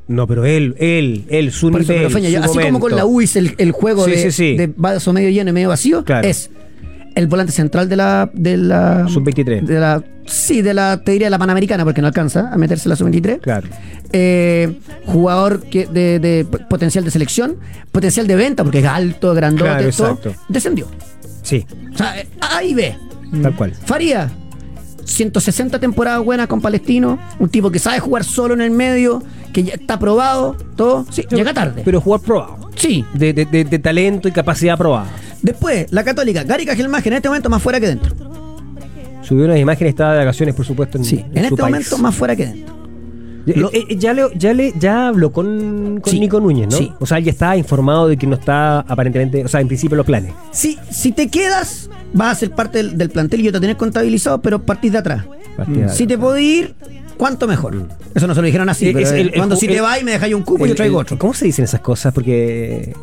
[SPEAKER 3] No, pero él, él, él, su
[SPEAKER 1] Por eso,
[SPEAKER 3] nivel,
[SPEAKER 1] pero Feña,
[SPEAKER 3] su
[SPEAKER 1] yo- así como
[SPEAKER 3] momento.
[SPEAKER 1] con la UIS el, el juego
[SPEAKER 3] Sí,
[SPEAKER 1] de,
[SPEAKER 3] sí, sí.
[SPEAKER 1] de vaso medio lleno y medio vacío
[SPEAKER 3] Claro.
[SPEAKER 1] es el volante central de la de la
[SPEAKER 3] Sub-23.
[SPEAKER 1] de la sí de la te diría de la panamericana porque no alcanza a meterse la sub 23
[SPEAKER 3] Claro.
[SPEAKER 1] Eh, jugador que de, de p- potencial de selección potencial de venta porque es alto grandote
[SPEAKER 3] Claro,
[SPEAKER 1] todo.
[SPEAKER 3] exacto.
[SPEAKER 1] descendió
[SPEAKER 3] Sí,
[SPEAKER 1] o sea eh, A y B
[SPEAKER 3] tal cual.
[SPEAKER 1] Faría, 160 temporadas buenas con Palestino, un tipo que sabe jugar solo en el medio, que ya está probado, todo. Sí, llega tarde.
[SPEAKER 3] Pero jugar probado.
[SPEAKER 1] sí.
[SPEAKER 3] De, de- de- de talento y capacidad probada.
[SPEAKER 1] Después, la Católica, Gary Cajelmaje en este momento más fuera que dentro.
[SPEAKER 3] Uh, Subió unas imágenes, estaba de vacaciones, por supuesto, en,
[SPEAKER 1] Sí,
[SPEAKER 3] en
[SPEAKER 1] en
[SPEAKER 3] su
[SPEAKER 1] este
[SPEAKER 3] país.
[SPEAKER 1] momento más fuera que dentro.
[SPEAKER 3] Eh,
[SPEAKER 1] Lo-
[SPEAKER 3] eh, ya, le, ya, le, ya habló con, con
[SPEAKER 1] Sí,
[SPEAKER 3] Nico Núñez, ¿no?
[SPEAKER 1] sí.
[SPEAKER 3] O sea, él ya está informado de que no está aparentemente, o sea, en principio los planes.
[SPEAKER 1] Si, si te quedas, vas a ser parte del, del plantel y yo te tenés contabilizado, pero partís de atrás. Mm.
[SPEAKER 3] Partida de
[SPEAKER 1] Si te podés ir, cuánto mejor. Eso no se lo dijeron así,
[SPEAKER 3] Eh,
[SPEAKER 1] pero
[SPEAKER 3] es
[SPEAKER 1] eh,
[SPEAKER 3] el- el
[SPEAKER 1] cuando
[SPEAKER 3] ju-
[SPEAKER 1] si te
[SPEAKER 3] el-
[SPEAKER 1] vas y me dejáis un cupo,
[SPEAKER 3] El-
[SPEAKER 1] yo traigo
[SPEAKER 3] el-
[SPEAKER 1] otro.
[SPEAKER 3] ¿Cómo se dicen esas cosas? Porque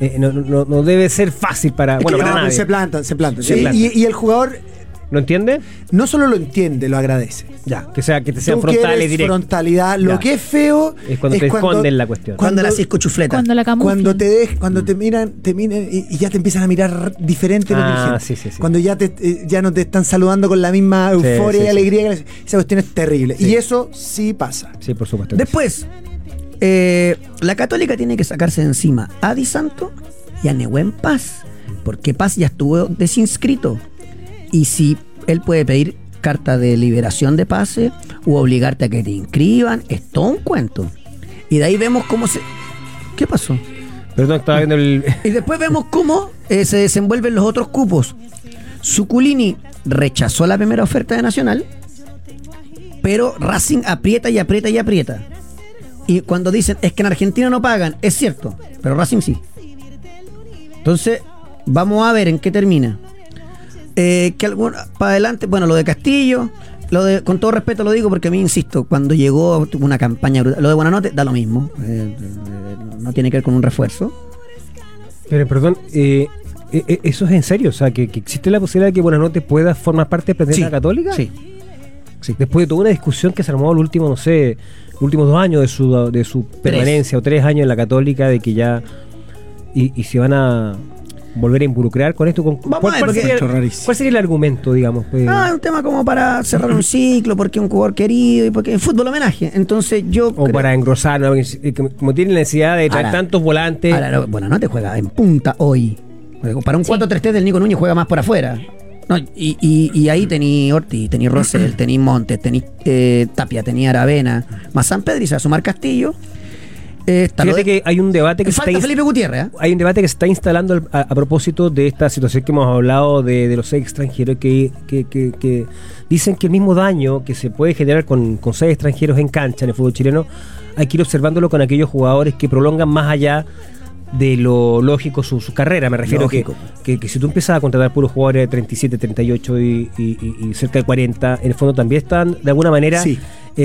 [SPEAKER 3] eh, no, no- no debe ser fácil para.
[SPEAKER 4] Es
[SPEAKER 3] Ah, Bueno,
[SPEAKER 4] que
[SPEAKER 3] para
[SPEAKER 4] no,
[SPEAKER 3] nadie.
[SPEAKER 4] se plantan, se plantan.
[SPEAKER 3] Se
[SPEAKER 4] Y-
[SPEAKER 3] plantan.
[SPEAKER 4] Y, y el jugador
[SPEAKER 3] ¿Lo entiende?
[SPEAKER 4] no solo lo entiende, lo agradece.
[SPEAKER 3] Ya, que, sea, que te sean
[SPEAKER 4] Tú
[SPEAKER 3] frontales
[SPEAKER 4] quieres
[SPEAKER 3] directos.
[SPEAKER 4] frontalidad. Lo
[SPEAKER 3] Ya.
[SPEAKER 4] que es feo
[SPEAKER 3] Es cuando te esconden la cuestión. Mm.
[SPEAKER 1] Cuando
[SPEAKER 4] cuando-
[SPEAKER 1] la cisco chufleta.
[SPEAKER 2] Cuando la camuflan.
[SPEAKER 4] Cuando te des, cuando te miran, te miran y, y ya te empiezan a mirar diferente los
[SPEAKER 3] Ah,
[SPEAKER 4] dirigentes.
[SPEAKER 3] sí, sí, sí.
[SPEAKER 4] Cuando ya te eh, ya no te están saludando con la misma euforia
[SPEAKER 3] sí,
[SPEAKER 4] y
[SPEAKER 3] sí.
[SPEAKER 4] alegría. que- Esa cuestión es terrible.
[SPEAKER 3] Sí.
[SPEAKER 4] Y eso sí pasa.
[SPEAKER 3] Sí, por supuesto. que
[SPEAKER 1] Después, eh, la Católica tiene que sacarse de encima a Di Santo y a Nehuen Paz, porque Paz ya estuvo desinscrito. Y si él puede pedir carta de liberación de pase u obligarte a que te inscriban, es todo un cuento. Y de ahí vemos cómo se. ¿Qué pasó?
[SPEAKER 3] sí. Perdón, estaba viendo el.
[SPEAKER 1] Y después vemos cómo eh, se desenvuelven los otros cupos. Suculini rechazó la primera oferta de Nacional, pero Racing aprieta y aprieta y aprieta. Y cuando dicen, es que en Argentina no pagan, es cierto, pero Racing sí. Entonces, vamos a ver en qué termina. Eh, que algún, para adelante, bueno, lo de Castillo, lo de, con todo respeto lo digo porque a mí, insisto, cuando llegó tuvo una campaña brutal. Lo de Buenanote da lo mismo, eh, eh, no tiene que ver con un refuerzo.
[SPEAKER 3] Pero perdón, eh, eh, eh, ¿eso es en serio? O sea, que, que existe la posibilidad de que Buenanote pueda formar parte de Planeta
[SPEAKER 1] Sí,
[SPEAKER 3] Católica.
[SPEAKER 1] sí.
[SPEAKER 3] Después de toda una discusión que se armó el último, no sé, los últimos dos años de su, de su permanencia o tres años en la Católica, de que ya. Y, y se van a volver a involucrar con esto. Con,
[SPEAKER 1] Vamos a ver, porque-
[SPEAKER 3] sería, el- cuál sería el argumento, digamos? Eh,
[SPEAKER 1] Ah, es un tema como para cerrar un ciclo, porque un jugador querido y porque fútbol homenaje. Entonces yo.
[SPEAKER 3] o
[SPEAKER 1] creo-
[SPEAKER 3] para engrosar, ¿no? Eh, como- como tienen la necesidad de traer
[SPEAKER 1] Ahora-
[SPEAKER 3] tantos volantes.
[SPEAKER 1] Ahora, no, bueno, no te juega en punta hoy. Para un 4-3-3 del Nico Núñez juega más por afuera. No, y, y- y ahí tení Ortiz, tení Rosell, tení Montes, tení eh, Tapia, tení Aravena, más San Pedro y se va a sumar Castillo. Eh, está lo
[SPEAKER 3] Fíjate
[SPEAKER 1] de-
[SPEAKER 3] que hay un debate que se
[SPEAKER 1] falta
[SPEAKER 3] está
[SPEAKER 1] Felipe Gutiérrez, ¿eh?
[SPEAKER 3] hay un debate que se está instalando al- a, a propósito de esta situación que hemos hablado de, de los seis extranjeros que, que- que- que dicen que el mismo daño que se puede generar con, con seis extranjeros en cancha en el fútbol chileno hay que ir observándolo con aquellos jugadores que prolongan más allá de lo lógico su, su carrera. Me refiero que,
[SPEAKER 1] Lógico.
[SPEAKER 3] que, que si tú empiezas a contratar puros jugadores de 37, 38 y, y- y- y cerca de 40, en el fondo también están de alguna manera
[SPEAKER 4] Sí.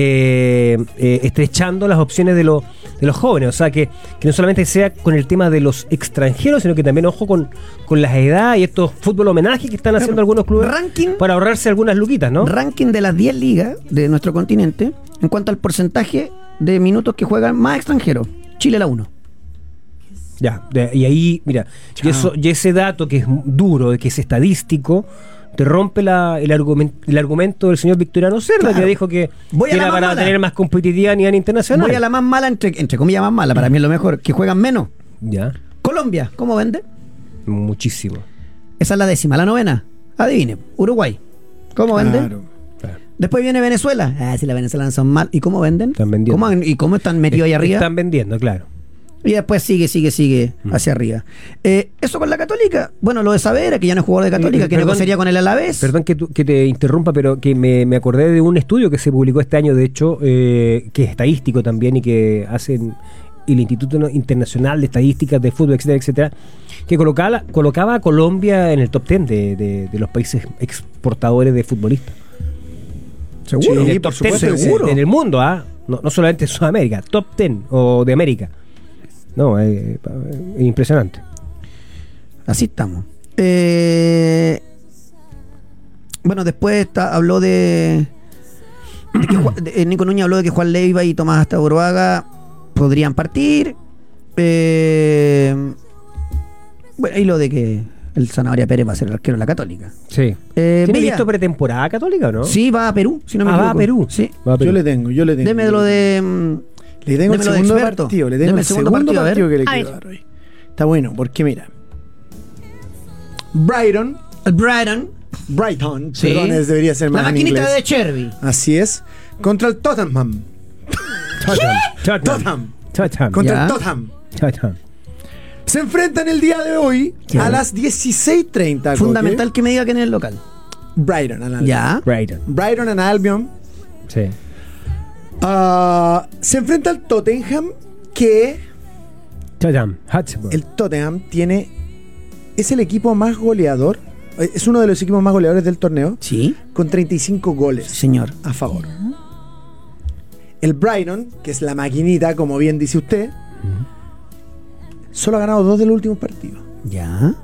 [SPEAKER 3] eh, eh, estrechando las opciones de, lo- de los jóvenes. O sea, que, que no solamente sea con el tema de los extranjeros, sino que también ojo con, con las edades y estos fútbol homenaje que están haciendo algunos clubes
[SPEAKER 1] Ranking.
[SPEAKER 3] para ahorrarse algunas luquitas, ¿no?
[SPEAKER 1] ranking de las 10 ligas de nuestro continente en cuanto al porcentaje de minutos que juegan más extranjeros. Chile la 1.
[SPEAKER 3] Ya, de- y ahí, mira, y, eso, y ese dato que es duro, que es estadístico, te rompe la- el, argumen- el argumento del señor Victoriano Cerda,
[SPEAKER 1] Claro.
[SPEAKER 3] que dijo que
[SPEAKER 1] Voy a
[SPEAKER 3] era
[SPEAKER 1] la más
[SPEAKER 3] para
[SPEAKER 1] mala.
[SPEAKER 3] tener más competitividad a nivel internacional.
[SPEAKER 1] Voy a la más mala, entre, entre comillas más mala, para mí es lo mejor, que juegan menos.
[SPEAKER 3] Ya,
[SPEAKER 1] Colombia, ¿cómo vende?
[SPEAKER 3] muchísimo.
[SPEAKER 1] Esa es la décima, la novena. Adivine, Uruguay. ¿Cómo vende? Después viene Venezuela. Ah, si las venezolanas son mal. ¿Y cómo venden?
[SPEAKER 3] Están vendiendo.
[SPEAKER 1] ¿Cómo han- ¿Y cómo están metidos ahí
[SPEAKER 3] Es-
[SPEAKER 1] arriba?
[SPEAKER 3] Están Mm. vendiendo, claro.
[SPEAKER 1] Y después sigue, sigue, sigue hacia arriba. Eh, eso con la Católica. Bueno, lo de Savera, que ya no es jugador de Católica,
[SPEAKER 3] Eh,
[SPEAKER 1] que
[SPEAKER 3] perdón.
[SPEAKER 1] negociaría con él a la vez.
[SPEAKER 3] Perdón que, tu- que te interrumpa, pero que me, me acordé de un estudio que se publicó este año, de hecho, eh, que es estadístico también y que hacen el Instituto No- Internacional de Estadísticas de Fútbol, etcétera, etcétera, que colocaba, colocaba a Colombia en el top 10 de, de- de los países exportadores de futbolistas.
[SPEAKER 5] Seguro.
[SPEAKER 3] En el
[SPEAKER 5] Sí,
[SPEAKER 3] top
[SPEAKER 5] por supuesto,
[SPEAKER 3] 10 de-
[SPEAKER 5] seguro.
[SPEAKER 3] En el mundo, ¿ah? No, no solamente en Sudamérica, top 10 o de América. No, eh, pa- eh, impresionante.
[SPEAKER 1] Así estamos. Eh, bueno, después está- habló de. de que Ju- de- eh, Nico Núñez habló de que Juan Leiva y Tomás hasta Uruaga podrían partir. Eh, bueno, y lo de que el Zanahoria Pérez va a ser el arquero de la Católica.
[SPEAKER 3] Sí.
[SPEAKER 1] Eh,
[SPEAKER 3] ¿Tiene
[SPEAKER 1] Villa.
[SPEAKER 3] visto pretemporada católica o no?
[SPEAKER 1] Sí, va a Perú, si no me
[SPEAKER 3] Ah, va a
[SPEAKER 1] equivoco.
[SPEAKER 3] Perú.
[SPEAKER 1] Sí.
[SPEAKER 3] Va a
[SPEAKER 5] Yo
[SPEAKER 3] Perú.
[SPEAKER 5] le tengo, yo le tengo.
[SPEAKER 1] Deme lo de. mm,
[SPEAKER 5] Le tengo el
[SPEAKER 1] Démelo de
[SPEAKER 5] segundo
[SPEAKER 1] experto.
[SPEAKER 5] partido, le
[SPEAKER 1] Deme
[SPEAKER 5] tengo
[SPEAKER 1] el
[SPEAKER 5] el
[SPEAKER 1] segundo
[SPEAKER 5] segundo,
[SPEAKER 1] partido, a ver.
[SPEAKER 5] partido, que le
[SPEAKER 2] A
[SPEAKER 5] quiero
[SPEAKER 2] ver.
[SPEAKER 5] dar hoy. Está bueno, porque mira. Brighton,
[SPEAKER 1] el Brighton.
[SPEAKER 5] Brighton,
[SPEAKER 1] Sí.
[SPEAKER 5] perdón, es- debería ser más
[SPEAKER 1] La
[SPEAKER 5] en
[SPEAKER 1] maquinita
[SPEAKER 5] inglés.
[SPEAKER 1] de Cherby.
[SPEAKER 5] Así es, contra el Tottenham.
[SPEAKER 3] Tottenham.
[SPEAKER 5] Tottenham.
[SPEAKER 3] Tottenham.
[SPEAKER 5] Contra
[SPEAKER 1] Ya.
[SPEAKER 5] el Tottenham.
[SPEAKER 3] Tottenham.
[SPEAKER 5] Se enfrentan el día de hoy a las 16:30. Coque.
[SPEAKER 1] Fundamental que me diga quién es el local.
[SPEAKER 5] Brighton and Albion.
[SPEAKER 1] Ya.
[SPEAKER 3] Brighton.
[SPEAKER 5] Brighton and Albion.
[SPEAKER 3] Sí.
[SPEAKER 5] Ah, se enfrenta al Tottenham que
[SPEAKER 3] Tottenham. Hotspur.
[SPEAKER 5] el Tottenham tiene es el equipo más goleador, eh, es uno de los equipos más goleadores del torneo
[SPEAKER 1] Sí,
[SPEAKER 5] con 35 goles.
[SPEAKER 1] señor.
[SPEAKER 5] a favor. El Brighton, que es la maquinita, como bien dice usted, solo ha ganado dos de los últimos partidos.
[SPEAKER 1] Ya.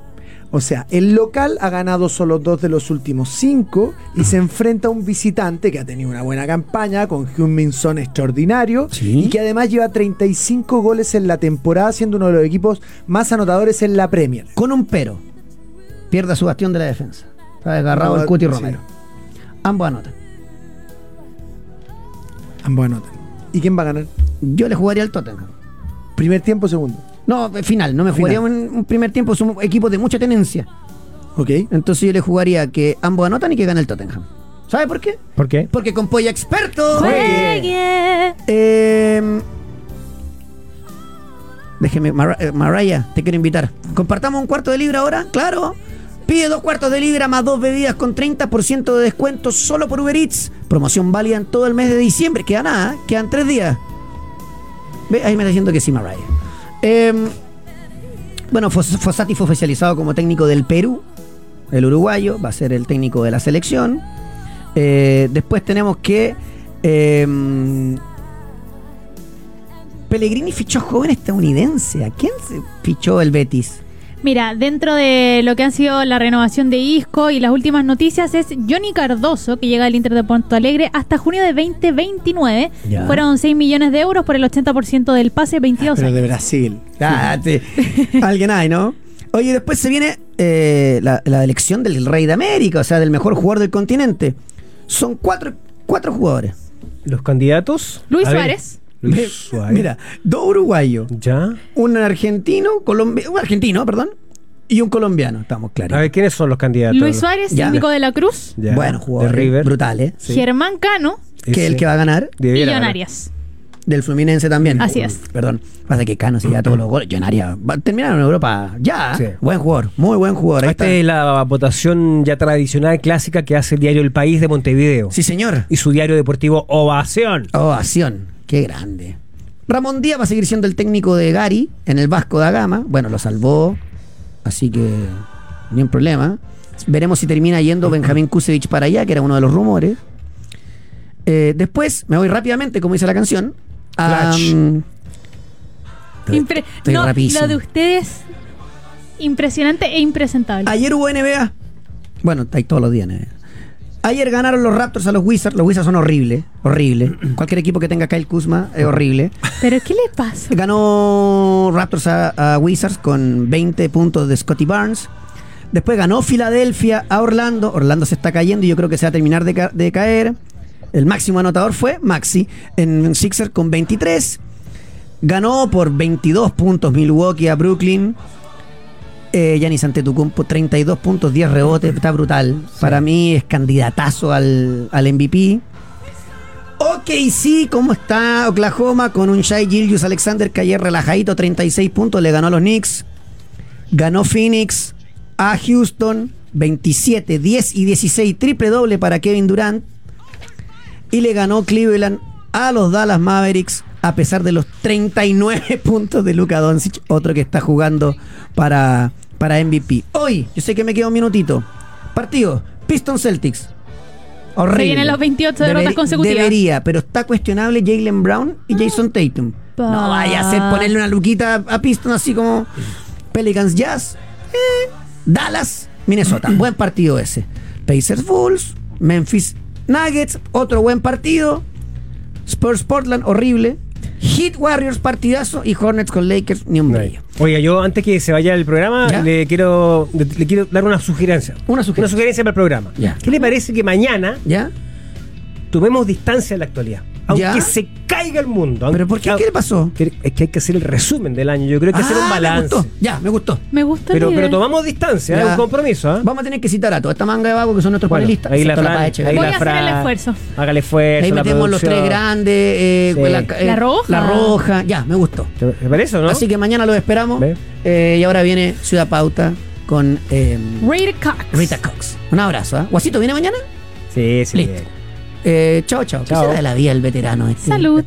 [SPEAKER 5] O sea, el local ha ganado solo dos de los últimos cinco y se enfrenta a un visitante que ha tenido una buena campaña con Son extraordinario
[SPEAKER 1] Sí.
[SPEAKER 5] y que además lleva 35 goles en la temporada, siendo uno de los equipos más anotadores en la Premier.
[SPEAKER 1] con un pero. Pierde a su bastión de la defensa. Está desgarrado el Cuti
[SPEAKER 5] Sí.
[SPEAKER 1] Romero. Ambos anotan.
[SPEAKER 5] Ambos anotan. Ah, ¿Y quién va a ganar?
[SPEAKER 1] Yo le jugaría al Tottenham.
[SPEAKER 5] Primer tiempo, segundo.
[SPEAKER 1] No, eh, final. No me jugaría un, un primer tiempo. Son equipos de mucha tenencia.
[SPEAKER 5] ¿Ok?
[SPEAKER 1] Entonces yo le jugaría que ambos anotan y que gane el Tottenham. ¿Sabe por qué?
[SPEAKER 3] ¿Por qué?
[SPEAKER 1] Porque con Polla Experto.
[SPEAKER 2] Juegue.
[SPEAKER 1] Eh, déjeme, Mar- eh, Mariah, te quiero invitar. ¿Compartamos un cuarto de libra ahora? Claro. Pide dos cuartos de libra más dos bebidas con 30% de descuento solo por Uber Eats. Promoción válida en todo el mes de diciembre. Queda nada, ¿eh? quedan tres días. Ve, ahí me está diciendo que sí, Mariah. Eh, bueno, Fos- Fossati fue oficializado como técnico del Perú. El uruguayo va a ser el técnico de la selección. Eh, después tenemos que. eh, Pellegrini fichó joven estadounidense. ¿A quién se fichó el Betis?
[SPEAKER 2] Mira, dentro de lo que han sido la renovación de Isco y las últimas noticias es Johnny Cardoso, que llega al Inter de Porto Alegre hasta junio de 2029.
[SPEAKER 1] Ya.
[SPEAKER 2] Fueron 6 millones de euros por el 80% del pase, 22
[SPEAKER 5] Ah, Pero
[SPEAKER 2] años.
[SPEAKER 5] de Brasil.
[SPEAKER 3] Ah,
[SPEAKER 1] Alguien hay, ¿no? Oye, después se viene eh, la, la elección del Rey de América, o sea, del mejor jugador del continente. Son cuatro, cuatro jugadores.
[SPEAKER 3] Los candidatos.
[SPEAKER 2] Luis
[SPEAKER 3] A ver.
[SPEAKER 2] Suárez.
[SPEAKER 1] Me-
[SPEAKER 3] Luis Suárez.
[SPEAKER 1] Mira, dos uruguayos,
[SPEAKER 3] Ya.
[SPEAKER 1] un argentino, colombi- un argentino, perdón, y un colombiano, estamos
[SPEAKER 3] A
[SPEAKER 1] claros.
[SPEAKER 3] ver, ¿quiénes son los candidatos?
[SPEAKER 2] Luis Suárez,
[SPEAKER 1] Ya.
[SPEAKER 2] Nico de la Cruz,
[SPEAKER 3] Ya.
[SPEAKER 1] Bueno, jugadores
[SPEAKER 3] De River.
[SPEAKER 1] brutales,
[SPEAKER 2] Germán Cano
[SPEAKER 1] que es el que va a ganar.
[SPEAKER 2] y
[SPEAKER 3] Debiera
[SPEAKER 2] John
[SPEAKER 3] ganar.
[SPEAKER 2] Arias.
[SPEAKER 1] Del Fluminense también.
[SPEAKER 2] Así es.
[SPEAKER 1] Perdón. Pasa que Cano se lleva todos los goles. Llenaría. Terminaron en Europa. Ya. ¿eh?
[SPEAKER 3] Sí. Este
[SPEAKER 1] Buen jugador. Muy buen jugador. Ahí
[SPEAKER 3] Esta
[SPEAKER 1] está.
[SPEAKER 3] es la votación ya tradicional, clásica, que hace el diario El País de Montevideo.
[SPEAKER 1] Sí, señor.
[SPEAKER 3] Y su diario deportivo Ovación.
[SPEAKER 1] Ovación. Oh, Qué grande. Ramón Díaz va a seguir siendo el técnico de Gary en el Vasco da Gama. Bueno, lo salvó. Así que. Ni un problema. Veremos si termina yendo Benjamín Kusevich para allá, que era uno de los rumores. Eh, después me voy rápidamente, como dice la canción. a-
[SPEAKER 5] Flash.
[SPEAKER 1] Estoy-
[SPEAKER 2] Impre-
[SPEAKER 1] estoy
[SPEAKER 2] no,
[SPEAKER 1] rapidísimo.
[SPEAKER 2] lo de ustedes impresionante e impresentable.
[SPEAKER 1] Ayer hubo NBA. Bueno, está ahí todos los días NBA. Ayer ganaron los Raptors a los Wizards. Los Wizards son horribles. Horrible. Cualquier equipo que tenga Kyle Kuzma es horrible.
[SPEAKER 2] Pero ¿qué le pasa?
[SPEAKER 1] Ganó Raptors a, a Wizards con 20 puntos de Scotty Barnes. Después ganó Filadelfia a Orlando. Orlando se está cayendo y yo creo que se va a terminar de, ca- de caer. El máximo anotador fue Maxi en Sixer con 23. Ganó por 22 puntos Milwaukee a Brooklyn. Eh, Giannis Antetokounmpo, 32 puntos, 10 rebotes, está brutal. Para mí es candidatazo al, al MVP. OKC, ¿cómo está Oklahoma? Con un Shai Gilgius Alexander que ayer relajadito, 36 puntos, le ganó a los Knicks. Ganó Phoenix a Houston, 27, 10 y 16, triple doble para Kevin Durant. Y le ganó Cleveland a los Dallas Mavericks a pesar de los 39 puntos de Luka Doncic, otro que está jugando para, para MVP. Hoy, yo sé que me queda un minutito. Partido, Pistons Celtics. Horrible.
[SPEAKER 2] Se vienen los 28 derrotas
[SPEAKER 1] Deberi-
[SPEAKER 2] consecutivas.
[SPEAKER 1] Debería, pero está cuestionable Jalen Brown y Jason Tatum.
[SPEAKER 2] Pa.
[SPEAKER 1] No vaya a ser ponerle una luquita a Pistons así como Pelicans Jazz. eh, Dallas, Minnesota. Buen partido ese. Pacers Bulls, Memphis Nuggets, otro buen partido. Spurs Portland, horrible. Heat Warriors, partidazo. Y Hornets con Lakers, ni un brillo.
[SPEAKER 3] Oiga, yo antes que se vaya el programa,
[SPEAKER 1] ¿Ya?
[SPEAKER 3] le quiero, le, le quiero dar una sugerencia.
[SPEAKER 1] Una sugerencia.
[SPEAKER 3] para el programa.
[SPEAKER 1] Ya.
[SPEAKER 3] ¿Qué le parece que mañana
[SPEAKER 1] ¿Ya?
[SPEAKER 3] tomemos distancia de la actualidad? Aunque
[SPEAKER 1] Ya.
[SPEAKER 3] se caiga el mundo. aunque-
[SPEAKER 1] ¿Pero por qué? ¿Qué le pasó?
[SPEAKER 3] Que- Es que hay que hacer el resumen del año. Yo creo que Ah. hay que hacer
[SPEAKER 1] Ah,
[SPEAKER 3] un
[SPEAKER 1] me
[SPEAKER 3] balance.
[SPEAKER 1] gustó. Ya, me gustó.
[SPEAKER 2] Me gusta
[SPEAKER 3] Pero,
[SPEAKER 2] la
[SPEAKER 3] pero
[SPEAKER 2] idea.
[SPEAKER 3] tomamos distancia, es
[SPEAKER 1] Ya.
[SPEAKER 3] un compromiso. ¿ah?
[SPEAKER 1] Vamos a tener que citar a toda esta manga de vagos que son nuestros
[SPEAKER 3] Bueno,
[SPEAKER 1] panelistas.
[SPEAKER 3] ahí la,
[SPEAKER 1] excepto
[SPEAKER 3] Fran-
[SPEAKER 1] Paeche,
[SPEAKER 3] ahí
[SPEAKER 1] ¿verdad?
[SPEAKER 2] Voy
[SPEAKER 3] la
[SPEAKER 2] a hacer el
[SPEAKER 3] Fran-
[SPEAKER 2] esfuerzo.
[SPEAKER 3] Haga el esfuerzo.
[SPEAKER 1] Ahí
[SPEAKER 3] la
[SPEAKER 1] metemos los tres
[SPEAKER 3] producción.
[SPEAKER 1] grandes. eh,
[SPEAKER 3] Sí.
[SPEAKER 1] pues eh,
[SPEAKER 2] La roja.
[SPEAKER 1] La roja. Ya, me gustó.
[SPEAKER 3] ¿Te te parece o no?
[SPEAKER 1] Así que mañana los esperamos.
[SPEAKER 3] Ve.
[SPEAKER 1] Eh, y ahora viene Ciudad Pauta con eh,
[SPEAKER 2] Raider Cox.
[SPEAKER 1] Rita Cox. Un abrazo. ¿eh? Guasito, ¿viene mañana?
[SPEAKER 3] sí, sí.
[SPEAKER 1] Listo. Eh, chao, chao. ¿Qué
[SPEAKER 3] Chao.
[SPEAKER 1] será de la vida del veterano este?
[SPEAKER 2] Salud.